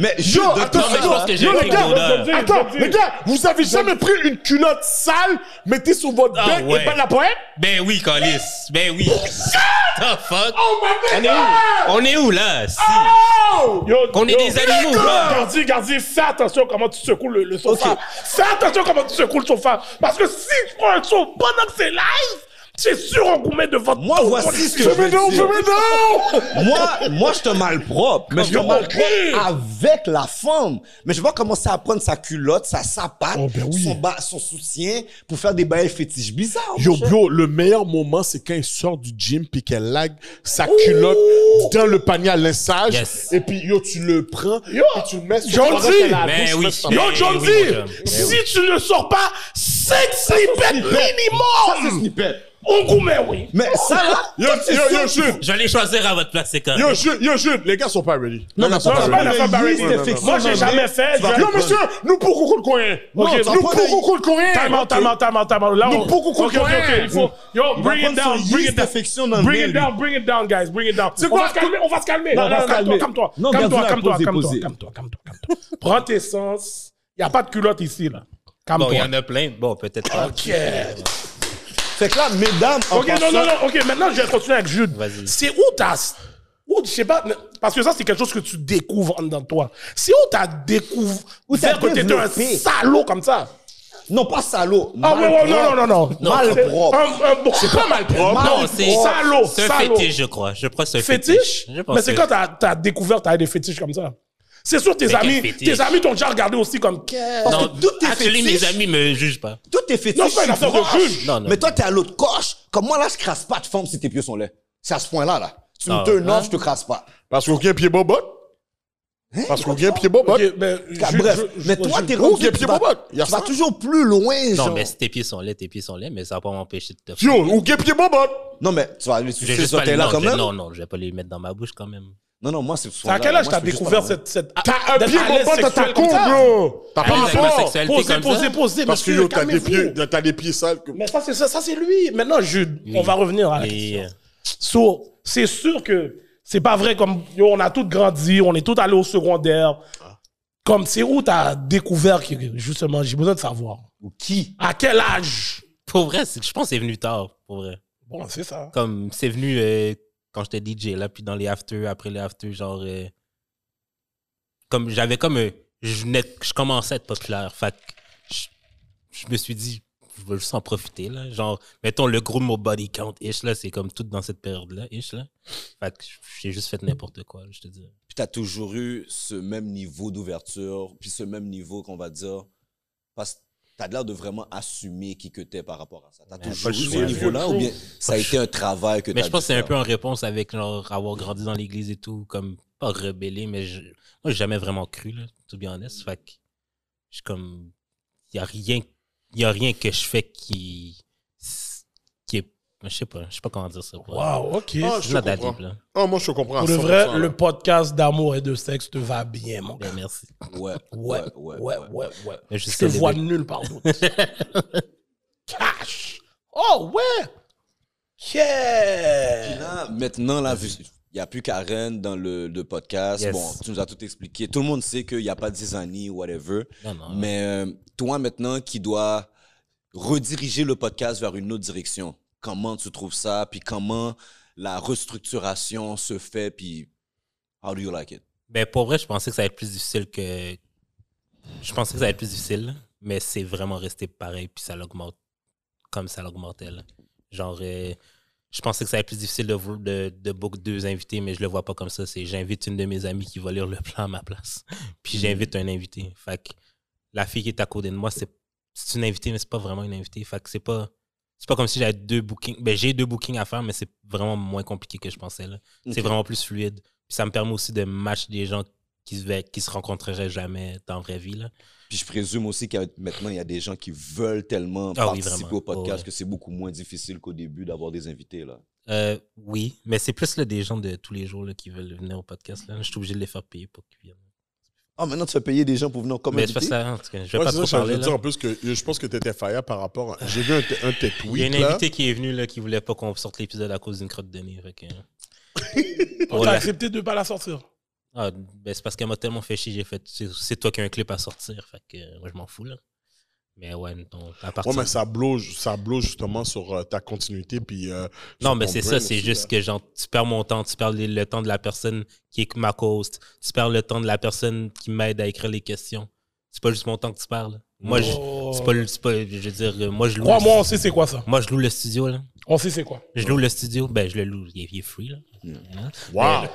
A: Mais je.
E: Yo, attends,
D: mais je
E: attends.
D: pense que j'ai
E: Yo,
D: un
E: les
D: truc
E: gars,
D: d'odeur.
E: attends,
C: Attends,
E: les gars, vous avez jamais pris une culotte sale, mettez sur votre
D: Ah,
E: bec
D: ouais.
E: et pas de la poète?
D: Ben oui, Calis. Ben oui. The fuck?
E: Oh, ma
D: On est
E: mère!
D: où? On est où, là? Si.
C: Ah!
E: Oh!
C: Yo,
D: Qu'on est
C: yo,
D: des animaux,
C: yo,
D: là.
C: Gardi, Gardi, fais attention comment tu secoues le, le sofa. Fais attention comment tu secoues le sofa. Parce que si tu prends un saut pendant que c'est live, c'est sûr on vous met de votre
A: Moi, voici ce que je veux
E: Mais non,
A: dire.
E: mais non!
A: Moi, moi, je te malpropre, mais je te
C: Yo, ok.
A: malpropre avec la femme. Mais je vais commencer à prendre sa culotte, sa sapate,
E: Oh, ben oui.
A: son, ba- son soutien pour faire des bails fétiches bizarres.
E: Yo,
A: mon cher.
E: bro, le meilleur moment, c'est quand il sort du gym puis qu'elle lag sa culotte dans le panier à linçage.
D: Yes.
E: Et puis, yo, tu le prends
C: Yo,
E: et tu le mets sur
C: John
E: pendant
C: Z.
E: qu'elle a la
D: Ben
E: douche,
D: oui.
E: mets ça.
D: Ben
C: Yo,
A: Eh,
D: oui,
C: John
D: mon
C: Z,
D: chum. Ben
C: si tu ne sors pas 5 snippets minimum, on vous met, oui.
A: Mais ça, là,
E: Yo, yo, yo, Jude.
D: Je vais les choisir à votre place, c'est correct.
E: Yo, Jude, yo, Jude, les gars sont pas ready.
A: Non, mais
E: Les gars sont
A: ça,
E: pas
A: c'est
E: ready.
A: pas la femme
E: Yo,
A: Barry.
E: non, non, non.
A: Effectivement.
C: Moi, j'ai jamais fait.
A: vas
C: je-
E: Yo, monsieur, nous pour concours de coin.
A: Non,
E: Ok,
A: tu vas
E: Nous pour
A: prendre des-
E: concours de
C: Time
E: coin.
C: out, time out, time out, time out. Là,
E: Nous,
C: on-
E: beaucoup qu'on
C: Ok, ok,
E: connaît.
C: ok, il faut- Yo,
A: Il va
C: bring it
A: prendre
C: down,
A: son
C: bring
A: yeast
C: it down.
A: d'affection dans le
C: Bring
A: nez,
C: it
A: lui.
C: down, bring it down, guys, bring it down.
E: C'est
C: On
E: quoi,
C: va se calmer, on va se calmer.
A: Non,
C: Non,
A: on va
C: non,
A: se
C: calme-toi,
A: calmer.
C: calme-toi.
A: Non,
C: Calme-toi,
A: garde-la,
C: calme-toi,
A: posez,
C: calme-toi,
A: posez.
C: calme-toi, calme-toi, calme-toi. Prends tes sens. Y a pas de culotte ici, là.
D: Bon, il y
C: Calme-toi.
D: en a plein. Bon, peut-être pas.
C: Ok.
A: Fait que là, mesdames, en
C: Ok, non,
A: passant-
C: non, non. Ok, maintenant, je vais continuer avec Jude.
D: Vas-y.
C: C'est où t'as... Où, je sais pas, parce que ça, c'est quelque chose que tu découvres en dedans de toi. C'est où t'as découvert
A: t'as
C: que t'étais un
A: développé.
C: salaud comme ça.
A: Non, pas salaud.
C: Ah, ouais, ouais,
A: malpropre.
C: non, non, non, non. C'est
A: Malpropre.
C: Un, un bon- c'est pas mal propre.
D: Non, c'est
C: salaud.
D: C'est un
C: salaud.
D: fétiche, je crois. Je crois que c'est un fétiche.
C: Fétiche?
D: Je pense
C: Mais c'est
D: que-
C: quand t'as t'as découvert t'avais des fétiches comme ça. C'est sûr, tes
D: quel
C: amis,
D: fétiche?
C: tes amis t'ont déjà regardé aussi comme.
A: Parce
D: Non,
A: que tous tes
D: actually,
A: fétiches-
D: mes amis me jugent pas.
A: Tout est fétiche.
C: Ah, Non, c'est pas une
A: je suis
C: affaire de
A: proche.
C: juge.
D: Non, non.
A: Mais toi, t'es à l'autre coche. Comme moi, là, je crasse pas de forme si tes pieds sont laids. C'est à ce point-là, là. Tu me
D: Ah,
A: turn
D: hein?
A: off, je te crasse pas.
E: Parce qu'aucun pied bobot. Parce qu'aucun pied bobot.
C: Ok, ben,
A: Cas,
C: je-
A: Bref,
C: je- je-
A: mais toi,
C: je-
A: t'es
E: je-
A: rendu,
E: Oh, il y a
A: tu
E: pied
A: vas,
E: bobotte. Il y a
A: tu vas
E: ça.
A: toujours plus loin, genre.
D: Non, mais si tes pieds sont laids, tes pieds sont laids, mais ça va pas m'empêcher de te faire.
E: Yo, aucun pied bobot.
A: Non, mais tu vas aller
D: Je vais
A: sucer
D: juste
A: ce
D: pas les-
A: hôtel-là
D: non,
A: quand
D: je vais-
A: même?
D: Non, non, je vais pas les mettre dans ma bouche quand même.
A: Non, non, moi, c'est
C: C'est à quel âge t'as découvert cette. cette
E: Ah, T'as un
C: Ah, d'être
E: pied
C: à l'aise
E: bobot dans ta
C: sexuelle comme
E: cour,
C: ça?
E: bro. T'as pas
D: À l'aise avec ma
E: rapport.
D: sexualité
C: Posez,
D: comme
C: posez,
D: ça.
C: posez,
E: Parce que
C: monsieur,
E: yo, t'as des
C: calmez-vous.
E: pieds, t'as des pieds sales. que-
C: Mais ça, c'est ça, ça c'est lui. Maintenant, Jude, on va revenir à la
D: Et,
C: question.
D: euh,
C: So, c'est sûr que c'est pas vrai comme yo, on a tous grandi, on est tous allés au secondaire. Comme c'est où t'as découvert que justement, j'ai besoin de savoir.
A: Qui?
C: À quel âge
D: Pour vrai, c'est- je pense que c'est venu tard, pour vrai.
C: Bon, c'est ça.
D: Comme c'est venu euh, quand j'étais DJ, là, puis dans les after, après les after, genre. euh, comme j'avais comme. euh, je, venais de- je commençais à être populaire. Fait que je, je me suis dit, je veux juste en profiter, là. Genre, mettons le gros mot body count, ish, là, c'est comme tout dans cette période-là, ish, là. Fait que j'ai juste fait n'importe quoi, je te dis.
A: Puis t'as toujours eu ce même niveau d'ouverture, puis ce même niveau qu'on va dire, parce que t'as l'air de vraiment assumer qui que t'es par rapport à ça. T'as
D: Mais
A: toujours
D: pas le
A: eu ce
D: choix,
A: niveau-là,
C: bro.
A: ou bien ça a été un travail que t'as
D: Mais je pense
A: dû
D: que c'est un
A: faire?
D: peu en réponse avec genre avoir grandi dans l'église et tout, comme pas rebellé, mais je, moi j'ai jamais vraiment cru, là, to be honest. Fait que je suis comme. Y a rien. Y a rien que je fais qui. qui est. Je sais pas, je sais pas comment dire ça.
C: Waouh, ok.
E: Ah,
D: C'est
E: je
D: ça de la
E: comprends.
D: deep, là.
E: Ah, moi, je comprends. à
C: Pour le
E: 100%,
C: vrai, le
E: là.
C: podcast d'amour et de sexe te va bien, mon gars.
D: Ben, merci.
A: Ouais,
C: Ouais,
A: ouais,
C: ouais, ouais, ouais.
D: Mais
C: Je
D: juste
C: te
D: le
C: vois
D: début.
C: nulle part d'autre. Cash. Oh, ouais. Yeah.
A: Là, maintenant, là, vu- il n'y a plus Karen dans le, le podcast.
D: Yes.
A: Bon, tu nous as tout expliqué. Tout le monde sait qu'il n'y a pas de Zizani ou whatever.
D: Non, non.
A: Mais euh, toi, maintenant, qui dois rediriger le podcast vers une autre direction, comment tu trouves ça? Puis comment la restructuration se fait? Puis, how do you like it?
D: Ben, pour vrai, je pensais que ça allait être plus difficile que. Je pensais que ça allait être plus difficile, mais c'est vraiment resté pareil, puis ça l'augmente comme ça l'augmentait. là. Genre, euh, je pensais que ça allait être plus difficile de, vou- de, de book deux invités, mais je le vois pas comme ça. C'est j'invite une de mes amies qui va lire le plan à ma place, puis j'invite un invité. Fait que la fille qui est à côté de moi, c'est c'est une invitée, mais c'est pas vraiment une invitée. Fait que c'est pas. C'est pas comme si j'avais deux bookings. Ben, j'ai deux bookings à faire, mais c'est vraiment moins compliqué que je pensais. là. C'est vraiment plus fluide. Puis ça me permet aussi de match des gens qui se, ve- qui se rencontreraient jamais dans la vraie vie. Là.
A: Puis je présume aussi qu'il y a- maintenant, il y a des gens qui veulent tellement
D: Ah oui,
A: participer
D: vraiment.
A: au podcast
D: Ouais.
A: que c'est beaucoup moins difficile qu'au début d'avoir des invités, là.
D: Euh, oui, mais c'est plus là, des gens de tous les jours là, qui veulent venir au podcast. Là. Je suis obligé de les faire payer pour qu'ils viennent.
A: Ah, maintenant, tu fais payer des gens pour venir comme
D: mais c'est
A: invité?
D: pas ça, en tout cas, je vais
E: Ouais,
D: pas
E: c'est ça,
D: trop
E: je voulais
D: parler.
E: dire
D: Là.
E: en plus que je pense que t'étais faillant par rapport à... J'ai vu un, t- un de tes tweets,
D: Il y a une
E: là.
D: invitée qui est venue là, qui voulait pas qu'on sorte l'épisode à cause d'une crotte de nez. fait que-
C: On
D: Oh
C: t'a
D: là-
C: accepté de pas la sortir.
D: Ah, ben, c'est parce qu'elle m'a tellement fait chier, j'ai fait c'est c'est toi qui as un clip à sortir. Fait que euh, moi je m'en fous là. Mais ouais, donc, à partir
E: Ouais, mais ça bloge, ça bloge justement sur euh, ta continuité. Puis, euh,
D: Non,
E: sur
D: mais
E: ton
D: c'est ça,
E: brand
D: c'est
E: aussi,
D: juste que genre, tu perds mon temps, tu perds le, le temps de la personne qui est ma cause, tu perds le temps de la personne qui m'aide à écrire les questions. C'est pas juste mon temps que tu parles. Moi, je,
C: Oh.
D: c'est pas, le- c'est pas, je veux dire, euh, moi je loue,
C: Crois-moi,
D: le,
C: on sait c'est quoi ça.
D: moi je loue le studio là.
C: On sait c'est quoi.
D: Je loue le studio, ben je le loue, il est, il est free là. Hein?
E: Wow.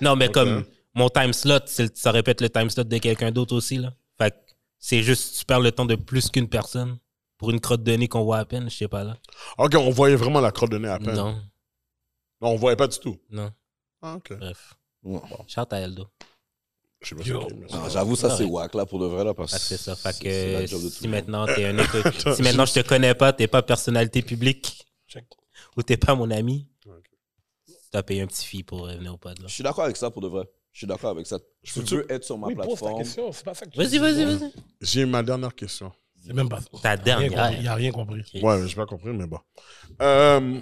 D: non, mais comme mon time slot, c'est le- ça répète le time slot de quelqu'un d'autre aussi là. Fait que c'est juste, tu perds le temps de plus qu'une personne pour une crotte de nez qu'on voit à peine, je sais pas là.
E: OK, on voyait vraiment la crotte de nez à peine. Non,
D: Non,
E: on voyait pas du tout.
D: non,
E: Ah, OK.
D: bref.
A: Ouais.
D: Shout à Eldo.
E: Je sais pas si
C: Yo.
E: c'est bien, ça.
A: Non, j'avoue, ça,
D: Ouais.
A: c'est wack, là, pour de vrai, là, parce
D: Fait
A: que
D: que c'est ça. Fait
A: c'est- c'est la
D: que
A: job de tout
D: si
A: le monde.
D: maintenant t'es un éco- si maintenant je te connais pas, t'es pas personnalité publique
C: Check.
D: ou t'es pas mon ami, t'as payé un petit fee pour euh, venir au pod là.
A: Je suis d'accord avec ça pour de vrai. Je suis d'accord avec ça. Je
E: peux-tu-
A: veux être sur ma
C: Oui, pose ta
A: plateforme.
C: question. C'est pas ça que tu
D: Vas-y,
C: dis.
D: vas-y, vas-y.
E: J'ai ma dernière question.
C: C'est même pas ça.
D: Ta
C: Rien compris, Il
D: dernière.
C: a rien compris.
E: Ouais, mais j'ai pas compris, mais bon. Euh,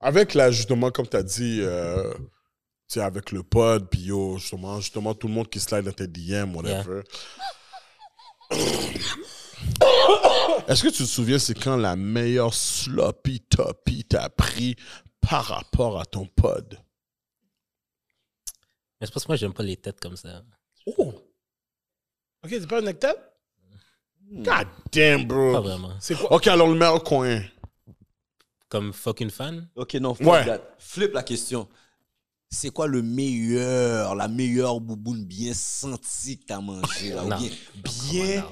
E: avec là, justement, comme tu as dit, euh, tu sais, avec le pod, puis yo, justement, justement, tout le monde qui slide dans tes DM, whatever. Est-ce que tu te souviens, c'est quand la meilleure sloppy toppy t'a pris par rapport à ton pod?
D: Mais c'est parce que moi, j'aime pas les têtes comme ça.
C: Oh! Ok, c'est pas hein? un octet?
E: God damn,
D: Hmm. Pas
E: bro.
D: vraiment.
C: C'est quoi?
E: Ok, alors le meilleur coin.
D: Comme fucking fan.
A: Ok, non, flip,
E: Ouais.
A: la, flip la question. C'est quoi le meilleur, la meilleure bouboune bien sentie que t'as mangée, là? ou
D: Non.
A: bien, bien,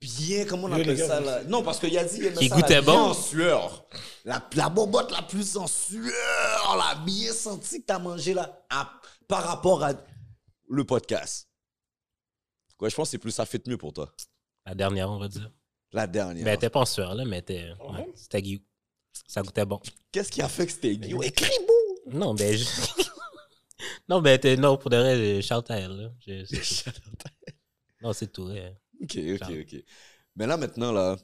A: bien, comment on
C: Yo, les
A: appelle
C: gars,
A: ça,
C: vous-
A: là? Non, parce qu'il a dit, il aimait
D: Qui
A: ça, la
D: goûtait
A: bien
D: bon.
A: en sueur. La, la bobotte la plus en sueur, la bien sentie que t'as mangée, là, à- par rapport à le podcast. Quoi, je pense que c'est plus ça fait mieux pour toi.
D: La dernière, on va dire.
A: La dernière.
D: Mais elle était pas en sueur, là, mais elle était.
C: Ah
D: ouais, C'était guillou. Ça goûtait bon.
A: Qu'est-ce qui a fait que c'était Guillaume?
D: Non, mais. Je... non, mais elle était. Non, pour de vrai, shout à elle, là. Je- c'est tout. Non, c'est tout. ouais.
A: Ok, ok,
D: Genre.
A: ok. Mais là, maintenant, là,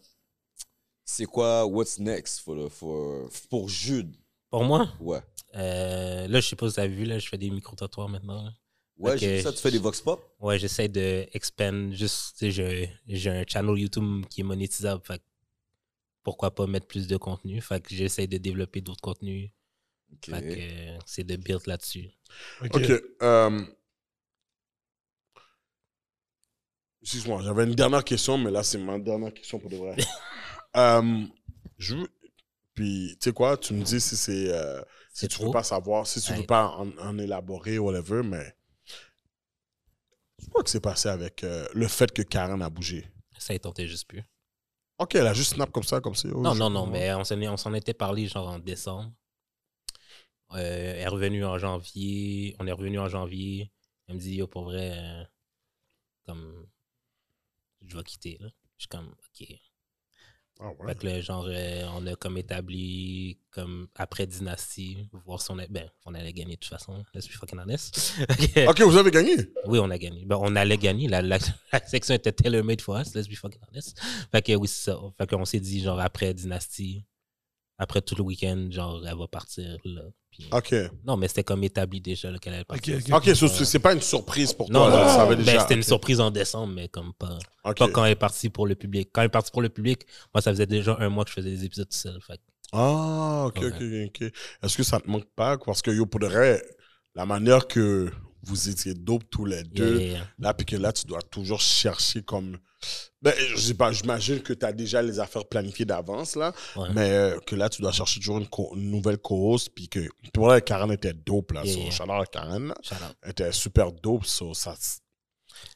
A: c'est quoi What's next for, the- for- pour Jude?
D: Pour moi,
A: Ouais.
D: euh, là, je sais pas si vous avez vu, là, je fais des micro-trottoirs maintenant. là.
A: Ouais,
D: Ok.
A: j'ai vu ça, tu fais des vox pop?
D: Ouais, j'essaie de expand. Juste, tu sais, j'ai- j'ai un channel YouTube qui est monétisable. Fait que pourquoi pas mettre plus de contenu? Fait que j'essaie de développer d'autres contenus.
A: Ok.
D: Fait que euh, c'est de build là-dessus.
E: Ok. euh, Excuse-moi, j'avais une dernière question, mais là, c'est ma dernière question pour de vrai. Euh, je veux- Puis, tu sais quoi, tu me dis si c'est. euh, si
D: C'est
E: tu
D: trop.
E: veux pas savoir, si tu veux
D: Ouais.
E: pas en, en élaborer, whatever, mais. Je crois que c'est passé avec euh, le fait que Karen a bougé.
D: Ça, il tentait juste plus.
E: Ok, elle a juste snap comme ça, comme ça. oh,
D: Non, non, non, mais on s'en est- on s'en était parlé genre en décembre. Euh, elle est revenue en janvier. On est revenu en janvier. Elle me dit, yo, pour vrai, euh, comme, je vais quitter. Là. Je suis comme, ok.
E: Ah ouais.
D: Fait que là, genre, euh, on a comme établi, comme après Dynastie, voir si on, a, ben, on allait gagner de toute façon. Let's be fucking honest. Ok.
E: Ok, vous avez gagné.
D: Oui, on a gagné. Ben, on allait gagner. La, la- la section était tailor-made for us. Let's be fucking honest. Fait que oui, c'est ça. Fait qu'on s'est dit, genre, après Dynasty, après tout le week-end, genre, elle va partir là. Puis-
E: Ok.
D: Non, mais c'était comme établi déjà là, qu'elle allait partir.
C: Ok, ok.
E: Ok, so- so- c'est pas une surprise pour
D: euh, Non,
E: toi. là,
D: non,
E: tu savais
D: ben,
E: déjà.
D: c'était une surprise en décembre, mais comme pas,
E: Ok.
D: pas quand elle est partie pour le public. Quand elle est partie pour le public, moi, ça faisait déjà un mois que je faisais des épisodes tout seul. Fait que
E: Ah, ok, ok, ok. Est-ce que ça te manque pas? Parce que, yo, pour de vrai, la manière que vous étiez dope tous les deux,
D: yeah, yeah,
E: là, puis que là, tu dois toujours chercher comme. Ben, je sais pas, j'imagine que tu as déjà les affaires planifiées d'avance, là,
D: ouais.
E: mais euh, que là, tu dois chercher toujours une, co- une nouvelle co-host, puis que. Pour vrai, Karen était dope, là.
D: Yeah,
E: so,
D: yeah.
E: shout out à Karen, là.
D: Shout out.
E: Elle était super dope, so, ça.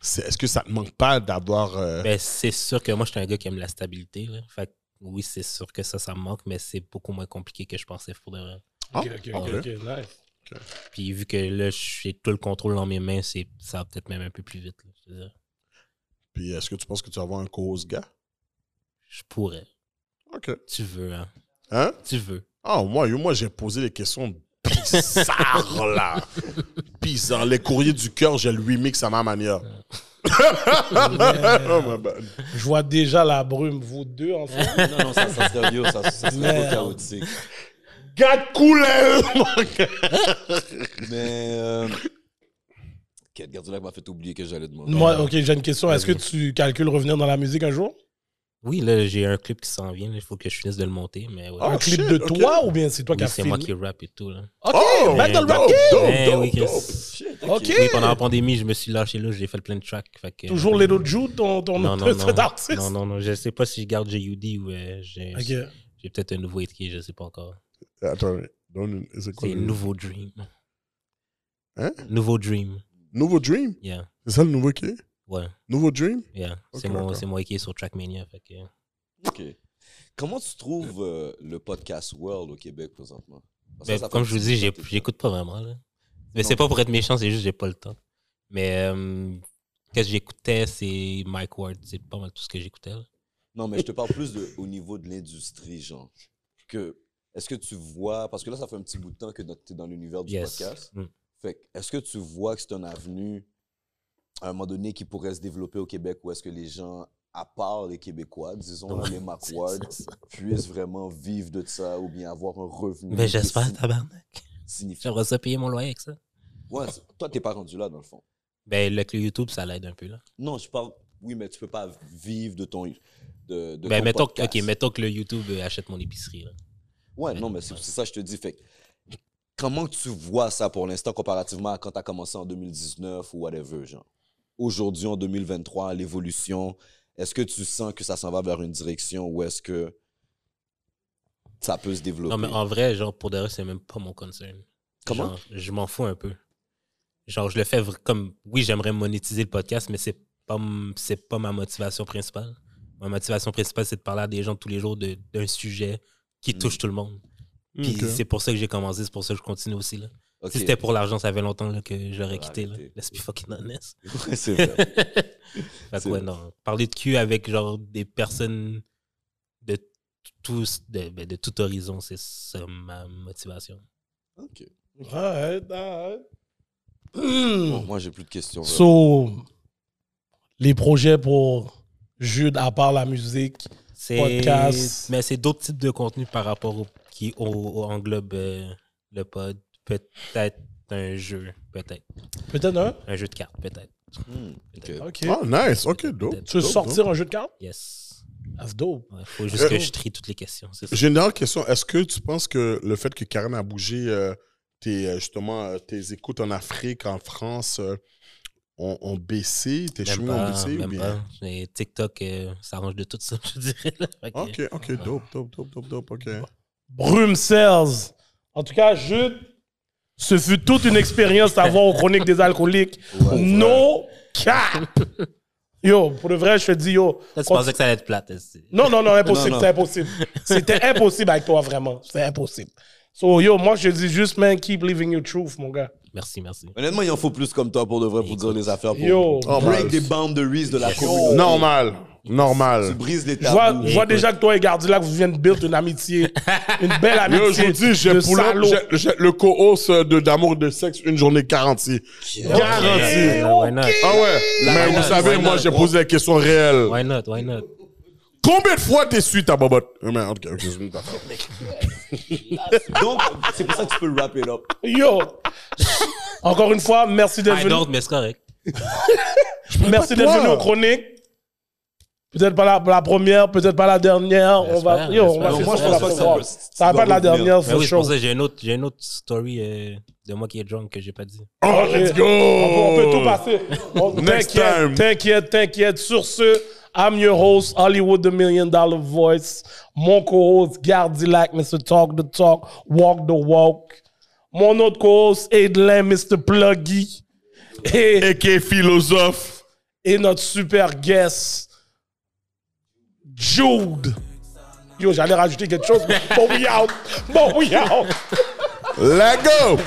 E: c'est- Est-ce que ça te manque pas d'avoir. euh,
D: Ben, c'est sûr que moi, je suis un gars qui aime la stabilité. là. Fait que oui, c'est sûr que ça, ça me manque, mais c'est beaucoup moins compliqué que je pensais pour de vrai.
C: Ok, ok, ok,
E: Ah,
C: ok, nice.
D: Puis vu que là, j'ai tout le contrôle dans mes mains, c'est, ça va peut-être même un peu plus vite. là, je, veux dire.
E: Puis est-ce que tu penses que tu vas avoir un co-host gars?
D: Je pourrais.
E: Ok.
D: Tu veux, hein?
E: Hein?
D: Tu veux.
E: Ah, moi, yo, moi j'ai posé des questions bizarres, là. Bizarres. Les courriers du cœur, j'ai le remix à ma manière. oh, my bad.
C: Je vois déjà la brume, vous deux ensemble.
A: Non, non, ça, ça serait vieux, ça, ça serait
C: Merde.
A: trop chaotique.
E: Garde couleur!
A: Mais. Euh... Kate Gardulac m'a fait oublier que j'allais demander.
C: Moi, ok, j'ai une question. Est-ce que tu calcules revenir dans la musique un jour
D: Oui, là, j'ai un clip qui s'en vient. là. Il faut que je finisse de le monter, mais ouais.
E: Oh,
C: Un clip
E: shit,
C: de
E: ok.
C: toi ou bien c'est toi
D: Oui,
C: qui as
D: c'est
C: filmé
D: moi qui rap et tout. Là.
C: Ok,
E: Oh,
C: back dans le
E: dope,
C: rap game.
E: dope,
D: Eh
E: dope,
D: oui,
E: dope.
D: Chris.
C: Ok.
D: Oui, pendant la pandémie, je me suis lâché là, j'ai fait plein de tracks. fait que-
C: Eh!
D: euh,
C: Toujours les autres Jude, ton, ton
D: non, non,
C: ton-
D: non,
C: cet artiste.
D: non, non, non, je sais pas si je garde JUD ou euh, j'ai,
C: Ok.
D: j'ai peut-être un nouveau étiquet, je sais pas encore.
E: Attends, donne une- c'est quoi
D: C'est
E: le...
D: Nouveau Dream.
E: Hein?
D: Nouveau Dream,
E: Nouveau Dream?
D: yeah.
E: C'est ça le nouveau qui est?
D: Ouais,
E: Nouveau Dream?
D: yeah.
E: Ok,
D: c'est, mon,
E: d'accord.
D: c'est moi qui est sur Trackmania. Fait que...
A: Ok. Comment tu trouves euh, le podcast world au Québec présentement? Parce que
D: Ben,
A: ça fait
D: comme
A: un
D: je vous
A: petit
D: dis,
A: bout
D: j'ai-
A: que t'es-
D: j'écoute pas vraiment. Là. Mais
A: Non.
D: c'est pas pour être méchant, c'est juste que j'ai pas le temps. Mais euh, qu'est-ce que j'écoutais, c'est Mike Ward. C'est pas mal tout ce que j'écoutais. là.
A: Non, mais je te parle plus de, au niveau de l'industrie, genre. Que, est-ce que tu vois, parce que là, ça fait un petit bout de temps que tu es dans l'univers du
D: Yes.
A: podcast.
D: Mm.
A: Fait que, est-ce que tu vois que c'est un avenue, à un moment donné, qui pourrait se développer au Québec ou est-ce que les gens, à part les Québécois, disons
D: Ouais.
A: les Mark Ward, puissent vraiment vivre de ça ou bien avoir un revenu
D: Mais
A: qui est
D: Ben, j'espère,
A: si-
D: tabarnak.
A: significatif?
D: J'aimerais ça payer mon loyer avec ça.
A: Ouais, c'est- toi, t'es pas rendu là, dans le fond.
D: Ben, le clé YouTube, ça l'aide un peu. là.
A: Non, je parle. Oui, mais tu peux pas vivre de ton. de, de
D: Ben,
A: ton
D: mettons, que-
A: podcast.
D: ok, mettons que le YouTube euh, achète mon épicerie. là.
A: Ouais, non, mais c'est c'est ça que je te dis. Fait que, comment tu vois ça pour l'instant comparativement à quand tu as commencé en 2019 ou whatever, genre? Aujourd'hui, en 2023, l'évolution, est-ce que tu sens que ça s'en va vers une direction ou est-ce que ça peut se développer?
D: Non, mais en vrai, genre, pour de vrai, c'est même pas mon concern.
A: Comment?
D: Genre, je m'en fous un peu. Genre, je le fais vr- comme. Oui, j'aimerais monétiser le podcast, mais c'est pas, m- c'est pas ma motivation principale. Ma motivation principale, c'est de parler à des gens tous les jours de- d'un sujet
A: Mm.
D: qui touche tout le monde.
C: Mm,
D: Puis
E: Ok.
D: c'est pour ça que j'ai commencé, c'est pour ça que je continue aussi. Là.
A: Ok.
D: Si c'était pour l'argent, ça fait longtemps là, que je l'aurais quitté. Là.
A: arrêté.
D: Let's be fucking honest.
A: Ouais, c'est vrai.
D: Fait que ouais, non. Parler de cul avec genre des personnes de tous de, ben, de tout horizon, c'est ça ma motivation.
A: Ok.
C: Alright, alright. Hmm.
A: Bon, moi, j'ai plus de questions. là.
C: So, les projets pour Jude, à part la musique,
D: C'est
C: Podcast.
D: mais c'est d'autres types de contenus par rapport au qui au, au englobe euh, le pod, peut-être un jeu, peut-être
C: peut-être un
D: un jeu de cartes, peut-être.
A: Hmm, ok.
C: Ok.
E: Oh, nice. OK, dope.
D: Peut-être.
C: Tu veux
E: Dope,
C: sortir un jeu de cartes
D: Yes.
C: That's dope.
D: Ouais, faut juste
E: Euh,
D: que je trie toutes les questions. c'est ça.
E: J'ai une dernière question. Est-ce que tu penses que le fait que Karen a bougé euh, tes, euh, justement euh, tes écoutes en Afrique, en France, euh, ont, ont baissé, tes
D: Même
E: chemins ont
D: pas,
E: baissé ou
D: même
E: bien?
D: pas. Mais TikTok, euh, ça arrange de tout ça, je dirais. là. Fait que-
E: Ok, ok, dope, dope, dope, dope, dope, ok.
C: Brume Sales. En tout cas, Jude, ce fut toute une expérience d'avoir aux chroniques des alcooliques. no cap. Yo, pour le vrai, je te dis, yo.
D: Là, tu
C: on-
D: pensais que ça allait être plate. hein, c'est-
C: Non, non, non, impossible,
A: Non, non.
C: c'était impossible. C'était impossible avec toi, vraiment. C'était impossible. So, yo, moi, je te dis juste, man, keep living your truth, mon gars.
D: Merci, merci.
A: Honnêtement, il en faut plus comme toi pour de vrai pour dire les affaires. Pour
C: Yo.
E: Oh,
A: break
E: man.
A: des boundaries de la
D: Yes.
A: communauté.
E: Normal,
A: Tu
E: normal.
A: brises les
C: Je vois,
A: tabous.
C: je vois
D: Écoute.
C: déjà que toi et Gardila, vous venez de build une amitié. Une belle amitié.
E: Yo, je vous dis, j'ai
C: de
E: pull up,
C: salaud.
E: j'ai- j'ai le co-host euh, de- d'amour et de sexe une journée garantie. Ah, Garantie.
D: Yeah, why not?
E: Ah ouais, mais
A: why
E: vous
A: not,
E: savez,
A: why
E: moi,
A: not,
E: j'ai
A: bro?
E: posé la question réelle.
D: Why not? Why not?
E: Combien de fois t'es suite à Bobot? Euh, mais, ok, ok, c'est une affaire.
A: Donc, c'est pour ça que tu peux le wrap it up.
C: Yo. Encore une fois, merci d'être
D: I
C: venu.
D: don't, mais c'est correct.
C: Merci d'être
E: toi.
C: venu aux chroniques. Peut-être pas la, la première, peut-être pas la dernière. On va,
D: J'espère,
C: yo, on va
D: j'espère.
C: faire
D: Moi,
C: ça,
D: je pense
C: la
D: pas que ça
C: prochaine
A: peut-
C: fois. Ça va
A: tu
C: pas être la
A: dois revenir.
C: dernière,
D: Mais
C: for
D: oui, c'est
C: sure.
D: pour ça que j'ai une autre, j'ai une autre story euh, de moi qui est drunk que j'ai pas dit.
E: Oh, let's go!
C: On peut, on peut tout passer. On-
E: Next
C: T'inquiète,
E: time.
C: t'inquiète, t'inquiète. Sur ce, I'm your host, Hollywood The Million Dollar Voice. Mon co-host, Gardilac, Mr. Talk the Talk, Walk the Walk. Mon autre co-host, Edlin, Mr. Pluggy. Et,
E: Et qui est philosophe.
C: et notre super guest, Jude. Yo, j'allais rajouter quelque chose, mais bon, we out. Bon, we out.
E: Let go!